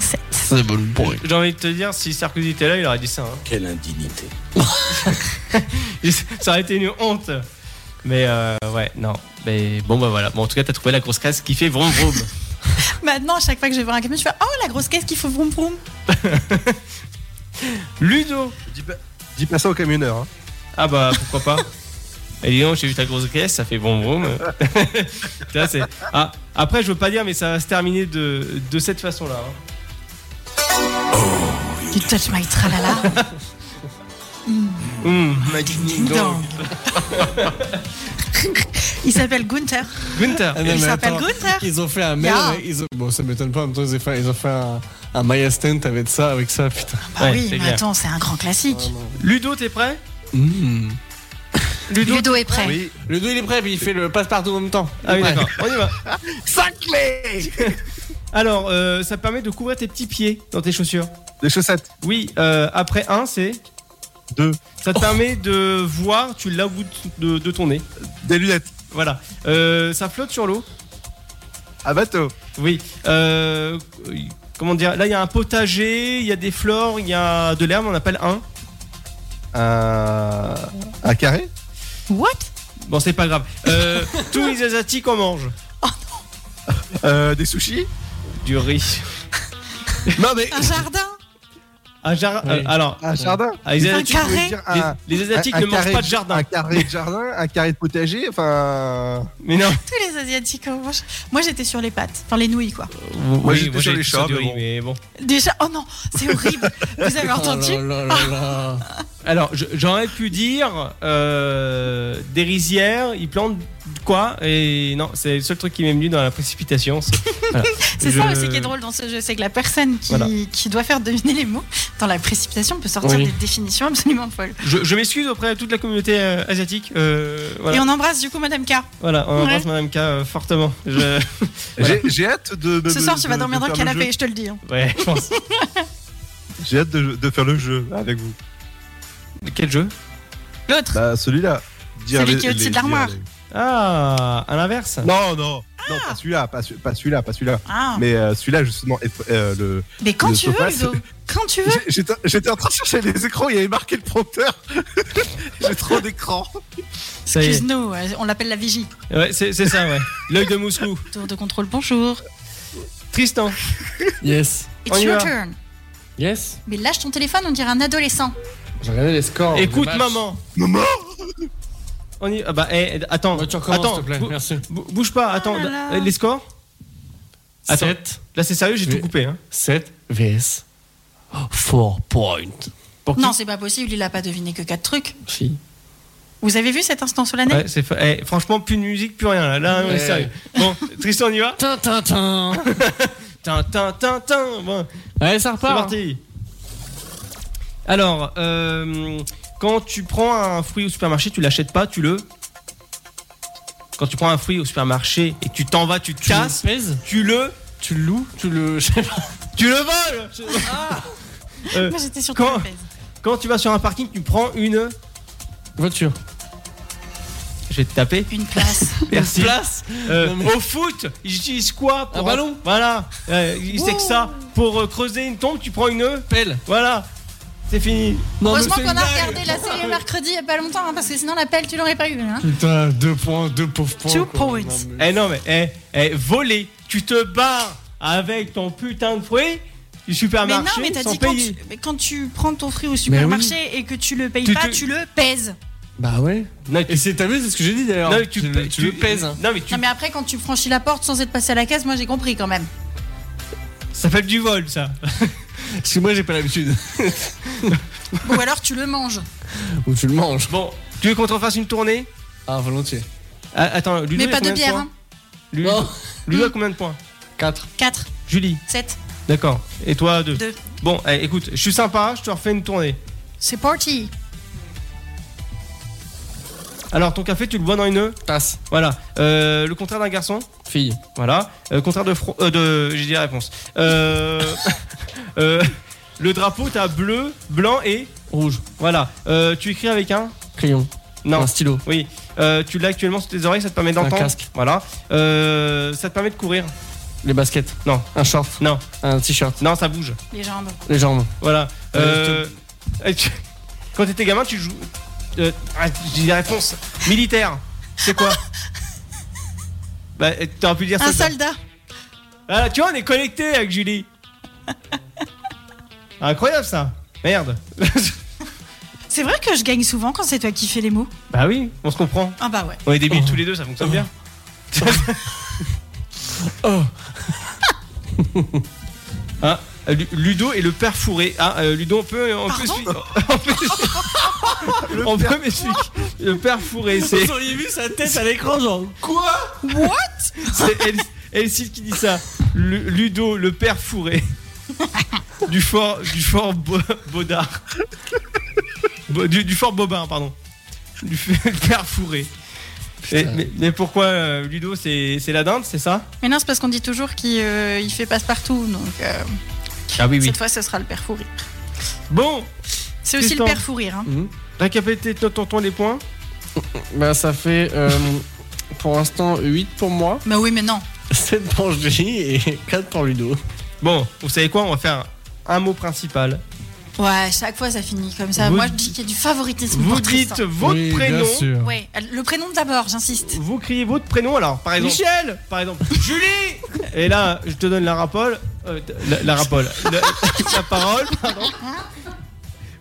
[SPEAKER 3] Sept.
[SPEAKER 4] c'est bon point.
[SPEAKER 2] J'ai envie de te dire, si Sarkozy était là, il aurait dit ça. hein.
[SPEAKER 9] Quelle indignité.
[SPEAKER 2] Ça aurait été une honte. Mais euh, ouais, non. Mais bon, bah voilà. Bon, en tout cas, t'as trouvé la grosse caisse qui fait vroom vroom.
[SPEAKER 3] Maintenant, à chaque fois que je vais voir un camion, je fais Oh la grosse caisse qui fait vroom vroom.
[SPEAKER 2] Ludo.
[SPEAKER 5] Dis pas, dis pas ça au camionneur. hein.
[SPEAKER 2] Ah bah pourquoi pas. Et dis donc, j'ai vu ta grosse caisse, ça fait vroom vroom. Tu vois, c'est- ah, après, je veux pas dire, mais ça va se terminer de, de cette façon-là. hein.
[SPEAKER 3] You touch my tralala.
[SPEAKER 2] Hum.
[SPEAKER 3] Non. Il s'appelle Gunther.
[SPEAKER 2] Gunther.
[SPEAKER 4] Ah non,
[SPEAKER 3] Il
[SPEAKER 4] mais
[SPEAKER 3] s'appelle
[SPEAKER 4] attends,
[SPEAKER 3] Gunther.
[SPEAKER 4] Ils ont fait un mail.
[SPEAKER 3] Yeah.
[SPEAKER 4] Ils ont... Bon, ça m'étonne pas. En même temps, ils ont fait, ils ont fait un, un Maya Stent avec ça, avec ça, putain.
[SPEAKER 3] Bah
[SPEAKER 2] Ouais,
[SPEAKER 3] oui,
[SPEAKER 2] c'est
[SPEAKER 3] mais
[SPEAKER 2] clair.
[SPEAKER 3] attends, c'est un grand classique.
[SPEAKER 2] Ludo, t'es prêt
[SPEAKER 4] Mmh.
[SPEAKER 2] Ludo,
[SPEAKER 3] Ludo est prêt.
[SPEAKER 5] Oui,
[SPEAKER 4] Le dos, il est prêt, puis il fait le passe-partout en même temps.
[SPEAKER 2] Ah oui,
[SPEAKER 4] Ouais.
[SPEAKER 2] d'accord, on y va. Alors, euh, ça permet de couvrir tes petits pieds dans tes chaussures.
[SPEAKER 5] des chaussettes.
[SPEAKER 2] Oui, euh, après un, c'est.
[SPEAKER 5] Deux.
[SPEAKER 2] Ça te permet de voir, tu l'as au bout de, de ton nez.
[SPEAKER 5] Des lunettes.
[SPEAKER 2] Voilà. Euh, ça flotte sur l'eau.
[SPEAKER 5] Un bateau.
[SPEAKER 2] Oui. Euh, comment dire Là, il y a un potager, il y a des fleurs, il y a de l'herbe, on appelle un.
[SPEAKER 5] Un, un carré.
[SPEAKER 3] What
[SPEAKER 2] Bon, c'est pas grave. Euh, tous les Asiatiques en mangent.
[SPEAKER 5] Euh, des sushis.
[SPEAKER 2] Du riz.
[SPEAKER 4] Non, mais
[SPEAKER 3] Un jardin
[SPEAKER 2] Un jardin.
[SPEAKER 4] Oui.
[SPEAKER 2] euh, alors,
[SPEAKER 5] Un jardin
[SPEAKER 2] ah, les, Asiatiques,
[SPEAKER 5] Vous voulez
[SPEAKER 3] carré
[SPEAKER 5] dire
[SPEAKER 2] les-
[SPEAKER 5] Ah. un-
[SPEAKER 2] les Asiatiques
[SPEAKER 5] un- un
[SPEAKER 2] ne mangent
[SPEAKER 5] carré-
[SPEAKER 2] pas de jardin.
[SPEAKER 5] Un carré de jardin, un carré de potager, enfin.
[SPEAKER 2] Mais non.
[SPEAKER 3] Tous les Asiatiques en revanche. Moi, j'étais sur les pâtes, enfin les nouilles, quoi.
[SPEAKER 5] Moi, j'étais sur
[SPEAKER 2] j'ai
[SPEAKER 5] les
[SPEAKER 2] été
[SPEAKER 5] chats,
[SPEAKER 2] de
[SPEAKER 5] mais
[SPEAKER 2] riz,
[SPEAKER 5] bon.
[SPEAKER 2] mais bon.
[SPEAKER 3] Déjà, oh non, c'est horrible. Vous avez entendu
[SPEAKER 4] Oh là là là là.
[SPEAKER 2] Alors, je- j'aurais pu dire euh, des rizières, ils plantent quoi Et non, c'est le seul truc qui m'est venu dans la précipitation. c'est- voilà.
[SPEAKER 3] C'est
[SPEAKER 2] Je-
[SPEAKER 3] ça aussi qui est drôle dans ce jeu, c'est que la personne qui,
[SPEAKER 2] Voilà.
[SPEAKER 3] qui doit faire deviner les mots dans la précipitation peut sortir
[SPEAKER 4] Oui.
[SPEAKER 3] des définitions absolument folles.
[SPEAKER 2] Je, je m'excuse auprès de toute la communauté euh, asiatique. euh, voilà,
[SPEAKER 3] Et
[SPEAKER 2] on...
[SPEAKER 3] on embrasse du coup Madame K.
[SPEAKER 2] voilà, on embrasse
[SPEAKER 3] Ouais.
[SPEAKER 2] Madame K euh, fortement. Je...
[SPEAKER 5] J'ai- J'ai hâte de. de-
[SPEAKER 3] Ce
[SPEAKER 5] de-
[SPEAKER 3] soir, tu
[SPEAKER 5] de-
[SPEAKER 3] vas
[SPEAKER 5] de
[SPEAKER 3] dormir dans le
[SPEAKER 5] faire
[SPEAKER 3] canapé,
[SPEAKER 5] jeu.
[SPEAKER 3] je te le dis. hein.
[SPEAKER 2] Ouais, je pense.
[SPEAKER 5] J'ai hâte de, de faire le jeu avec vous.
[SPEAKER 2] Quel jeu
[SPEAKER 3] L'autre,
[SPEAKER 5] Bah, celui-là. Dire
[SPEAKER 3] Celui
[SPEAKER 5] les-
[SPEAKER 3] qui est au-dessus
[SPEAKER 5] les-
[SPEAKER 3] de l'armoire.
[SPEAKER 5] dire
[SPEAKER 2] Ah, à l'inverse.
[SPEAKER 5] les- Non, non, non, pas celui-là, pas, celui- pas celui-là, pas celui-là.
[SPEAKER 3] Ah. Mais,
[SPEAKER 5] Mais euh, celui-là, justement, est- euh, le.
[SPEAKER 3] quand
[SPEAKER 5] le
[SPEAKER 3] tu veux,
[SPEAKER 5] sofa,
[SPEAKER 3] Ludo. Quand tu veux.
[SPEAKER 5] J'ai- J'étais j'étais en train de chercher les écrans, il y avait marqué le prompteur. J'ai trop d'écrans.
[SPEAKER 2] Ça y est.
[SPEAKER 3] Excuse-nous, euh, on l'appelle la vigie.
[SPEAKER 2] Ouais, c'est c'est ça, ouais. L'œil de Moscou.
[SPEAKER 3] Tour de contrôle, bonjour.
[SPEAKER 2] Tristan.
[SPEAKER 4] Yes.
[SPEAKER 2] On
[SPEAKER 3] It's
[SPEAKER 2] y
[SPEAKER 3] your
[SPEAKER 2] va.
[SPEAKER 3] turn.
[SPEAKER 4] Yes.
[SPEAKER 3] Mais lâche ton téléphone, on dirait un adolescent.
[SPEAKER 4] J'ai regardé les scores. des
[SPEAKER 2] Écoute,
[SPEAKER 4] matchs.
[SPEAKER 2] maman.
[SPEAKER 5] Maman
[SPEAKER 2] On y. Ah bah, eh, attends.
[SPEAKER 4] Moi, tu recommences,
[SPEAKER 2] attends,
[SPEAKER 4] s'il te plaît.
[SPEAKER 2] bou-
[SPEAKER 4] Merci.
[SPEAKER 2] bou- Bouge pas, attends.
[SPEAKER 3] Ah là là.
[SPEAKER 2] euh, Les scores Attends.
[SPEAKER 4] 7,
[SPEAKER 2] Là, c'est sérieux, j'ai
[SPEAKER 4] Mais-
[SPEAKER 2] tout coupé. Hein.
[SPEAKER 4] 7 vs 4 points.
[SPEAKER 2] Pour qui
[SPEAKER 3] Non, c'est pas possible, il a pas deviné que quatre trucs.
[SPEAKER 4] Si.
[SPEAKER 3] Vous avez vu cet instant solennel
[SPEAKER 2] Ouais, c'est fa- eh, franchement, plus de musique, plus rien. Là, là on est
[SPEAKER 4] Ouais.
[SPEAKER 2] sérieux. Bon, Tristan, on y va
[SPEAKER 4] Tin, tin, tin.
[SPEAKER 2] Tin, tin, tin, tin. Bon,
[SPEAKER 4] Allez, ça
[SPEAKER 2] c'est
[SPEAKER 4] repart.
[SPEAKER 2] parti. Alors, euh, quand tu prends un fruit au supermarché, tu l'achètes pas, tu le. Quand tu prends un fruit au supermarché et que tu t'en vas, tu te
[SPEAKER 4] Tu
[SPEAKER 2] casses,
[SPEAKER 4] le pèses
[SPEAKER 2] tu le.
[SPEAKER 4] Tu le loues Tu le. je sais pas.
[SPEAKER 2] Tu le voles Euh,
[SPEAKER 3] Moi, j'étais sur
[SPEAKER 2] quand-
[SPEAKER 3] ton iPad.
[SPEAKER 2] Quand tu vas sur un parking, tu prends une.
[SPEAKER 4] Voiture.
[SPEAKER 2] Je vais te taper.
[SPEAKER 3] Une place.
[SPEAKER 2] Merci.
[SPEAKER 4] Place.
[SPEAKER 2] Euh,
[SPEAKER 4] Non, mais-
[SPEAKER 2] Au foot, ils utilisent quoi pour
[SPEAKER 4] Un ballon
[SPEAKER 2] Voilà. Euh, ils
[SPEAKER 4] Ouh.
[SPEAKER 2] savent que ça. Pour euh, creuser une tombe, tu prends une.
[SPEAKER 4] Pelle.
[SPEAKER 2] Voilà. C'est fini.
[SPEAKER 4] Non,
[SPEAKER 3] Heureusement
[SPEAKER 4] mais
[SPEAKER 3] qu'on
[SPEAKER 4] c'est
[SPEAKER 3] a
[SPEAKER 4] une blague.
[SPEAKER 3] regardé la série mercredi il y a pas longtemps, hein, parce que sinon l'appel, tu l'aurais pas eu. hein.
[SPEAKER 4] Putain, 2 points, 2 pauvres points.
[SPEAKER 3] Two
[SPEAKER 4] quoi.
[SPEAKER 3] points.
[SPEAKER 4] Non, mais-
[SPEAKER 2] Eh non, mais eh, eh, voler. Tu te barres avec ton putain de fruit du
[SPEAKER 3] Mais
[SPEAKER 2] supermarché
[SPEAKER 3] non, mais t'as
[SPEAKER 2] Ah, sans
[SPEAKER 3] dit quand
[SPEAKER 2] payer.
[SPEAKER 3] tu, mais quand tu prends ton fruit au supermarché et que tu le payes
[SPEAKER 2] Tu
[SPEAKER 3] pas,
[SPEAKER 2] te-
[SPEAKER 3] tu le pèses.
[SPEAKER 4] Bah ouais.
[SPEAKER 2] Non,
[SPEAKER 4] Et c'est t'amuses, c'est ce que j'ai dit d'ailleurs.
[SPEAKER 2] non, mais tu,
[SPEAKER 4] le-
[SPEAKER 2] pè-
[SPEAKER 4] tu le pèses. hein.
[SPEAKER 2] Non, mais tu,
[SPEAKER 3] Non, mais après, quand tu franchis la porte sans être passé à la caisse, moi j'ai compris quand même.
[SPEAKER 2] ça fait du vol, ça.
[SPEAKER 4] Parce que moi j'ai pas l'habitude.
[SPEAKER 3] Ou alors tu le manges.
[SPEAKER 4] Ou tu le manges.
[SPEAKER 2] Bon, tu veux qu'on te refasse une tournée
[SPEAKER 4] Ah, volontiers.
[SPEAKER 2] Ah, Attends, Ludo,
[SPEAKER 3] mais
[SPEAKER 2] il a
[SPEAKER 3] pas de
[SPEAKER 2] combien
[SPEAKER 3] bière.
[SPEAKER 2] points
[SPEAKER 3] Hein.
[SPEAKER 2] Ludo,
[SPEAKER 4] Non.
[SPEAKER 2] Ludo a combien de points
[SPEAKER 4] 4.
[SPEAKER 3] 4,
[SPEAKER 2] Julie,
[SPEAKER 3] 7,
[SPEAKER 2] d'accord. Et toi, deux.
[SPEAKER 3] 2.
[SPEAKER 2] Bon, eh, écoute, je suis sympa, je te refais une tournée.
[SPEAKER 3] C'est parti.
[SPEAKER 2] Alors, ton café, tu le bois dans une œuf
[SPEAKER 4] Tasse.
[SPEAKER 2] Voilà. Euh, le contraire d'un garçon
[SPEAKER 4] Fille.
[SPEAKER 2] Voilà. Euh, contraire de. fro- euh, de J'ai dit la réponse. Euh, euh, le drapeau, t'as bleu, blanc et.
[SPEAKER 4] Rouge.
[SPEAKER 2] Voilà. Euh, tu écris avec un
[SPEAKER 4] Crayon.
[SPEAKER 2] Non.
[SPEAKER 4] Un stylo.
[SPEAKER 2] Oui. Euh, tu l'as actuellement sur tes oreilles, ça te permet d'entendre.
[SPEAKER 4] casque.
[SPEAKER 2] Voilà. Euh, ça te permet de courir.
[SPEAKER 4] Les baskets.
[SPEAKER 2] Non.
[SPEAKER 4] Un short.
[SPEAKER 2] Non.
[SPEAKER 4] Un t-shirt.
[SPEAKER 2] Non, ça bouge.
[SPEAKER 3] Les jambes.
[SPEAKER 4] Les jambes.
[SPEAKER 2] Voilà.
[SPEAKER 4] Euh,
[SPEAKER 2] Euh, et tu- Quand t'étais gamin, tu joues. Euh, ah, J'ai dit la réponse. Militaire. C'est quoi Bah, t'aurais pu dire
[SPEAKER 3] Un
[SPEAKER 2] ça.
[SPEAKER 3] soldat.
[SPEAKER 2] Ah, tu vois, on est connecté avec Julie. Incroyable ça. Merde.
[SPEAKER 3] C'est vrai que je gagne souvent quand c'est toi qui fais les mots.
[SPEAKER 2] bah oui, on se comprend.
[SPEAKER 3] Ah bah ouais.
[SPEAKER 2] On est débiles tous les deux, ça fonctionne bien.
[SPEAKER 4] Oh.
[SPEAKER 2] Ah, Lu- Ludo est le père fourré. Ah, euh, Ludo, on peut, on peut,
[SPEAKER 3] Pardon
[SPEAKER 2] suivre- on peut, on peut m'expliquer. Le père fourré, c'est,
[SPEAKER 4] auriez vu sa tête à l'écran, genre.
[SPEAKER 2] c'est El- Elsif qui dit ça. Lu- Ludo, le père fourré du fort, du fort Bo- Baudard, Bo- du, du fort Bobin, pardon, du f- le père fourré. Et- mais, mais pourquoi euh, Ludo, c'est, c'est la dinde, c'est ça
[SPEAKER 3] Mais non, c'est parce qu'on dit toujours qu'il euh, il fait passe-partout. Donc euh,
[SPEAKER 2] Ah oui,
[SPEAKER 3] cette fois, ce sera le père fou rire.
[SPEAKER 2] Bon,
[SPEAKER 3] C'est aussi
[SPEAKER 2] Tristan.
[SPEAKER 3] le père fou rire.
[SPEAKER 2] Mm.
[SPEAKER 3] hein.
[SPEAKER 2] récapitulez ton tonton les points.
[SPEAKER 4] Bah ça fait euh, pour l'instant 8 pour moi,
[SPEAKER 3] Bah oui, mais non.
[SPEAKER 4] 7 pour Julie et 4 pour Ludo.
[SPEAKER 2] Bon, vous savez quoi On va faire un mot principal.
[SPEAKER 3] Ouais, chaque fois ça finit comme ça.
[SPEAKER 2] Vous
[SPEAKER 3] Moi je
[SPEAKER 2] dites-
[SPEAKER 3] dis qu'il y a du favoritisme
[SPEAKER 2] Vous
[SPEAKER 3] pour
[SPEAKER 2] dites
[SPEAKER 3] Tristan.
[SPEAKER 2] votre prénom.
[SPEAKER 3] Ouais, le prénom d'abord, j'insiste.
[SPEAKER 2] Vous criez votre prénom alors, par exemple. Michel Par exemple. Julie Et là, je te donne la rapole. Euh, la, la rapole. Le- la parole, pardon.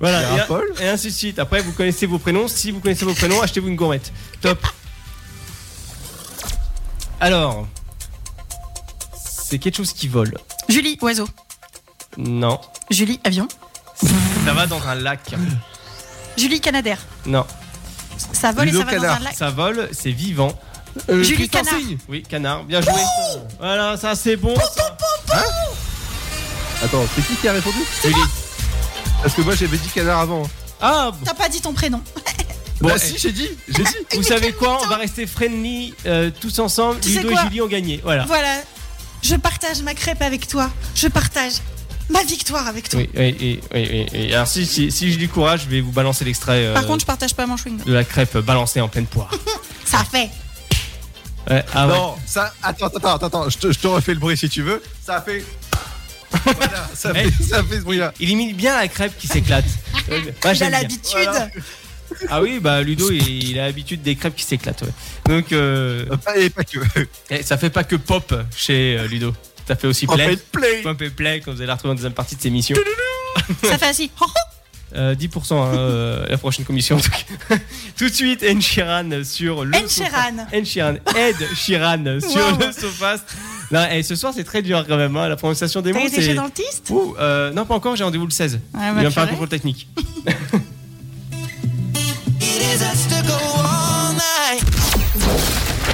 [SPEAKER 2] Voilà,
[SPEAKER 5] La
[SPEAKER 2] et-
[SPEAKER 5] rapole
[SPEAKER 2] et, ainsi de suite. Après, vous connaissez vos prénoms. Si vous connaissez vos prénoms, achetez-vous une gourmette. Top. Alors, c'est quelque chose qui vole.
[SPEAKER 3] Julie, oiseau.
[SPEAKER 2] Non,
[SPEAKER 3] Julie, avion.
[SPEAKER 2] ça va dans un lac.
[SPEAKER 3] Julie, canadaire.
[SPEAKER 2] Non,
[SPEAKER 3] Ça vole et ça
[SPEAKER 5] Ludo
[SPEAKER 3] va dans un
[SPEAKER 5] canard.
[SPEAKER 3] lac.
[SPEAKER 2] ça vole, c'est vivant.
[SPEAKER 4] Euh,
[SPEAKER 3] Julie
[SPEAKER 4] Christian
[SPEAKER 3] Canard.
[SPEAKER 4] Signe.
[SPEAKER 2] Oui, canard, bien joué. Voilà, ça c'est bon. ça.
[SPEAKER 5] Attends, c'est qui qui a répondu
[SPEAKER 2] Julie.
[SPEAKER 5] Parce que moi j'avais dit canard avant. Bah,
[SPEAKER 2] Ah,
[SPEAKER 3] T'as pas dit ton prénom.
[SPEAKER 2] Bon,
[SPEAKER 5] Bon,
[SPEAKER 2] eh.
[SPEAKER 5] si, j'ai dit, j'ai dit.
[SPEAKER 2] vous savez quoi On va rester friendly euh, tous ensemble.
[SPEAKER 3] Tu sais
[SPEAKER 2] Ludo et
[SPEAKER 3] quoi
[SPEAKER 2] Julie ont gagné. Voilà.
[SPEAKER 3] Voilà. Je partage ma crêpe avec toi. Je partage ma victoire avec toi.
[SPEAKER 2] Oui, oui, oui, oui, oui, oui. Alors si, si, si j'ai du courage, je vais vous balancer l'extrait euh,
[SPEAKER 3] Par contre, je partage pas mon chewing-gum.
[SPEAKER 2] de la crêpe balancée en pleine poire.
[SPEAKER 3] Ça fait.
[SPEAKER 2] Ouais, ah ouais.
[SPEAKER 5] Non, ça. Attends, attends, attends, attends, je te, je te refais le bruit si tu veux. Ça a fait. Voilà, ça, fait
[SPEAKER 2] Eh.
[SPEAKER 5] ça fait ce bruit-là.
[SPEAKER 2] Il imite bien la crêpe qui s'éclate. Ouais, moi,
[SPEAKER 3] Il a
[SPEAKER 2] j'aime bien.
[SPEAKER 3] l'habitude.
[SPEAKER 5] Voilà.
[SPEAKER 2] Ah oui, bah Ludo, il, il a l'habitude des crêpes qui s'éclatent. ouais. Donc euh,
[SPEAKER 5] Et pas que.
[SPEAKER 2] eh, ça fait pas que pop chez euh, Ludo. Ça fait aussi
[SPEAKER 5] En
[SPEAKER 2] play.
[SPEAKER 5] fait, play.
[SPEAKER 2] Pump et play, comme vous allez la retrouver en deuxième partie de cette émission.
[SPEAKER 3] Ça fait assis. Oh, oh.
[SPEAKER 2] Euh, 10% hein, euh, la prochaine commission en tout cas. tout de suite, N. Sheeran sur le.
[SPEAKER 3] Ed Sheeran.
[SPEAKER 2] Ed Sheeran, Ed Sheeran sur
[SPEAKER 3] Wow.
[SPEAKER 2] le Sofast. Non, et ce soir, c'est très dur quand même. hein. La prononciation des
[SPEAKER 3] T'as
[SPEAKER 2] mots,
[SPEAKER 3] été chez
[SPEAKER 2] c'est.
[SPEAKER 3] dentiste
[SPEAKER 2] Ouh, euh, non, pas encore, j'ai rendez-vous le 16.
[SPEAKER 3] Ah,
[SPEAKER 2] Il
[SPEAKER 3] bah,
[SPEAKER 2] va me faire un
[SPEAKER 3] purée.
[SPEAKER 2] contrôle technique.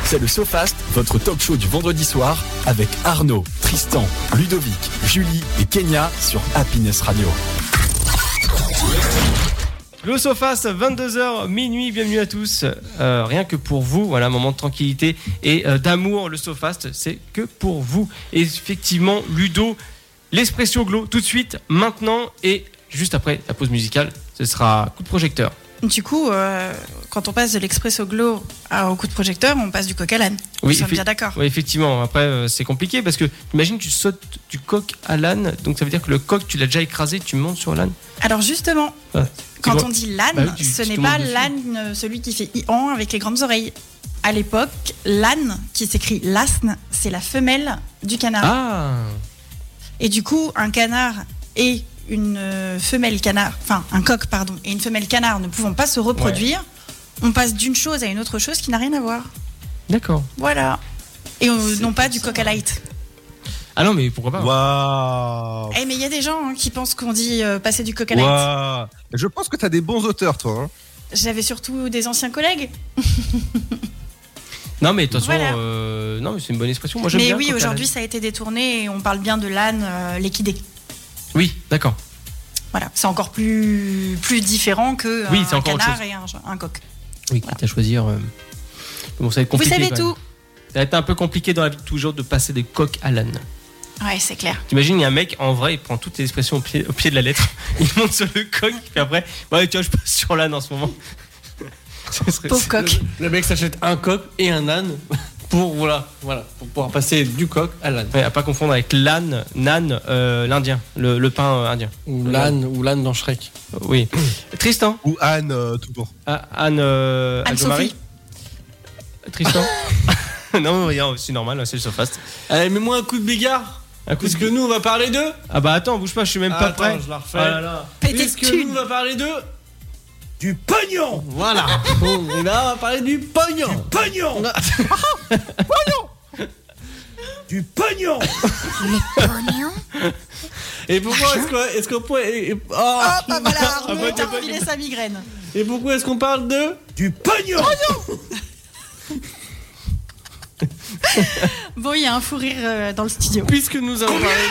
[SPEAKER 1] C'est le SoFast, votre talk show du vendredi soir avec Arnaud, Tristan, Ludovic, Julie et Kenya sur Happiness Radio.
[SPEAKER 2] Le Sofast, 22h, minuit, bienvenue à tous. Euh, rien que pour vous, voilà, moment de tranquillité et euh, d'amour. Le Sofast, c'est que pour vous. Et effectivement, Ludo, l'espresso glow, tout de suite, maintenant et juste après la pause musicale, ce sera coup de projecteur.
[SPEAKER 3] Du coup, euh, quand on passe de l'expresso glow à- au coup de projecteur, on passe du coq à l'âne.
[SPEAKER 2] Oui,
[SPEAKER 3] Nous sommes
[SPEAKER 2] effe-
[SPEAKER 3] bien d'accord.
[SPEAKER 2] Oui, effectivement. Après, euh, c'est compliqué parce que imagine, tu sautes du coq à l'âne, donc ça veut dire que le coq, tu l'as déjà écrasé, tu montes sur l'âne.
[SPEAKER 3] Alors justement,
[SPEAKER 2] Ah,
[SPEAKER 3] quand
[SPEAKER 2] vois-
[SPEAKER 3] on dit l'âne,
[SPEAKER 2] Bah oui, tu-
[SPEAKER 3] ce
[SPEAKER 2] tu
[SPEAKER 3] n'est
[SPEAKER 2] te
[SPEAKER 3] pas
[SPEAKER 2] montes dessus.
[SPEAKER 3] l'âne, euh, celui qui fait i-an avec les grandes oreilles. À l'époque, l'âne, qui s'écrit l'asne, c'est la femelle du canard.
[SPEAKER 2] Ah,
[SPEAKER 3] Et du coup, un canard et une euh, femelle canard, enfin un coq pardon, et une femelle canard ne pouvant pas se reproduire, on passe d'une chose à une autre chose qui n'a rien à voir.
[SPEAKER 2] d'accord.
[SPEAKER 3] Voilà. Et on- non pas du coq à light.
[SPEAKER 2] Ah non, mais pourquoi pas
[SPEAKER 5] Waouh.
[SPEAKER 3] Eh mais il y a des gens hein, qui pensent qu'on dit euh, passer du coq à light.
[SPEAKER 5] Waouh. Je pense que t'as des bons auteurs, toi. hein.
[SPEAKER 3] J'avais surtout des anciens collègues.
[SPEAKER 2] Non, mais de toute façon,
[SPEAKER 3] Voilà.
[SPEAKER 2] euh, non, mais c'est une bonne expression. Moi, j'aime
[SPEAKER 3] Mais
[SPEAKER 2] bien.
[SPEAKER 3] oui,
[SPEAKER 2] coq à l'âne.
[SPEAKER 3] aujourd'hui ça a été détourné et on parle bien de l'âne, euh, l'équidé.
[SPEAKER 2] Oui, d'accord.
[SPEAKER 3] Voilà, c'est encore plus plus différent que
[SPEAKER 2] Oui, c'est
[SPEAKER 3] un
[SPEAKER 2] encore autre
[SPEAKER 3] canard et un, un coq.
[SPEAKER 2] Oui, quitte à choisir. euh, Bon, ça va être compliqué.
[SPEAKER 3] Vous savez
[SPEAKER 2] quand même.
[SPEAKER 3] tout.
[SPEAKER 2] Ça va être un peu compliqué dans la vie de toujours de passer des coqs à l'âne.
[SPEAKER 3] Ouais, c'est clair.
[SPEAKER 2] T'imagines, il y a un mec, en vrai, il prend toutes les expressions au pied, au pied de la lettre, il monte sur le coq, puis après, ouais, tu vois, je passe sur l'âne en ce moment. Ce serait-
[SPEAKER 3] Pauvre coq.
[SPEAKER 4] Le mec s'achète un coq et un âne pour, voilà, voilà, pour pouvoir passer du coq à l'âne.
[SPEAKER 2] Ouais, à pas confondre avec l'âne, nan, euh, l'indien, le, le pain euh, indien.
[SPEAKER 4] Ou l'âne, ou l'âne dans Shrek.
[SPEAKER 2] Euh, Oui. Tristan,
[SPEAKER 5] Ou Anne, euh, tout court.
[SPEAKER 2] Ah, Anne, euh, Adjomari.
[SPEAKER 3] Anne-Sophie.
[SPEAKER 2] Tristan. non, mais rien, c'est normal, c'est le surface.
[SPEAKER 4] Allez, mets-moi un coup de bigard.
[SPEAKER 2] Un coup de-
[SPEAKER 4] Parce que nous, on va parler d'eux.
[SPEAKER 2] Ah bah attends, bouge pas, je suis même pas
[SPEAKER 4] Attends,
[SPEAKER 2] prêt.
[SPEAKER 4] je la refais.
[SPEAKER 2] Ah là là.
[SPEAKER 3] Pété de
[SPEAKER 4] Est-ce que
[SPEAKER 3] thunes.
[SPEAKER 4] nous, on va parler de. Du pognon Voilà Et là, on va parler du pognon Ah, Du pognon Du pognon Et pourquoi est-ce qu'on est-ce qu'on peut- et- et- oh.
[SPEAKER 3] Hop, ah, voilà,
[SPEAKER 2] Ah,
[SPEAKER 3] Arnaud,
[SPEAKER 2] bonne
[SPEAKER 3] t'as
[SPEAKER 2] bonne.
[SPEAKER 3] refilé sa migraine.
[SPEAKER 4] Et pourquoi est-ce qu'on parle de Du pognon
[SPEAKER 3] Bon, il y a un fou rire euh, dans le studio.
[SPEAKER 4] Puisque nous avons parlé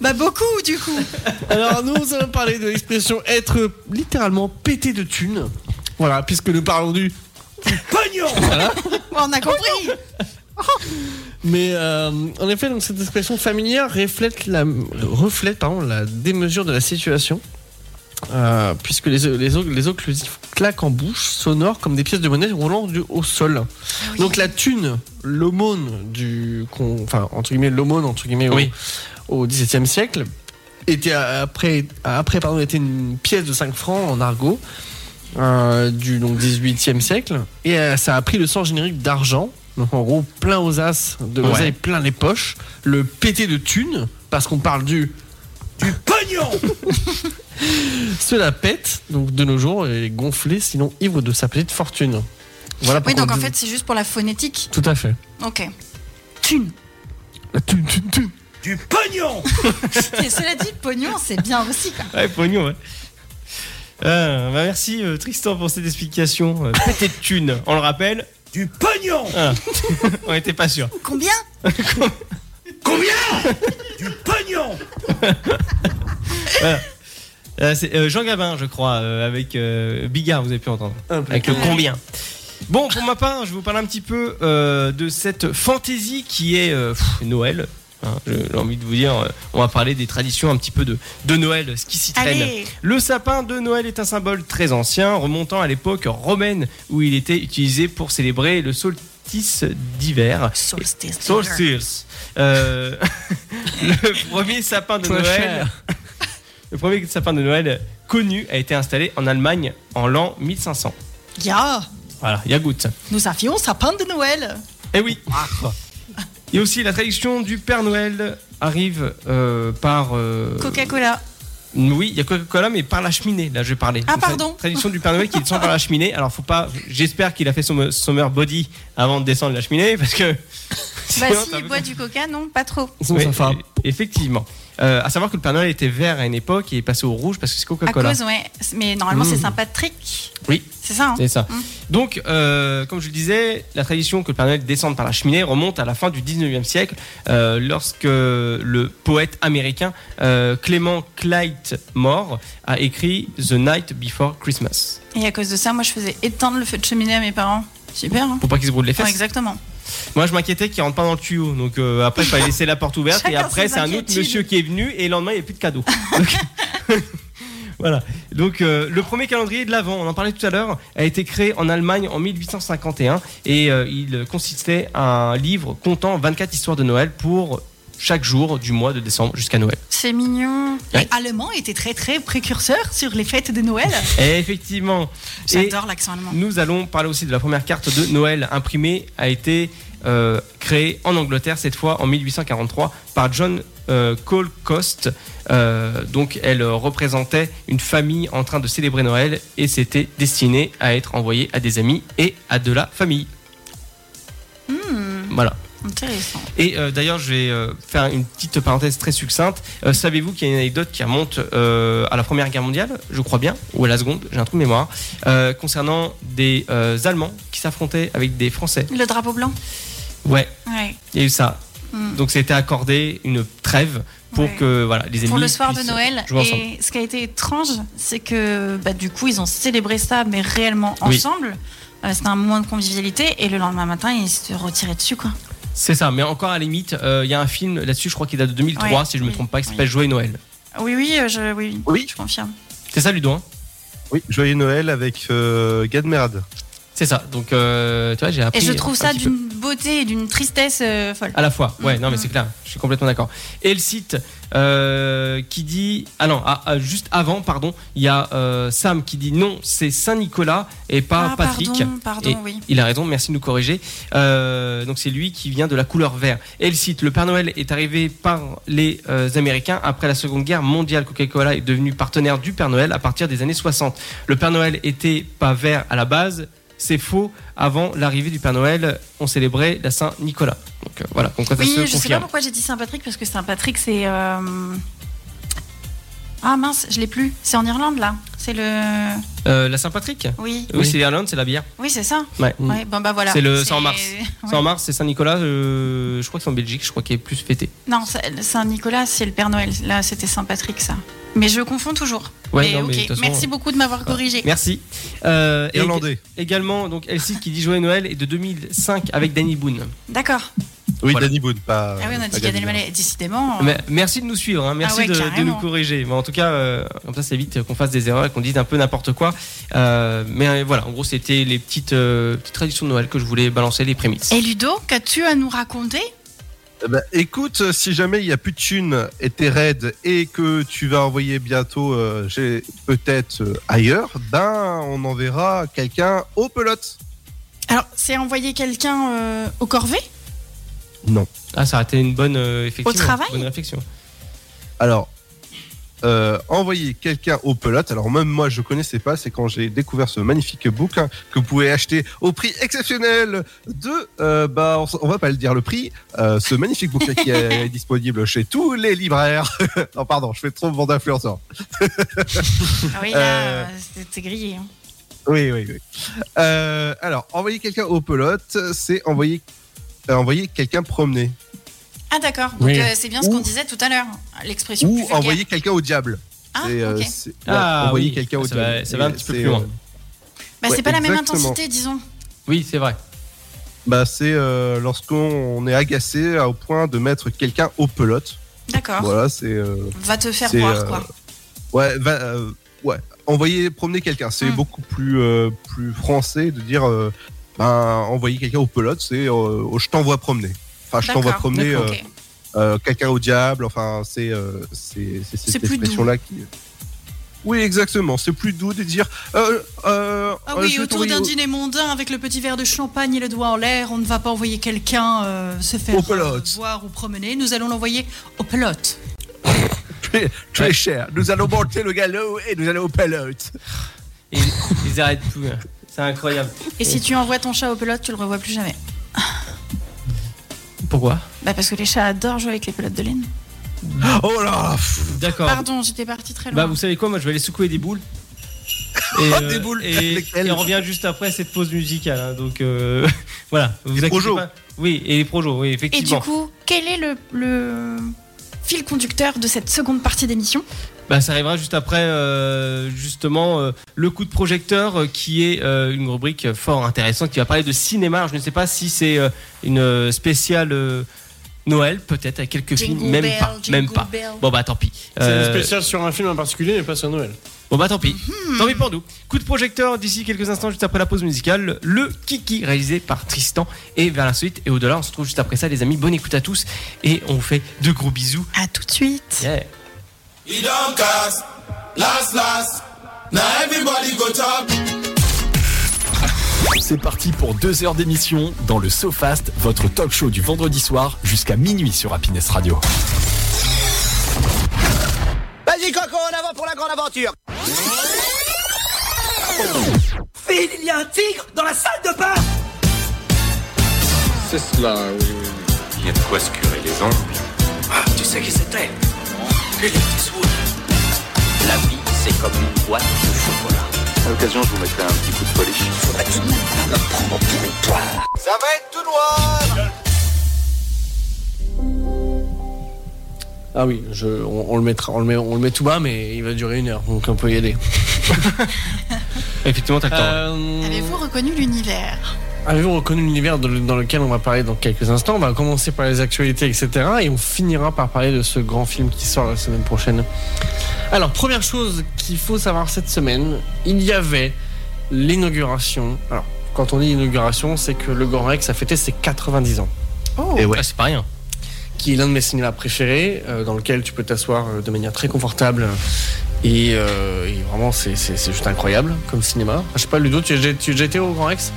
[SPEAKER 3] Bah beaucoup du coup.
[SPEAKER 4] de... Alors nous allons parler de l'expression être littéralement pété de thunes. Voilà, puisque nous parlons du... Du pognon Ah
[SPEAKER 3] On a compris.
[SPEAKER 4] Mais euh, en effet, donc cette expression familière reflète la, reflète, pardon, la démesure de la situation, euh, puisque les, les, oc- les occlusifs claquent en bouche, sonores comme des pièces de monnaie roulant du, au sol. Donc la thune, l'aumône du, qu'on- enfin entre guillemets l'aumône entre guillemets au-
[SPEAKER 2] Oui.
[SPEAKER 4] au XVIIe siècle était euh, après, après pardon, était une pièce de 5 francs en argot euh, du donc 18e siècle et euh, ça a pris le sens générique d'argent Donc en gros, plein aux as, de l'oseille
[SPEAKER 2] Ouais.
[SPEAKER 4] plein les poches, le pété de thunes, parce qu'on parle du. Du pognon Cela pète, donc de nos jours, et est gonflé, sinon ivre de sa petite fortune. Voilà
[SPEAKER 3] Oui,
[SPEAKER 4] pourquoi
[SPEAKER 3] donc en
[SPEAKER 4] on dit-
[SPEAKER 3] fait, c'est juste pour la phonétique.
[SPEAKER 4] Tout à fait.
[SPEAKER 3] Ok. Thune.
[SPEAKER 4] Thune, thune, thune.
[SPEAKER 6] Du pognon
[SPEAKER 3] Et cela dit, pognon, c'est bien aussi. quoi.
[SPEAKER 2] Ouais, pognon, ouais. Euh, bah, merci euh, Tristan pour cette explication. Euh, pété de thunes, on le rappelle.
[SPEAKER 6] Du pognon
[SPEAKER 2] Ah. on n'était pas sûr.
[SPEAKER 3] Combien
[SPEAKER 6] Combien Du pognon
[SPEAKER 2] Euh, c'est euh, Jean Gabin, je crois, euh, avec euh, Bigard, vous avez pu entendre. Avec le combien. Bon, pour ma part, je vais vous parler un petit peu euh, de cette fantaisie qui est euh, pff, Noël. Hein, J'ai envie de vous dire, euh, on va parler des traditions un petit peu de, de Noël, ce qui s'y traîne.
[SPEAKER 3] Allez
[SPEAKER 2] Le sapin de Noël est un symbole très ancien, remontant à l'époque romaine où il était utilisé pour célébrer le solstice d'hiver.
[SPEAKER 3] Solstice.
[SPEAKER 2] Solstice. Euh, le premier sapin de
[SPEAKER 4] Pas
[SPEAKER 2] Noël.
[SPEAKER 4] cher.
[SPEAKER 2] Le premier sapin de Noël connu a été installé en Allemagne en l'an 1500.
[SPEAKER 3] Ya
[SPEAKER 2] Voilà, Yagout.
[SPEAKER 3] Nous avions sapin de Noël
[SPEAKER 2] Eh oui.
[SPEAKER 3] Ah.
[SPEAKER 2] Et aussi la traduction du Père Noël arrive euh, par euh,
[SPEAKER 3] Coca-Cola.
[SPEAKER 2] Oui, il y a Coca-Cola, mais par la cheminée, là je parlais.
[SPEAKER 3] Ah,
[SPEAKER 2] Donc, la
[SPEAKER 3] pardon.
[SPEAKER 2] Tradition du Père Noël qui descend par la cheminée. Alors, faut pas. J'espère qu'il a fait son summer body avant de descendre la cheminée, parce que.
[SPEAKER 3] Bah
[SPEAKER 2] sinon,
[SPEAKER 3] si,
[SPEAKER 2] t'as un peu-
[SPEAKER 3] bois du coca, non, pas trop.
[SPEAKER 4] Sinon,
[SPEAKER 2] Oui, e-,
[SPEAKER 4] ça fera-
[SPEAKER 2] Effectivement. Euh, à savoir que le Père Noël était vert à une époque et est passé au rouge parce que c'est
[SPEAKER 3] À
[SPEAKER 2] Coca-Cola.
[SPEAKER 3] cause, ouais. Mais normalement, c'est
[SPEAKER 2] Mmh.
[SPEAKER 3] Saint-Patrick.
[SPEAKER 2] Oui.
[SPEAKER 3] C'est ça, hein
[SPEAKER 2] C'est ça.
[SPEAKER 3] Mm.
[SPEAKER 2] Donc, euh, comme je le disais, la tradition que le Père Noël descende par la cheminée remonte à la fin du 19e siècle, euh, lorsque le poète américain euh, Clément Clyde Moore a écrit The Night Before Christmas.
[SPEAKER 3] Et à cause de ça, moi, je faisais éteindre le feu de cheminée à mes parents. Super, hein
[SPEAKER 2] Pour pas qu'ils se brûlent les
[SPEAKER 3] Ouais,
[SPEAKER 2] fesses.
[SPEAKER 3] Exactement.
[SPEAKER 2] Moi, je m'inquiétais qu'ils rentrent pas dans le tuyau. Donc, euh, après, il fallait laisser la porte ouverte. et
[SPEAKER 3] Chacun
[SPEAKER 2] après,
[SPEAKER 3] ses
[SPEAKER 2] c'est un autre
[SPEAKER 3] inquiétudes.
[SPEAKER 2] monsieur qui est venu. Et le lendemain, il n'y a plus de cadeau. Donc, voilà. Donc, euh, le premier calendrier de l'Avent, on en parlait tout à l'heure, a été créé en Allemagne en 1851. Et euh, il consistait à un livre comptant 24 histoires de Noël pour chaque jour du mois de décembre jusqu'à Noël.
[SPEAKER 3] C'est mignon.
[SPEAKER 2] Ouais.
[SPEAKER 3] Les Allemands étaient très très précurseurs sur les fêtes de Noël.
[SPEAKER 2] Et effectivement. et-
[SPEAKER 3] J'adore l'accent allemand.
[SPEAKER 2] Nous allons parler aussi de la première carte de Noël imprimée, a été euh, créée en Angleterre, cette fois en 1843, par John euh, Colcost. Euh, donc elle représentait une famille en train de célébrer Noël et c'était destiné à être envoyé à des amis et à de la famille.
[SPEAKER 3] Hmm,
[SPEAKER 2] Voilà.
[SPEAKER 3] intéressant.
[SPEAKER 2] Et euh, d'ailleurs, je vais euh, faire une petite parenthèse très succincte. Euh, Savez-vous qu'il y a une anecdote qui remonte euh, à la Première Guerre mondiale, je crois bien, ou à la Seconde, j'ai un trou de mémoire, euh, concernant des euh, Allemands qui s'affrontaient avec des Français.
[SPEAKER 3] Le drapeau blanc
[SPEAKER 2] Ouais,
[SPEAKER 3] Ouais.
[SPEAKER 2] il y a eu ça.
[SPEAKER 3] Hmm.
[SPEAKER 2] Donc, c'était accordé une trêve pour
[SPEAKER 3] Ouais.
[SPEAKER 2] que voilà les ennemis
[SPEAKER 3] Pour le soir de
[SPEAKER 2] puissent
[SPEAKER 3] Noël.
[SPEAKER 2] jouer ensemble.
[SPEAKER 3] Et ce qui a été étrange, c'est que bah, du coup, ils ont célébré ça, mais réellement
[SPEAKER 2] Oui.
[SPEAKER 3] ensemble. Euh, C'était un moment de convivialité. Et le lendemain matin, ils se retiraient dessus, quoi.
[SPEAKER 2] C'est ça, mais encore à la limite, euh, il y a un film là-dessus, je crois qu'il date de 2003,
[SPEAKER 3] Ouais,
[SPEAKER 2] si je me
[SPEAKER 3] oui,
[SPEAKER 2] trompe pas, qui
[SPEAKER 3] oui.
[SPEAKER 2] s'appelle Joyeux Noël.
[SPEAKER 3] Oui, oui, euh, je, oui,
[SPEAKER 5] Oui.
[SPEAKER 3] je confirme.
[SPEAKER 2] C'est ça, Ludo hein
[SPEAKER 5] Oui, joyeux Noël avec euh, Gadmerad.
[SPEAKER 2] C'est ça. Donc, euh, tu vois, j'ai appris.
[SPEAKER 3] Et je trouve
[SPEAKER 2] un
[SPEAKER 3] ça
[SPEAKER 2] petit peu.
[SPEAKER 3] d'une beauté et d'une tristesse euh, folle.
[SPEAKER 2] À la fois, ouais,
[SPEAKER 3] Mm,
[SPEAKER 2] non mais
[SPEAKER 3] mm.
[SPEAKER 2] c'est clair, je suis complètement d'accord. Et le site euh, qui dit, ah non, ah, ah, juste avant, pardon, il y a euh, Sam qui dit non, c'est Saint Nicolas et pas
[SPEAKER 3] Ah,
[SPEAKER 2] Patrick.
[SPEAKER 3] Pardon, pardon,
[SPEAKER 2] Et-
[SPEAKER 3] oui.
[SPEAKER 2] Il a raison, merci de nous corriger. Euh, donc c'est lui qui vient de la couleur vert. Et le site, le Père Noël est arrivé par les euh, Américains après la Seconde Guerre mondiale. Coca-Cola est devenu partenaire du Père Noël à partir des années 60. Le Père Noël était pas vert à la base. C'est faux. Avant l'arrivée du Père Noël, on célébrait la Saint-Nicolas. Donc euh, voilà, donc ça
[SPEAKER 3] Oui,
[SPEAKER 2] se
[SPEAKER 3] je sais pas
[SPEAKER 2] confirme.
[SPEAKER 3] pourquoi j'ai dit Saint-Patrick, parce que Saint-Patrick, c'est. euh, Ah mince, je l'ai plus. C'est en Irlande, là. C'est le.
[SPEAKER 2] Euh, la Saint-Patrick
[SPEAKER 3] Oui,
[SPEAKER 2] Oui, c'est l'Irlande, c'est la bière.
[SPEAKER 3] oui c'est ça.
[SPEAKER 2] Ouais.
[SPEAKER 5] Mm.
[SPEAKER 3] Ouais, bon, bah voilà.
[SPEAKER 2] C'est le- c'est en mars.
[SPEAKER 3] Ouais.
[SPEAKER 2] C'est en mars, c'est Saint-Nicolas. euh, je crois que c'est en Belgique, je crois qu'il est plus fêté.
[SPEAKER 3] Non, c'est- Saint-Nicolas, c'est le Père Noël. Là, c'était Saint-Patrick, ça. Mais je confonds toujours.
[SPEAKER 2] Ouais,
[SPEAKER 3] Mais
[SPEAKER 2] non,
[SPEAKER 3] ok,
[SPEAKER 2] mais de toute façon-
[SPEAKER 3] merci beaucoup de
[SPEAKER 5] ah.
[SPEAKER 3] m'avoir corrigé.
[SPEAKER 2] Merci. Euh, et-
[SPEAKER 5] Irlandais.
[SPEAKER 2] Également, donc Elsie qui dit Joyeux Noël est de 2005 avec Danny Boone.
[SPEAKER 3] D'accord.
[SPEAKER 5] Oui,
[SPEAKER 2] Voilà.
[SPEAKER 5] Danny Boone, pas.
[SPEAKER 3] Ah oui, on a
[SPEAKER 5] Bah, pas hein.
[SPEAKER 3] dit Gad
[SPEAKER 5] Gadmerad.
[SPEAKER 3] Elmaleh. Décidément. euh,
[SPEAKER 2] Mais merci de nous suivre, hein, merci
[SPEAKER 3] Ah ouais,
[SPEAKER 2] de- de,
[SPEAKER 3] carrément.
[SPEAKER 2] nous corriger. Mais en tout cas, euh, comme ça, c'est vite qu'on fasse des erreurs et qu'on dise un peu n'importe quoi. Euh, mais euh, voilà, en gros, c'était les petites, euh, petites traditions de Noël que je voulais balancer, les prémices.
[SPEAKER 3] Et Eh, Ludo, qu'as-tu à nous raconter
[SPEAKER 5] Eh ben, écoute, euh, si jamais il n'y a plus de thunes et t'es raide et que tu vas envoyer bientôt, euh, j'ai- peut-être euh, ailleurs, ben on enverra quelqu'un aux pelotes.
[SPEAKER 3] Alors, c'est envoyer quelqu'un euh, au corvée
[SPEAKER 2] Ah, ça a été une bonne, euh, effectivement,
[SPEAKER 3] Au travail
[SPEAKER 2] bonne réflexion.
[SPEAKER 5] Alors, euh, envoyer quelqu'un aux pelotes. Alors même moi, je connaissais pas. C'est quand j'ai découvert ce magnifique bouquin que vous pouvez acheter au prix exceptionnel de, euh, bah, on, on va pas le dire le prix. euh, ce magnifique bouquin qui est disponible chez tous les libraires. non, pardon, je fais trop vendre d'influenceurs.
[SPEAKER 3] Ah oui, là,
[SPEAKER 5] Euh.
[SPEAKER 3] c'est- c'est grillé. hein.
[SPEAKER 5] Oui, oui, oui. Euh, alors, envoyer quelqu'un aux pelotes, c'est envoyer, euh, envoyer quelqu'un promener
[SPEAKER 3] Ah d'accord, donc
[SPEAKER 4] Oui.
[SPEAKER 3] euh, c'est bien ce
[SPEAKER 5] Ou-
[SPEAKER 3] qu'on disait tout à l'heure, l'expression. plus
[SPEAKER 5] ou
[SPEAKER 3] vulgaire.
[SPEAKER 5] envoyer quelqu'un au diable.
[SPEAKER 3] Ah,
[SPEAKER 5] C'est, euh,
[SPEAKER 3] ok.
[SPEAKER 5] c'est- ouais,
[SPEAKER 2] Ah,
[SPEAKER 5] envoyer
[SPEAKER 2] oui,
[SPEAKER 5] quelqu'un au
[SPEAKER 2] ça
[SPEAKER 5] diable.
[SPEAKER 2] va- ça va un petit peu
[SPEAKER 5] C'est,
[SPEAKER 2] plus loin.
[SPEAKER 5] euh,
[SPEAKER 3] Bah,
[SPEAKER 5] ouais,
[SPEAKER 3] c'est pas la même
[SPEAKER 5] exactement.
[SPEAKER 3] intensité, disons.
[SPEAKER 2] Oui, c'est vrai.
[SPEAKER 5] Bah, c'est euh, lorsqu'on est agacé à- au point de mettre quelqu'un aux pelotes.
[SPEAKER 3] D'accord.
[SPEAKER 5] Voilà, c'est. euh,
[SPEAKER 3] Va te faire
[SPEAKER 5] C'est,
[SPEAKER 3] voir,
[SPEAKER 5] euh,
[SPEAKER 3] quoi.
[SPEAKER 5] ouais, va- euh, ouais. Envoyer promener quelqu'un, c'est
[SPEAKER 3] Mm.
[SPEAKER 5] beaucoup plus, euh, plus français de dire euh, ben, envoyer quelqu'un aux pelotes, c'est euh, oh, je t'envoie promener. Enfin, je t'envoie
[SPEAKER 3] D'accord,
[SPEAKER 5] promener
[SPEAKER 3] d'accord,
[SPEAKER 5] euh,
[SPEAKER 3] ok.
[SPEAKER 5] euh, quelqu'un au diable. Enfin, c'est euh, c'est- c'est
[SPEAKER 3] C'est
[SPEAKER 5] cette
[SPEAKER 3] plus doux.
[SPEAKER 5] expression-là qui. Oui, exactement. C'est plus doux de dire. euh, euh,
[SPEAKER 3] Ah
[SPEAKER 5] euh,
[SPEAKER 3] oui,
[SPEAKER 5] je vais
[SPEAKER 3] autour
[SPEAKER 5] t'envoyer
[SPEAKER 3] d'un
[SPEAKER 5] au-
[SPEAKER 3] dîner mondain avec le petit verre de champagne et le doigt en l'air, on ne va pas envoyer quelqu'un euh, se faire
[SPEAKER 5] Aux pelotes.
[SPEAKER 3] euh, voir ou promener. Nous allons l'envoyer aux pelotes.
[SPEAKER 5] Très, très cher. Nous allons monter le galop et nous allons aux pelotes.
[SPEAKER 2] Et ils arrêtent plus. hein. C'est incroyable.
[SPEAKER 3] Et si tu envoies ton chat aux pelotes, tu le revois plus jamais.
[SPEAKER 2] Pourquoi
[SPEAKER 3] Bah parce que les chats adorent jouer avec les pelotes de laine.
[SPEAKER 5] Oh là
[SPEAKER 2] D'accord.
[SPEAKER 3] Pardon, j'étais partie très
[SPEAKER 2] Bah,
[SPEAKER 3] loin.
[SPEAKER 2] vous savez quoi Moi, je vais aller secouer des boules. Et, euh,
[SPEAKER 5] Ah, des boules.
[SPEAKER 2] et,
[SPEAKER 5] Lesquelles
[SPEAKER 2] et on revient juste après cette pause musicale. hein. donc euh, voilà. Vous inquiétez
[SPEAKER 5] projos.
[SPEAKER 2] pas. Oui, et les projos, oui,
[SPEAKER 3] Et du
[SPEAKER 2] effectivement.
[SPEAKER 3] coup, quel est le, le fil conducteur de cette seconde partie d'émission
[SPEAKER 2] Bah, ça arrivera juste après, euh, justement, euh, le coup de projecteur, euh, qui est euh, une rubrique euh, fort intéressante qui va parler de cinéma. Alors, je ne sais pas si c'est euh, une euh, spéciale euh, Noël, peut-être, avec quelques films, même pas. Même pas. Bon, bah tant pis.
[SPEAKER 4] C'est
[SPEAKER 2] Euh,
[SPEAKER 4] spécial sur un film en particulier, mais pas sur Noël.
[SPEAKER 2] Bon bah tant pis, tant pis pour nous. Coup de projecteur d'ici quelques instants, juste après la pause musicale, le Kiki réalisé par Tristan et vers la suite et au-delà. On se retrouve juste après ça, les amis. Bonne écoute à tous et on vous fait de gros bisous.
[SPEAKER 3] À tout de suite.
[SPEAKER 2] Yeah.
[SPEAKER 6] He don't cast. Last, last. Now everybody go talk.
[SPEAKER 1] C'est parti pour deux heures d'émission dans le SoFast, votre talk show du vendredi soir jusqu'à minuit sur Happiness Radio.
[SPEAKER 10] Vas-y Coco, en avant pour la grande aventure Phil, il y a un tigre dans la salle de bain
[SPEAKER 4] C'est cela, oui, oui.
[SPEAKER 9] Il y a de quoi se curer les ongles.
[SPEAKER 10] Ah, tu sais qui c'était Electiswood. La vie, c'est comme une boîte de chocolat.
[SPEAKER 9] À l'occasion, je vous mettrai un petit coup de polish.
[SPEAKER 10] Faudrait tout de même pas la prendre pour une poire. Ça va être tout noir
[SPEAKER 4] Ah oui, je, on, on le mettra, on le, met, on le met tout bas, mais il va durer une heure, donc on peut y aller.
[SPEAKER 2] Effectivement, t'as le temps.
[SPEAKER 4] Euh,
[SPEAKER 3] Avez-vous reconnu l'univers
[SPEAKER 4] Avez-vous reconnu l'univers dans le- dans lequel on va parler dans quelques instants On va commencer par les actualités, etc. Et on finira par parler de ce grand film qui sort la semaine prochaine. Alors, première chose qu'il faut savoir cette semaine, il y avait l'inauguration. Alors, quand on dit inauguration, c'est que le Grand Rex a fêté ses 90 ans,
[SPEAKER 5] Et ouais.
[SPEAKER 2] Ah, c'est pas rien.
[SPEAKER 4] qui est l'un de mes cinémas préférés, euh, dans lequel tu peux t'asseoir euh, de manière très confortable. Et, euh, et vraiment, c'est c'est- c'est juste incroyable comme cinéma. Enfin, je sais pas, Ludo, tu as tu as déjà été au Grand Rex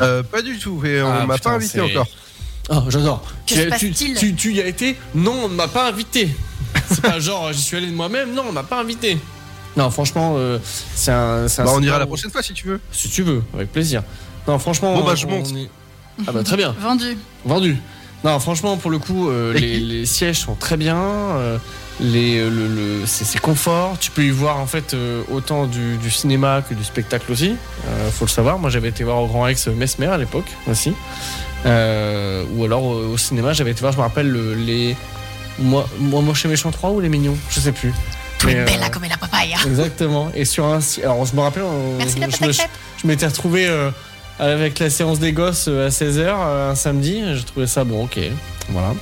[SPEAKER 5] Euh, pas du tout, et on
[SPEAKER 4] Ah,
[SPEAKER 5] m'a
[SPEAKER 4] putain,
[SPEAKER 5] pas invité
[SPEAKER 4] c'est-
[SPEAKER 5] encore.
[SPEAKER 4] Ah, j'adore.
[SPEAKER 3] Que
[SPEAKER 4] tu,
[SPEAKER 3] se
[SPEAKER 4] tu,
[SPEAKER 3] passe-t-il
[SPEAKER 4] tu- tu y as été Non, on ne m'a pas invité. C'est pas genre, j'y suis allé de moi-même. Non, on m'a pas invité. Non, franchement, euh, c'est un. c'est un
[SPEAKER 5] Bah, on
[SPEAKER 4] sport
[SPEAKER 5] ira la
[SPEAKER 4] où-
[SPEAKER 5] prochaine fois si tu veux.
[SPEAKER 4] Si tu veux, avec plaisir. Non, franchement.
[SPEAKER 5] Bon, bah, je
[SPEAKER 4] on-
[SPEAKER 5] monte.
[SPEAKER 4] on est- Ah, bah, très bien.
[SPEAKER 3] Vendu.
[SPEAKER 4] Vendu. Non, franchement, pour le coup, euh,
[SPEAKER 5] Et
[SPEAKER 4] les,
[SPEAKER 5] qui-
[SPEAKER 4] les sièges sont très bien. euh, les, euh, le, le- c'est, c'est confort. Tu peux y voir en fait euh, autant du, du cinéma que du spectacle aussi. Euh, faut le savoir. Moi, j'avais été voir au Grand Rex Mesmer à l'époque aussi. Euh, ou alors euh, au cinéma, j'avais été voir. Je me rappelle le- les moi, moi, moi chez méchant 3 ou les mignons, je sais plus.
[SPEAKER 3] Plus
[SPEAKER 4] Mais, euh,
[SPEAKER 3] belle comme la papaye.
[SPEAKER 4] Exactement. Et sur un, si- alors je me rappelle. on-
[SPEAKER 3] Merci
[SPEAKER 4] je,
[SPEAKER 3] la
[SPEAKER 4] je
[SPEAKER 3] pâte
[SPEAKER 4] me-
[SPEAKER 3] à crêpes.
[SPEAKER 4] je m'étais retrouvé euh, avec la séance des gosses euh, à 16h un samedi. J'ai trouvé ça bon, ok. Voilà.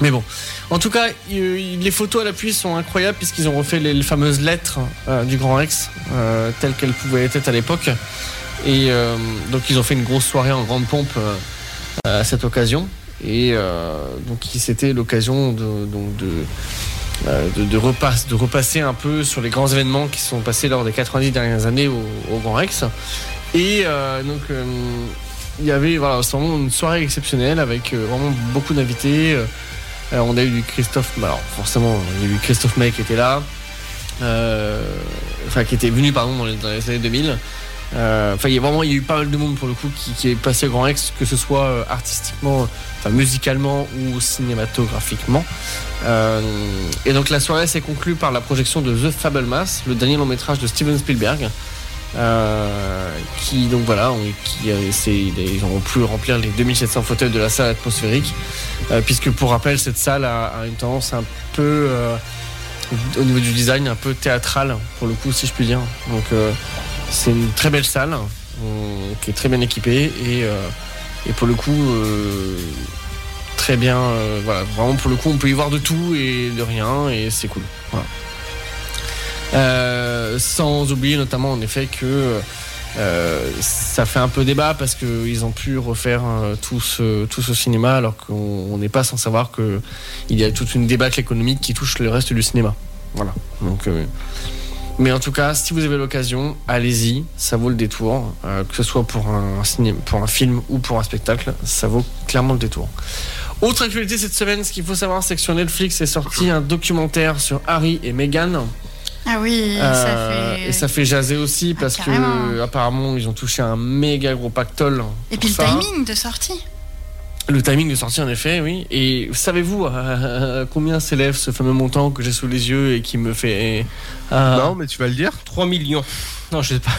[SPEAKER 4] Mais bon. En tout cas, il- il- les photos à l'appui sont incroyables puisqu'ils ont refait les, les fameuses lettres euh, du Grand Rex euh, telles qu'elles pouvaient être à l'époque. Et euh, donc, ils ont fait une grosse soirée en grande pompe euh, à cette occasion. Et euh, donc, c'était l'occasion de. donc de euh, de, de repasse- de repasser un peu sur les grands événements qui sont passés lors des 90 dernières années au, au Grand Rex. Et euh, donc, euh, il y avait voilà, c'est vraiment une soirée exceptionnelle avec euh, vraiment beaucoup d'invités. Euh, euh, on a eu du Christophe, bah, alors forcément, il y a eu Christophe May qui était là, euh, enfin qui était venu pardon dans les, dans les années 2000. Euh, Enfin, il y a vraiment, il y a eu pas mal de monde pour le coup qui, qui est passé au Grand Rex, que ce soit euh, artistiquement, enfin musicalement ou cinématographiquement. Euh, et donc la soirée s'est conclue par la projection de The Fabelmas, le dernier long métrage de Steven Spielberg. Euh, qui donc voilà, on- qui, euh, c'est- ils ont pu remplir les 2700 fauteuils de la salle atmosphérique, euh, puisque pour rappel, cette salle a, a une tendance un peu, euh, au niveau du design, un peu théâtrale, pour le coup, si je puis dire. Donc euh, c'est une très belle salle, on- qui est très bien équipée, et, euh, et pour le coup, euh, très bien, euh, voilà, vraiment pour le coup, on peut y voir de tout et de rien, et c'est cool. Voilà. Euh, sans oublier notamment en effet que euh, ça fait un peu débat parce qu'ils ont pu refaire euh, tout, ce, tout ce cinéma alors qu'on on n'est pas sans savoir que il y a toute une débâcle économique qui touche le reste du cinéma. Voilà. Donc, euh, mais en tout cas, si vous avez l'occasion, allez-y, ça vaut le détour. Euh, que ce soit pour un, ciné- pour un film ou pour un spectacle, ça vaut clairement le détour. Autre actualité cette semaine, ce qu'il faut savoir, c'est que sur Netflix est sorti un documentaire sur Harry et Meghan.
[SPEAKER 3] Ah oui,
[SPEAKER 4] Euh,
[SPEAKER 3] ça fait. Ah,
[SPEAKER 4] Et ça fait jaser aussi parce que
[SPEAKER 3] carrément.
[SPEAKER 4] apparemment ils ont touché un méga gros pactole.
[SPEAKER 3] Et
[SPEAKER 4] pour
[SPEAKER 3] puis le
[SPEAKER 4] ça.
[SPEAKER 3] timing de sortie.
[SPEAKER 4] Le timing de sortie en effet, oui. Et savez-vous euh, combien s'élève ce fameux montant que j'ai sous les yeux et qui me fait... euh, Ah.
[SPEAKER 5] Non, mais tu vas le dire.
[SPEAKER 2] 3 millions. Non, je sais pas.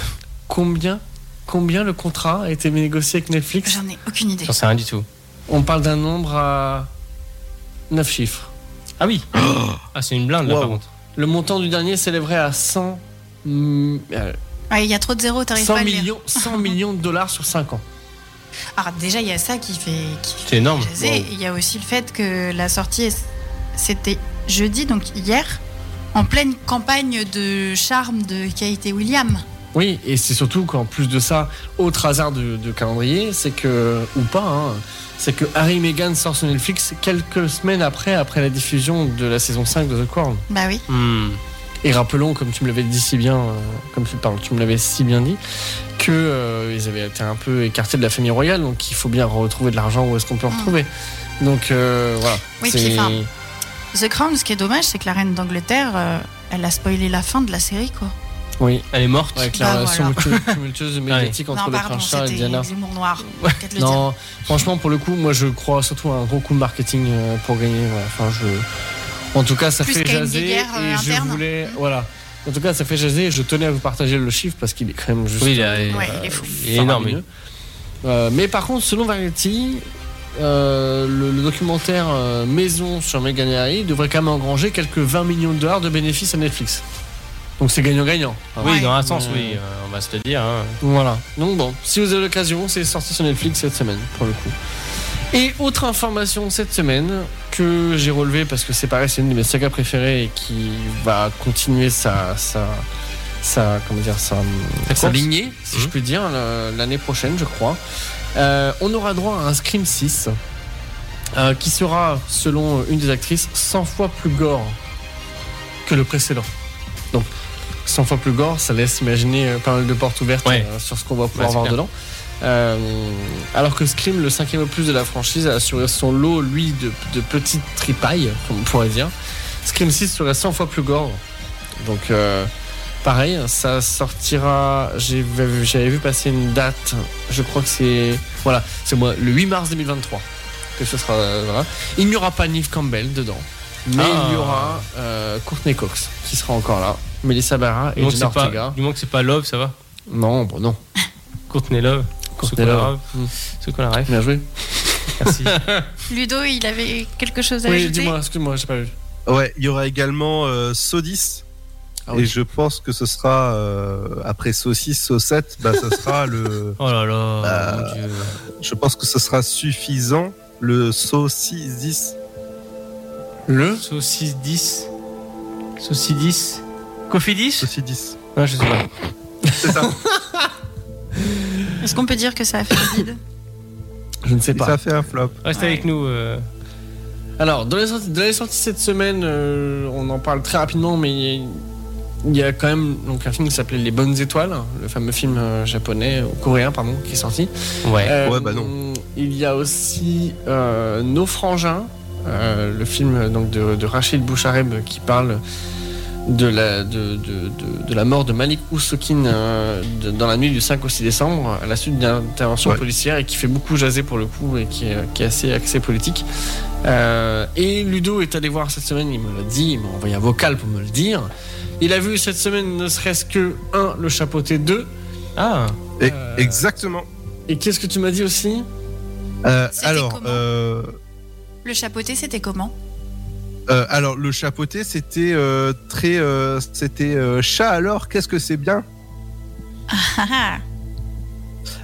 [SPEAKER 4] Combien Combien le contrat a été négocié avec Netflix
[SPEAKER 3] J'en ai aucune idée.
[SPEAKER 2] J'en sais Ah, rien du tout.
[SPEAKER 4] On parle d'un nombre à 9 chiffres. Oh
[SPEAKER 2] Ah oui Ah, c'est une blinde là
[SPEAKER 4] Wow.
[SPEAKER 2] par contre.
[SPEAKER 4] Le montant du dernier s'élèverait à 100... mm, euh,
[SPEAKER 3] Ouais, il y a trop de zéros, t'arrives pas
[SPEAKER 4] 100
[SPEAKER 3] à le lire.
[SPEAKER 4] millions, 100 millions de dollars sur 5 ans.
[SPEAKER 3] Alors déjà, il y a ça qui fait, qui fait
[SPEAKER 2] C'est énorme.
[SPEAKER 3] jaser. Et Il y a aussi le fait que la sortie, est- c'était jeudi, donc hier, en pleine campagne de charme de Kate et William.
[SPEAKER 4] Oui, et c'est surtout qu'en plus de ça, autre hasard de, de calendrier, c'est que, ou pas, hein, c'est que Harry et Meghan sort sur Netflix quelques semaines après, après la diffusion de la saison 5 de The Crown.
[SPEAKER 3] Bah oui.
[SPEAKER 2] Hmm.
[SPEAKER 4] Et rappelons, comme tu me l'avais dit si bien, euh, comme tu, pardon, tu me l'avais si bien dit, que euh, ils avaient été un peu écartés de la famille royale, donc il faut bien retrouver de l'argent où est-ce qu'on peut en
[SPEAKER 3] Mm.
[SPEAKER 4] retrouver. Donc euh, voilà.
[SPEAKER 3] Oui,
[SPEAKER 4] C'est-
[SPEAKER 3] puis, enfin, The Crown, ce qui est dommage, c'est que la reine d'Angleterre, euh, elle a spoilé la fin de la série, quoi.
[SPEAKER 4] oui,
[SPEAKER 2] Elle est morte.
[SPEAKER 4] avec la
[SPEAKER 3] Bah,
[SPEAKER 4] relation
[SPEAKER 3] voilà.
[SPEAKER 4] tumultu- tumultueuse médiatique entre
[SPEAKER 3] non,
[SPEAKER 4] le
[SPEAKER 3] pardon,
[SPEAKER 4] prince Charles et
[SPEAKER 3] c'était
[SPEAKER 4] Diana.
[SPEAKER 3] l'humour noir. faut peut-être le dire.
[SPEAKER 4] Non, franchement, pour le coup, moi je crois surtout à un gros coup de marketing euh, pour gagner. voilà. Enfin, je... En tout cas, ça
[SPEAKER 3] Plus
[SPEAKER 4] fait
[SPEAKER 3] qu'à une
[SPEAKER 4] jaser.
[SPEAKER 3] guéguerre, euh,
[SPEAKER 4] et je
[SPEAKER 3] interne.
[SPEAKER 4] voulais. Voilà. En tout cas, ça fait jaser et je tenais à vous partager le chiffre parce qu'il est quand même juste.
[SPEAKER 2] Oui, il est-
[SPEAKER 4] euh,
[SPEAKER 3] Ouais, il est fou.
[SPEAKER 2] il est énorme.
[SPEAKER 4] faramineux. Euh, mais par contre, selon Variety, euh, le, le documentaire euh, Maison sur Meghan et Harry devrait quand même engranger quelques 20 millions de dollars de bénéfices à Netflix. Donc c'est gagnant-gagnant.
[SPEAKER 2] Oui, dans un sens,
[SPEAKER 4] Euh,
[SPEAKER 2] oui, euh, on va se le dire. hein.
[SPEAKER 4] voilà. Donc bon, si vous avez l'occasion, c'est sorti sur Netflix cette semaine, pour le coup. Et autre information cette semaine que j'ai relevée parce que c'est pareil, c'est une de mes sagas préférées et qui va continuer sa, sa, sa- comment dire, sa,
[SPEAKER 2] Sa
[SPEAKER 4] sa
[SPEAKER 2] course.
[SPEAKER 4] lignée, Mmh. si je
[SPEAKER 2] Mhm.
[SPEAKER 4] puis dire, le- l'année prochaine, je crois. Euh, on aura droit à un Scream 6 euh, qui sera, selon une des actrices, 100 fois plus gore que le précédent. Donc, 100 fois plus gore, ça laisse imaginer euh, pas mal de portes ouvertes
[SPEAKER 2] Ouais.
[SPEAKER 4] euh, sur ce qu'on va
[SPEAKER 2] Ouais,
[SPEAKER 4] pouvoir
[SPEAKER 2] c'est
[SPEAKER 4] voir
[SPEAKER 2] clair.
[SPEAKER 4] dedans. Euh, alors que Scream, le cinquième opus de la franchise, a assuré son lot, lui, de, de petites tripailles, comme on pourrait dire. Scream 6 serait 100 fois plus gore. Donc, euh, pareil, ça sortira. j'ai- J'avais vu passer une date, je crois que c'est. Voilà, c'est moi, le 8 mars 2023 que ce sera. euh, voilà. Il n'y aura pas Neve Campbell dedans, mais
[SPEAKER 2] Ah.
[SPEAKER 4] il y aura euh, Courtney Cox qui sera encore là, Melissa Barra
[SPEAKER 2] Du
[SPEAKER 4] et
[SPEAKER 2] moins que
[SPEAKER 4] Jenna
[SPEAKER 2] c'est pas-
[SPEAKER 4] Ortega.
[SPEAKER 2] du moins que c'est pas Love, ça va.
[SPEAKER 4] Non, bon, non.
[SPEAKER 2] Courtenay Love. Mm.
[SPEAKER 4] Courtney
[SPEAKER 2] Ceux qu'on a
[SPEAKER 4] Love.
[SPEAKER 2] rêve. Ceux qu'on a rêve.
[SPEAKER 4] Bien joué.
[SPEAKER 2] Merci.
[SPEAKER 3] Ludo, il avait quelque chose à
[SPEAKER 4] Oui,
[SPEAKER 3] ajouter
[SPEAKER 4] dis-moi, excuse-moi, j'ai pas vu.
[SPEAKER 5] Ouais, il y aura également euh, Sodis.
[SPEAKER 4] Ah oui.
[SPEAKER 5] Et je pense que ce sera euh, après saucisse, saucette, bah, ça sera le.
[SPEAKER 2] Oh là là,
[SPEAKER 5] Euh,
[SPEAKER 2] mon Dieu.
[SPEAKER 5] Je pense que ce sera suffisant le saucisse.
[SPEAKER 4] Le
[SPEAKER 2] Saucisse 10. Saucisse 10. Coffee 10
[SPEAKER 5] Saucisse.
[SPEAKER 2] Non, je sais pas.
[SPEAKER 5] C'est ça.
[SPEAKER 3] Est-ce qu'on peut dire que ça a fait le vide
[SPEAKER 4] Je ne sais
[SPEAKER 5] Et
[SPEAKER 4] pas.
[SPEAKER 5] ça fait un flop.
[SPEAKER 2] Reste
[SPEAKER 3] Ouais.
[SPEAKER 2] avec nous. euh,
[SPEAKER 4] Alors, dans les sorties, dans les sorties cette semaine, euh, on en parle très rapidement, mais il y a quand même donc un film qui s'appelait Les Bonnes Étoiles, le fameux film euh, japonais, euh, coréen, pardon, qui est sorti. Euh,
[SPEAKER 2] Ouais.
[SPEAKER 5] Ouais, bah non.
[SPEAKER 4] Il y a aussi euh, Nos Frangins, euh, le film euh, donc, de, de Rachid Bouchareb qui parle de la, de, de- de- de la mort de Malik Oussokine euh, de- dans la nuit du 5 au 6 décembre à la suite d'une intervention
[SPEAKER 5] Ouais.
[SPEAKER 4] policière et qui fait beaucoup jaser pour le coup et qui est, qui est assez axé politique. Euh, et Ludo est allé voir cette semaine, il me l'a dit, il m'a envoyé un vocal pour me le dire. Il a vu cette semaine ne serait-ce que 1 le chapeauté 2.
[SPEAKER 2] Ah,
[SPEAKER 5] Et-
[SPEAKER 4] Euh,
[SPEAKER 5] Exactement.
[SPEAKER 4] Et qu'est-ce que tu m'as dit aussi
[SPEAKER 5] Euh,
[SPEAKER 3] C'était
[SPEAKER 5] alors,
[SPEAKER 3] comment
[SPEAKER 5] euh,
[SPEAKER 3] Le chapeauté, c'était comment
[SPEAKER 5] euh, alors, le chapeauté, c'était euh, très. euh, c'était euh, chat alors, qu'est-ce que c'est bien
[SPEAKER 3] Ah, ah.